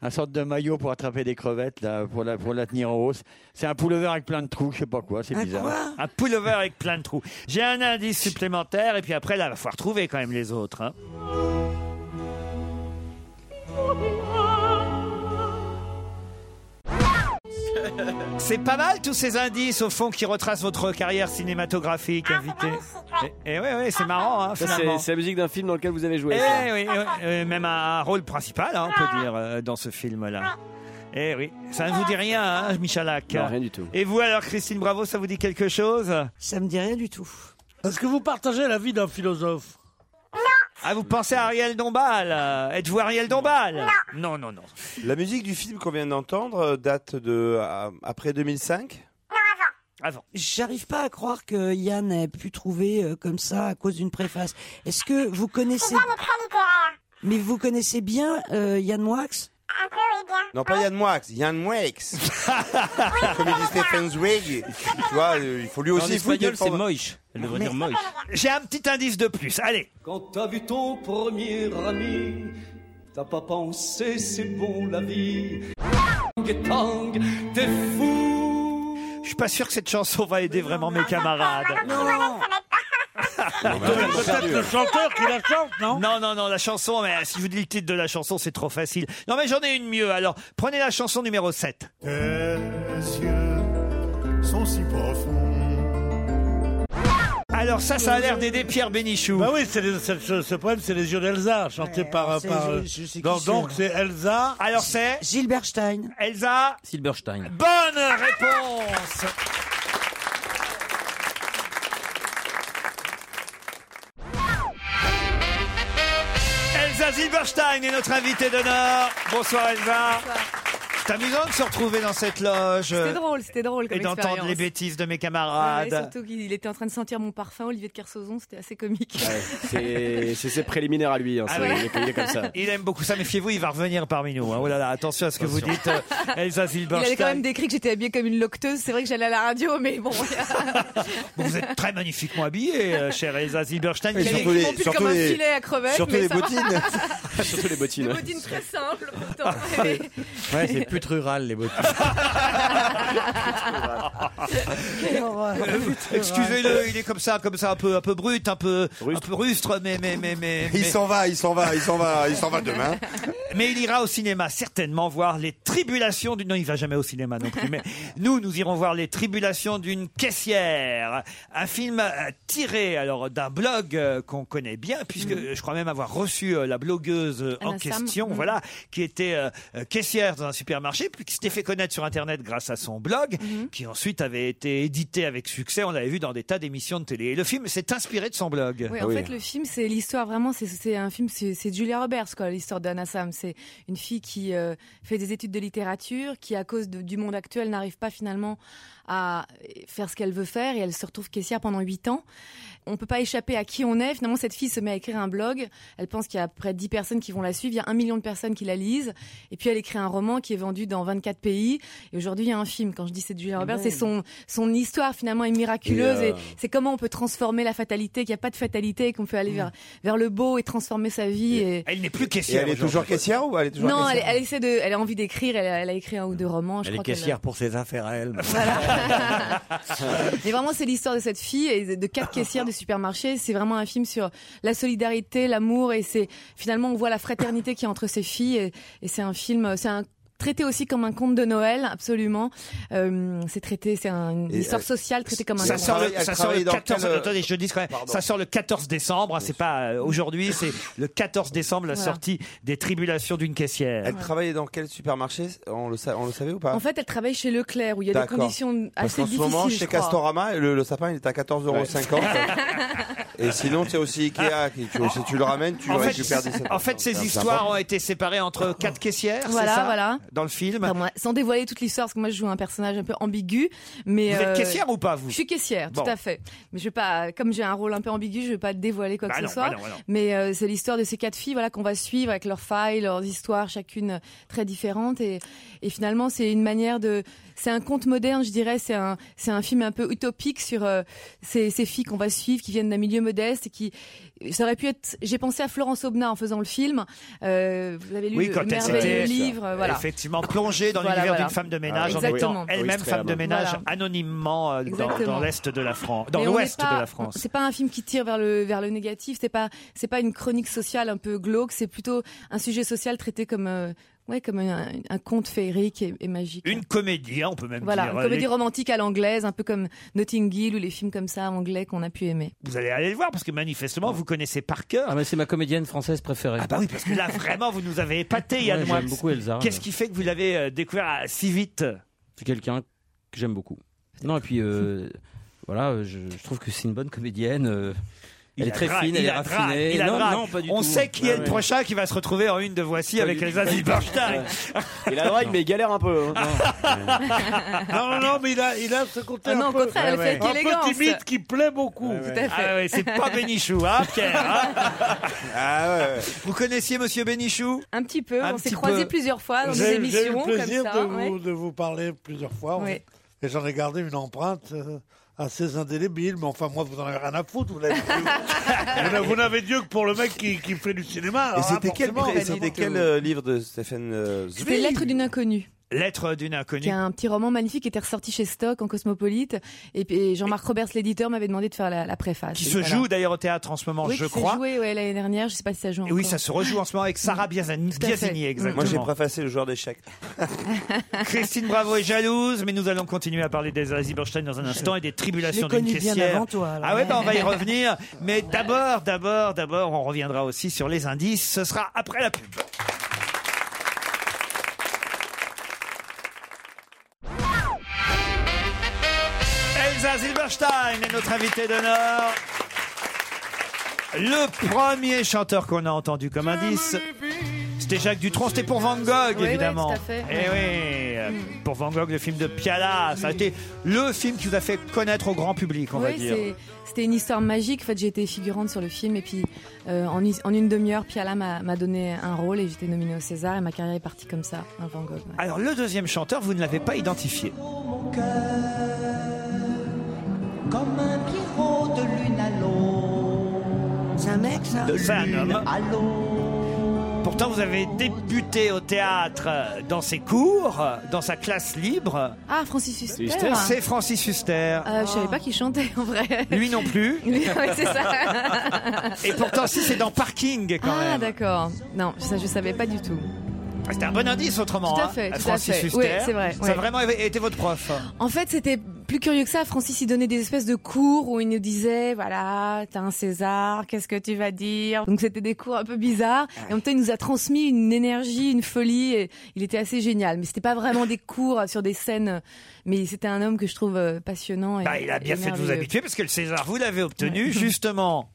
Speaker 10: un sorte de maillot pour attraper des crevettes là, pour la pour la tenir en hausse. C'est un pullover avec plein de trous, je sais pas quoi, c'est
Speaker 18: Ah,
Speaker 10: bizarre.
Speaker 4: Un pullover avec plein de trous. J'ai un indice supplémentaire et puis après, là, il va falloir trouver quand même les autres. hein. C'est pas mal tous ces indices au fond qui retracent votre carrière cinématographique, invité. Et, et ouais, ouais, c'est marrant, hein,
Speaker 5: Ça,
Speaker 4: finalement.
Speaker 5: C'est c'est la musique d'un film dans lequel vous avez joué.
Speaker 4: Eh
Speaker 5: ça.
Speaker 4: oui, oui, euh, même un rôle principal, hein, on peut dire, euh, dans ce film-là. Eh oui, ça ne vous dit rien, hein, Michalak
Speaker 5: Non, rien du tout.
Speaker 4: Et vous alors, Christine Bravo, ça vous dit quelque chose
Speaker 9: Ça me dit rien du tout.
Speaker 7: Est-ce que vous partagez la vie d'un philosophe
Speaker 4: Ah, vous pensez à Ariel Dombal euh, Êtes-vous Ariel Dombal Non, non, non.
Speaker 6: La musique du film qu'on vient d'entendre euh, date de euh, après 2005
Speaker 4: Avant.
Speaker 9: J'arrive pas à croire que Yann ait pu trouver euh, comme ça à cause d'une préface. Est-ce que vous connaissez. Mais vous connaissez bien euh, Yann Moix
Speaker 6: Non, pas Yann Moix, Yann Moix. <laughs> Comme il dit Stephen Zweig, tu vois, euh, il faut lui
Speaker 12: en
Speaker 6: aussi fouiller
Speaker 12: espagnol,
Speaker 6: le
Speaker 12: c'est
Speaker 6: format.
Speaker 12: moche. Elle devrait dire moche.
Speaker 4: J'ai un petit indice de plus, allez.
Speaker 19: Quand t'as vu ton premier ami, t'as pas pensé c'est bon la vie. Tang, tang, t'es fou.
Speaker 4: Je suis pas sûr que cette chanson va aider vraiment mes camarades.
Speaker 7: Peut-être le chanteur qui la chante, non
Speaker 4: ben, Non, non, non, la chanson, mais si je vous dis le titre de la chanson, c'est trop facile. Non, mais j'en ai une mieux, alors prenez la chanson numéro 7.
Speaker 15: Tes yeux sont si profonds.
Speaker 4: Alors ça, ça a l'air d'aider Pierre Bénichou.
Speaker 7: Bah oui, c'est les- c'est- ce, ce poème, c'est les yeux d'Elsa, chanté par. euh,
Speaker 9: c'est-
Speaker 7: par euh,
Speaker 9: je- je sais qui
Speaker 7: donc,
Speaker 9: c'est,
Speaker 7: donc
Speaker 9: là.
Speaker 7: c'est Elsa.
Speaker 4: Alors c'est
Speaker 9: Gilbert Stein.
Speaker 4: Elsa.
Speaker 12: Silberstein.
Speaker 4: Bonne réponse Elsa Silberstein est notre invitée d'honneur. Bonsoir Elsa. C'est amusant de se retrouver dans cette loge.
Speaker 18: C'était drôle, c'était drôle comme
Speaker 4: Et d'entendre
Speaker 18: expérience.
Speaker 4: les bêtises de mes
Speaker 18: Ouais,
Speaker 4: camarades.
Speaker 18: surtout qu'il était en train de sentir mon parfum, Olivier de Kersauzon, c'était assez comique.
Speaker 5: C'est c'est ses préliminaires à lui. hein,
Speaker 4: Ah
Speaker 5: c'est-
Speaker 4: ouais.
Speaker 5: il, est, il est comme ça.
Speaker 4: Il aime beaucoup ça. Méfiez-vous, il va revenir parmi nous. hein. Oh là là, attention à ce que vous dites, euh, Elsa
Speaker 18: <laughs> Il avait quand
Speaker 4: Silberstein.
Speaker 18: même décrit que j'étais habillée comme une locteuse. C'est vrai que j'allais à la radio, mais
Speaker 4: <laughs>
Speaker 18: bon.
Speaker 4: Vous êtes très magnifiquement habillée, euh, chère Elsa Silberstein.
Speaker 6: Et
Speaker 4: qui-
Speaker 6: surtout les-
Speaker 18: Mon pull comme un filet à crevettes.
Speaker 6: surtout
Speaker 18: mais
Speaker 6: les
Speaker 18: ça
Speaker 4: <laughs>
Speaker 18: va. <laughs>
Speaker 6: bottines.
Speaker 5: <laughs> Surtout les bottines.
Speaker 18: Des bottines très simples, pourtant.
Speaker 10: Ouais, c'est plus rural les bottes.
Speaker 5: Ah,
Speaker 4: Euh, Excusez-le, il est comme ça, comme ça, un peu, un peu brut, un peu, un peu rustre, mais, mais, mais, mais,
Speaker 6: Il
Speaker 4: mais-
Speaker 6: s'en va, il s'en va, il s'en va, il s'en va demain.
Speaker 4: <laughs> Mais il ira au cinéma certainement voir les tribulations d'une. Non, il va jamais au cinéma non
Speaker 18: <laughs>
Speaker 4: plus. Mais nous, nous irons voir les tribulations d'une caissière, un film euh, tiré alors d'un blog euh, qu'on connaît bien, puisque
Speaker 18: Mm.
Speaker 4: je crois même avoir reçu euh, la blogueuse euh, en
Speaker 20: Anna Sam.
Speaker 4: question,
Speaker 20: Mhm.
Speaker 4: voilà, qui était euh, euh, caissière dans un supermarché, puis qui s'était fait connaître sur Internet grâce à son blog,
Speaker 18: Mm.
Speaker 4: qui ensuite avait été édité avec succès. On l'avait vu dans des tas d'émissions de télé. Et le film s'est inspiré de son blog.
Speaker 18: Oui, en fait, le film, c'est l'histoire vraiment, c'est- c'est un film, c'est c'est Julia Roberts, quoi, l'histoire d'Anna Sam. C'est une fille qui euh, fait des études de littérature, qui, à cause de- du monde actuel, n'arrive pas finalement à faire ce qu'elle veut faire et elle se retrouve caissière pendant 8 ans. On peut pas échapper à qui on est. Finalement, cette fille se met à écrire un blog. Elle pense qu'il y a près de 10 personnes qui vont la suivre. Il y a un million de personnes qui la lisent. Et puis, elle écrit un roman qui est vendu dans 24 pays. Et aujourd'hui, il y a un film. Quand je dis c'est Julia Roberts,
Speaker 14: bon.
Speaker 18: c'est son, son histoire finalement est miraculeuse.
Speaker 14: Ah Et,
Speaker 18: Et,
Speaker 14: euh,
Speaker 18: c'est comment on peut transformer la fatalité, qu'il n'y a pas de fatalité, et qu'on peut aller vers, vers le beau et transformer sa vie. Et...
Speaker 4: Elle n'est plus
Speaker 6: Et
Speaker 4: caissière.
Speaker 6: elle est toujours
Speaker 4: aujourd'hui.
Speaker 6: caissière ou Ah, elle est toujours
Speaker 18: Non, elle,
Speaker 6: caissière
Speaker 18: elle essaie de, elle a envie d'écrire, elle, a- elle a écrit un ou deux romans. Je
Speaker 10: Elle est
Speaker 18: crois qu'elle-
Speaker 10: caissière pour ses affaires à elle. <laughs>
Speaker 18: Mais vraiment, c'est l'histoire de cette fille et de- de quatre caissières du supermarché. C'est vraiment un film sur la solidarité, l'amour et c'est finalement on voit la fraternité qui est entre ces filles et, et c'est un film, c'est un traité aussi comme un conte de Noël, absolument. Euh, c'est traité, c'est un- une
Speaker 4: Et,
Speaker 18: histoire
Speaker 4: euh,
Speaker 18: sociale traitée comme un.
Speaker 4: Ça
Speaker 18: conte.
Speaker 4: sort, le, ça sort le
Speaker 6: travaille dans
Speaker 4: 14
Speaker 6: quel, euh,
Speaker 4: attendez, je dis quand même, ça sort le 14 décembre, hein, c'est pas euh, aujourd'hui, c'est le 14 décembre la
Speaker 6: Voilà.
Speaker 4: sortie des tribulations d'une caissière.
Speaker 6: Elle travaillait dans quel supermarché on le, sa- on le savait ou pas
Speaker 18: En fait, elle travaille chez Leclerc où il y a des
Speaker 6: D'accord.
Speaker 18: conditions
Speaker 6: Parce
Speaker 18: assez
Speaker 6: qu'en ce
Speaker 18: difficiles.
Speaker 6: moment,
Speaker 18: je
Speaker 6: chez
Speaker 18: crois.
Speaker 6: Castorama, le, le sapin il est à 14,50€.
Speaker 4: <laughs>
Speaker 6: Et sinon, c'est aussi Ikea. Qui, tu- si tu le ramènes, tu
Speaker 4: Ah. En fait,
Speaker 6: récupères 17
Speaker 4: en fait, ces histoires ont été séparées entre quatre caissières, c'est
Speaker 18: Voilà,
Speaker 4: ça
Speaker 18: voilà.
Speaker 4: Dans le film.
Speaker 18: Enfin, moi, sans dévoiler toute l'histoire, parce que moi je joue un personnage un peu ambigu, mais euh,
Speaker 4: Vous êtes caissière ou pas, vous
Speaker 18: Je suis caissière,
Speaker 4: Bon.
Speaker 18: tout à fait. Mais je vais pas, comme j'ai un rôle un peu ambigu, je vais pas dévoiler quoi
Speaker 4: Bah
Speaker 18: que
Speaker 4: non,
Speaker 18: ce soit.
Speaker 4: bah non, bah non.
Speaker 18: Mais euh, c'est l'histoire de ces quatre filles, voilà, qu'on va suivre avec leurs failles, leurs histoires, chacune très différente. Et, et finalement, c'est une manière de, c'est un conte moderne, je dirais. C'est un, c'est un film un peu utopique sur euh, ces, ces filles qu'on va suivre, qui viennent d'un milieu modeste et qui. Ça aurait pu être. J'ai pensé à Florence Obna en faisant le film. Euh, vous avez lu
Speaker 4: Oui,
Speaker 18: le
Speaker 4: quand elle
Speaker 18: merveilleux
Speaker 4: s'était
Speaker 18: livre, euh, voilà.
Speaker 4: effectivement plongée dans
Speaker 18: Voilà,
Speaker 4: l'univers
Speaker 18: voilà. Ah,
Speaker 4: d'une femme de ménage en
Speaker 18: Exactement.
Speaker 4: étant elle-même
Speaker 18: Oui,
Speaker 4: femme de ménage
Speaker 18: Voilà.
Speaker 4: anonymement euh, dans,
Speaker 18: Exactement.
Speaker 4: dans l'est de la France, dans
Speaker 18: Mais on
Speaker 4: l'ouest
Speaker 18: n'est pas-
Speaker 4: de la France.
Speaker 18: C'est pas un film qui tire vers le vers le négatif. C'est pas c'est pas une chronique sociale un peu glauque. C'est plutôt un sujet social traité comme euh, ouais comme un, un conte féerique et, et magique.
Speaker 4: Une comédie, hein, on peut même
Speaker 18: voilà,
Speaker 4: dire.
Speaker 18: une
Speaker 4: euh,
Speaker 18: comédie
Speaker 4: les-
Speaker 18: romantique à l'anglaise, un peu comme Notting Hill ou les films comme ça anglais qu'on a pu aimer.
Speaker 4: Vous allez aller le voir parce que manifestement vous connaissez par cœur.
Speaker 12: Ah, mais c'est ma comédienne française préférée.
Speaker 4: Ah bah oui, parce que
Speaker 12: <laughs>
Speaker 4: là vraiment vous nous avez épaté Yann
Speaker 12: Ouais,
Speaker 4: Moix.
Speaker 12: j'aime beaucoup Elsa.
Speaker 4: Qu'est-ce qui fait que vous l'avez euh, découvert à- si vite
Speaker 12: C'est quelqu'un que j'aime beaucoup. Non, et
Speaker 4: <laughs>
Speaker 12: puis euh, voilà, euh, je, je trouve que c'est une bonne comédienne. euh, elle est très
Speaker 4: dra-
Speaker 12: fine, elle
Speaker 4: il
Speaker 12: est
Speaker 4: a dra-
Speaker 12: raffinée.
Speaker 4: il a
Speaker 12: non,
Speaker 4: dra-
Speaker 12: non, pas du
Speaker 4: On
Speaker 12: tout.
Speaker 4: sait qui
Speaker 12: Ouais,
Speaker 4: est le
Speaker 12: ouais.
Speaker 4: prochain qui va se retrouver en une de Voici
Speaker 12: Pas
Speaker 4: avec
Speaker 12: du
Speaker 4: Elsa
Speaker 12: tout.
Speaker 4: Zilberstein.
Speaker 5: Il a le droit, mais il galère un peu. hein.
Speaker 4: <laughs>
Speaker 7: <laughs> Non, non, non, mais il a, il a ce côté
Speaker 18: hein. Ah non,
Speaker 7: un
Speaker 18: au
Speaker 7: peu,
Speaker 18: contraire, elle fait avec
Speaker 7: un
Speaker 18: élégance.
Speaker 7: peu timide qui plaît beaucoup.
Speaker 4: Tout à fait. Ah ouais, c'est pas Bénichou, hein, Pierre
Speaker 18: <laughs>
Speaker 4: hein Vous connaissiez Monsieur Bénichou
Speaker 18: Un petit peu,
Speaker 4: Un
Speaker 18: on s'est
Speaker 4: petit
Speaker 18: croisés
Speaker 4: peu.
Speaker 18: plusieurs fois dans
Speaker 7: J'ai-
Speaker 18: des émissions
Speaker 7: J'ai eu le plaisir
Speaker 18: comme ça. hein,
Speaker 7: de,
Speaker 18: ouais.
Speaker 7: vous, de vous parler plusieurs fois.
Speaker 18: Oui.
Speaker 7: Et j'en ai gardé une empreinte euh, assez indélébile. Mais enfin, moi, vous n'en avez rien à foutre. Vous n'avez
Speaker 18: <laughs>
Speaker 7: vous n'avez- vous n'avez Dieu que pour le mec qui, qui fait du cinéma.
Speaker 6: Et
Speaker 7: alors là,
Speaker 4: Ah,
Speaker 6: c'était quel,
Speaker 7: forcément,
Speaker 6: et c'était quel euh, livre de Stephen euh,
Speaker 18: C'était Lettre d'une inconnue.
Speaker 4: Lettre d'une inconnue.
Speaker 18: qui est un petit roman magnifique qui était ressorti chez Stock en Cosmopolite. Et, puis- et Jean-Marc Roberts, l'éditeur, m'avait demandé de faire la, la préface.
Speaker 4: Qui
Speaker 18: Et
Speaker 4: se
Speaker 18: voilà.
Speaker 4: joue d'ailleurs au théâtre en ce moment,
Speaker 18: Oui,
Speaker 4: je
Speaker 18: qui s'est
Speaker 4: crois.
Speaker 18: joué ouais, l'année dernière, je sais pas si ça joue
Speaker 4: Et oui,
Speaker 18: encore.
Speaker 4: ça se rejoue en ce moment avec Sarah Biazani,
Speaker 18: à fait. Mmh.
Speaker 4: Biazini, exactement.
Speaker 6: Moi, j'ai préfacé le joueur d'échecs.
Speaker 4: Christine Bravo est jalouse, mais nous allons continuer à parler des Aziborstein dans un instant et des tribulations
Speaker 9: Je l'ai
Speaker 4: d'une
Speaker 9: connu bien
Speaker 4: caissière.
Speaker 9: avant toi, alors.
Speaker 4: ah ouais, bah on va y revenir. Mais d'abord, d'abord, d'abord, on reviendra aussi sur les indices. Ce sera après la pub. Elsa Silberstein est notre invitée d'honneur. Le premier chanteur qu'on a entendu comme indice, c'était Jacques Dutronc, c'était pour Van Gogh,
Speaker 18: Oui, oui,
Speaker 4: évidemment.
Speaker 18: tout à fait.
Speaker 4: Eh oui, euh, pour Van Gogh, le film de Piala, ça a été le film qui vous a fait connaître au grand public, on va
Speaker 18: Oui,
Speaker 4: dire.
Speaker 18: c'est- c'était une histoire magique. En fait, j'ai été figurante sur le film et puis euh, en, is- en une demi-heure, Piala m'a m'a donné un rôle et j'étais nominée au César et ma carrière est partie comme ça, à Van Gogh. ouais.
Speaker 4: Alors, le deuxième chanteur, vous ne l'avez pas identifié.
Speaker 17: Comme un pyro de lune à l'eau. C'est un mec, ça
Speaker 4: C'est un homme.
Speaker 17: À l'eau.
Speaker 4: Pourtant, vous avez débuté au théâtre euh, dans ses cours, euh, dans sa classe libre.
Speaker 18: Ah, Francis Huster.
Speaker 4: C'est Francis Huster.
Speaker 18: Euh, Je savais pas qu'il chantait en vrai.
Speaker 4: Lui non plus.
Speaker 18: <laughs> Oui, c'est ça.
Speaker 4: <laughs> Et pourtant, si c'est dans Parking quand
Speaker 18: Ah,
Speaker 4: même.
Speaker 18: d'accord. Non, ça je savais pas du tout.
Speaker 4: Ah, C'était un bon indice autrement.
Speaker 18: Tout à
Speaker 4: hein,
Speaker 18: fait, tout à
Speaker 4: Francis
Speaker 18: fait.
Speaker 4: Huster.
Speaker 18: Oui, c'est vrai,
Speaker 4: Ça
Speaker 18: ouais.
Speaker 4: a vraiment été votre prof.
Speaker 18: En fait, c'était plus curieux que ça. Francis, il donnait des espèces de cours où il nous disait, voilà, t'as un César, qu'est-ce que tu vas dire Donc c'était des cours un peu bizarres. Et en même temps, il nous a transmis une énergie, une folie. Et il était assez génial. Mais c'était pas vraiment des cours sur des scènes. Mais c'était un homme que je trouve euh, passionnant. Et,
Speaker 4: Bah, il a bien
Speaker 18: et
Speaker 4: fait de vous
Speaker 18: merveilleux.
Speaker 4: habituer parce que le César, vous l'avez
Speaker 18: <laughs>
Speaker 4: obtenu justement.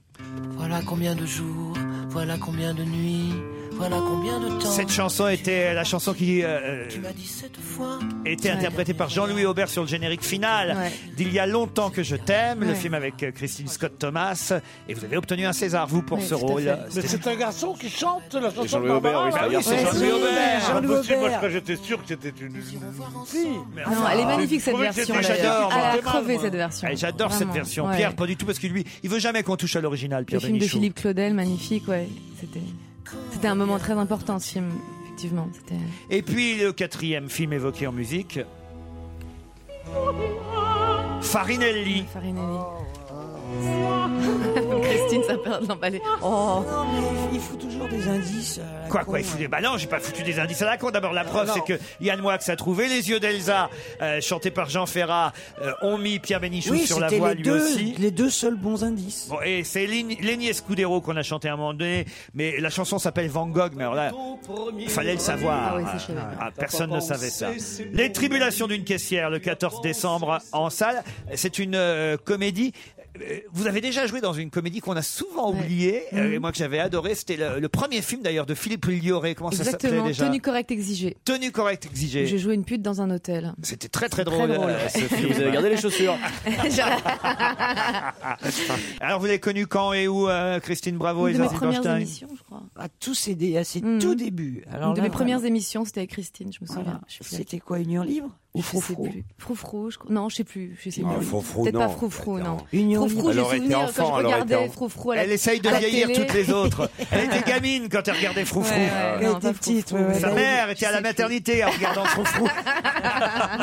Speaker 17: Voilà combien de jours, voilà combien de nuits, voilà combien de temps.
Speaker 4: Cette chanson était la chanson qui euh,
Speaker 17: Tu m'as dit cette fois.
Speaker 4: était interprétée par Jean-Louis Aubert sur le générique final
Speaker 17: Ouais.
Speaker 4: d'Il y a longtemps que je t'aime, le
Speaker 7: Ouais.
Speaker 4: film avec euh, Christine Scott Thomas. Et vous avez obtenu un César, vous, pour ce rôle.
Speaker 7: Mais
Speaker 4: C'était-
Speaker 7: c'est un garçon qui chante la chanson
Speaker 4: Jean-Louis
Speaker 7: de Barbara.
Speaker 4: Aubert, oui, c'est un
Speaker 7: là.
Speaker 4: garçon. Ouais, Jean-Louis
Speaker 7: oui,
Speaker 4: Aubert.
Speaker 7: c'est
Speaker 4: Jean-Louis
Speaker 7: impossible,
Speaker 4: Aubert.
Speaker 7: Moi, j'étais sûr que c'était une... une
Speaker 4: Ah,
Speaker 7: fille.
Speaker 18: Ah Non, elle est magnifique, cette
Speaker 7: Je trouvais que
Speaker 18: version,
Speaker 7: c'était-
Speaker 18: là.
Speaker 4: J'adore.
Speaker 18: Elle a
Speaker 4: moi.
Speaker 18: crevé, cette version.
Speaker 4: Ouais, J'adore cette
Speaker 18: Vraiment,
Speaker 4: version.
Speaker 18: ouais.
Speaker 4: Pierre, pas du tout, parce que lui, il veut jamais qu'on touche à l'original,
Speaker 18: Le
Speaker 4: Pierre
Speaker 18: film de
Speaker 4: Bénichou.
Speaker 18: Philippe Claudel, magnifique, ouais. C'était, c'était un moment très important, ce film, effectivement. C'était...
Speaker 4: Et puis le quatrième film évoqué en musique. Farinelli.
Speaker 18: Farinelli. <laughs> Christine, ça perd de l'emballer. Oh.
Speaker 9: Il fout toujours des indices. euh,
Speaker 4: Quoi, quoi, il fout des bah non, j'ai pas foutu des indices à la con.
Speaker 9: Ah,
Speaker 4: D'abord, la preuve, c'est que Yann Moix a trouvé Les yeux d'Elsa, euh, chanté par Jean Ferrat, euh, ont mis Pierre Bénichou
Speaker 9: Oui,
Speaker 4: sur la
Speaker 9: c'était
Speaker 4: voix
Speaker 9: les
Speaker 4: lui
Speaker 9: deux,
Speaker 4: aussi.
Speaker 9: les deux seuls bons indices.
Speaker 4: Bon, et c'est Lin- Lenny Scudero qu'on a chanté à un moment donné, mais la chanson s'appelle Van Gogh, mais alors là, fallait le savoir.
Speaker 17: Ah oui, c'est chelou.
Speaker 4: Ah, personne ne savait ça. Les Tribulations d'une caissière, le 14 décembre en salle. C'est une euh, comédie. Euh, Vous avez déjà joué dans une comédie qu'on a souvent oubliée,
Speaker 18: Mhm.
Speaker 4: euh, et moi que j'avais adoré. C'était le, le premier film d'ailleurs de Philippe Lioré. Comment ça s'appelait
Speaker 18: Exactement,
Speaker 4: déjà
Speaker 18: tenue correcte exigée.
Speaker 4: Tenue correcte exigée.
Speaker 18: Je jouais une pute dans un hôtel.
Speaker 4: C'était très très
Speaker 18: C'est
Speaker 4: drôle.
Speaker 18: très drôle,
Speaker 4: euh,
Speaker 18: ouais. <laughs>
Speaker 4: ce film.
Speaker 5: Vous avez gardé les chaussures.
Speaker 4: <laughs> Alors vous l'avez connu quand et où, euh, Christine Bravo et
Speaker 18: Une de mes
Speaker 4: Zazie
Speaker 18: premières
Speaker 4: Borstein
Speaker 18: émissions, je crois. Hmm.
Speaker 9: À tous ces dé- à ses tout débuts. Alors
Speaker 18: Une de
Speaker 9: là,
Speaker 18: mes premières
Speaker 9: voilà.
Speaker 18: émissions, c'était avec Christine, je me souviens.
Speaker 9: Voilà.
Speaker 18: Je suis
Speaker 9: C'était quoi, Union Libre ou Froufrou
Speaker 18: Froufrou, je crois. Non, je sais plus. Je sais
Speaker 9: Non,
Speaker 18: plus.
Speaker 9: Froufrou,
Speaker 18: Peut-être
Speaker 9: non,
Speaker 18: pas Froufrou, non.
Speaker 9: Union
Speaker 18: Froufrou,
Speaker 9: Libre. Elle
Speaker 18: j'ai
Speaker 9: aurait été
Speaker 18: souvenir quand je
Speaker 9: enfant, elle aurait été
Speaker 18: regardais
Speaker 9: enfant.
Speaker 18: Froufrou à la
Speaker 4: Elle essaye de
Speaker 18: à la
Speaker 4: vieillir
Speaker 18: télé.
Speaker 4: toutes les
Speaker 18: <laughs>
Speaker 4: autres. Elle était gamine quand elle regardait Euh,
Speaker 9: Euh,
Speaker 4: Froufrou.
Speaker 18: Ouais, ouais, Elle non, était pas petite, Froufrou. ouais, ouais,
Speaker 4: Sa
Speaker 18: bah oui,
Speaker 4: mère
Speaker 18: je
Speaker 4: était à
Speaker 18: sais
Speaker 4: la
Speaker 18: plus.
Speaker 4: maternité en regardant Froufrou.
Speaker 9: <laughs>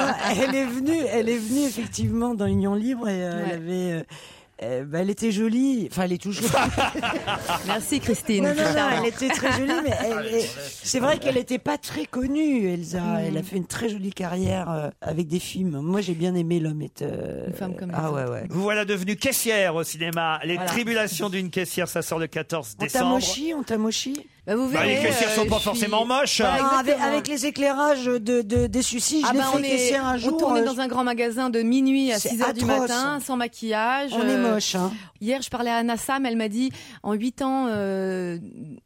Speaker 9: Non, elle est venue, elle est venue effectivement dans Union Libre et euh, elle avait. euh, euh, bah, elle était jolie, enfin elle
Speaker 4: <laughs>
Speaker 9: est toujours.
Speaker 18: Merci Christine.
Speaker 9: Non, non,
Speaker 18: C'est
Speaker 9: non,
Speaker 18: charmant.
Speaker 9: elle était très jolie,
Speaker 4: <laughs>
Speaker 9: mais elle- elle- c'est vrai qu'elle n'était pas très connue, Elsa.
Speaker 4: Mm.
Speaker 9: Elle a fait une très jolie carrière euh, avec des films. Moi j'ai bien aimé L'homme est. euh, Ah ouais, ouais.
Speaker 4: Vous voilà devenue caissière au cinéma. Les
Speaker 9: Voilà.
Speaker 4: tribulations d'une caissière, ça sort le 14
Speaker 9: On t'a
Speaker 4: décembre.
Speaker 9: mochi, on t'a mochi.
Speaker 18: vous
Speaker 4: Bah, les verrez, caissières euh, sont pas je suis- forcément moches.
Speaker 9: Voilà,
Speaker 4: Exactement.
Speaker 9: Ah, avec, avec les éclairages de, de- des suicides,
Speaker 18: Ah
Speaker 9: je l'ai
Speaker 18: bah,
Speaker 9: fait
Speaker 18: on, est-
Speaker 9: caissière un
Speaker 18: on
Speaker 9: jour.
Speaker 18: tournait
Speaker 9: euh,
Speaker 18: dans un grand magasin de minuit à
Speaker 9: C'est
Speaker 18: 6h du
Speaker 9: atroce.
Speaker 18: matin, sans maquillage. euh,
Speaker 9: On est moche, hein.
Speaker 18: Hier, je parlais à Anna Sam, elle m'a dit, en 8 ans euh,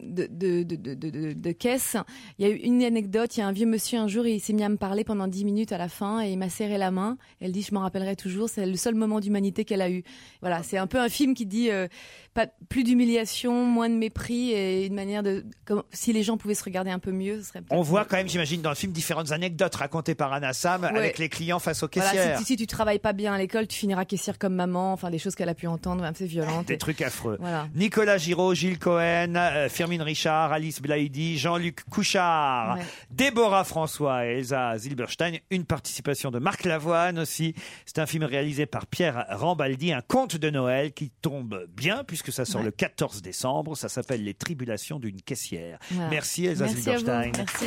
Speaker 18: de, de, de, de, de- de caisse, il y a eu une anecdote, il y a un vieux monsieur un jour, il s'est mis à me parler pendant 10 minutes à la fin et il m'a serré la main. Elle dit, je m'en rappellerai toujours, c'est le seul moment d'humanité qu'elle a eu. Voilà, c'est un peu un film qui dit euh, pas, plus d'humiliation, moins de mépris et une manière de... comme- si les gens pouvaient se regarder un peu mieux, ce serait...
Speaker 4: On voit quand même, j'imagine, dans le film différentes anecdotes racontées par Anna Sam avec les clients face aux
Speaker 18: Voilà,
Speaker 4: caissières.
Speaker 18: si, tu- si tu travailles pas bien à l'école, tu finiras caissière comme maman. Enfin, des choses qu'elle a pu entendre, même c'est violente.
Speaker 4: Des trucs affreux.
Speaker 18: Voilà.
Speaker 4: Nicolas Giraud, Gilles Cohen, euh, Firmin Richard, Alice Blaidi, Jean-Luc Couchard,
Speaker 18: Ouais.
Speaker 4: Déborah François et Elsa Zilberstein. Une participation de Marc Lavoine aussi. C'est un film réalisé par Pierre Rambaldi, un conte de Noël qui tombe bien puisque ça sort
Speaker 18: Ouais.
Speaker 4: le 14 décembre. Ça s'appelle Les Tribulations d'une caissière.
Speaker 18: Voilà.
Speaker 4: Merci Elsa
Speaker 18: Merci à vous.
Speaker 4: Zilberstein.
Speaker 18: Merci.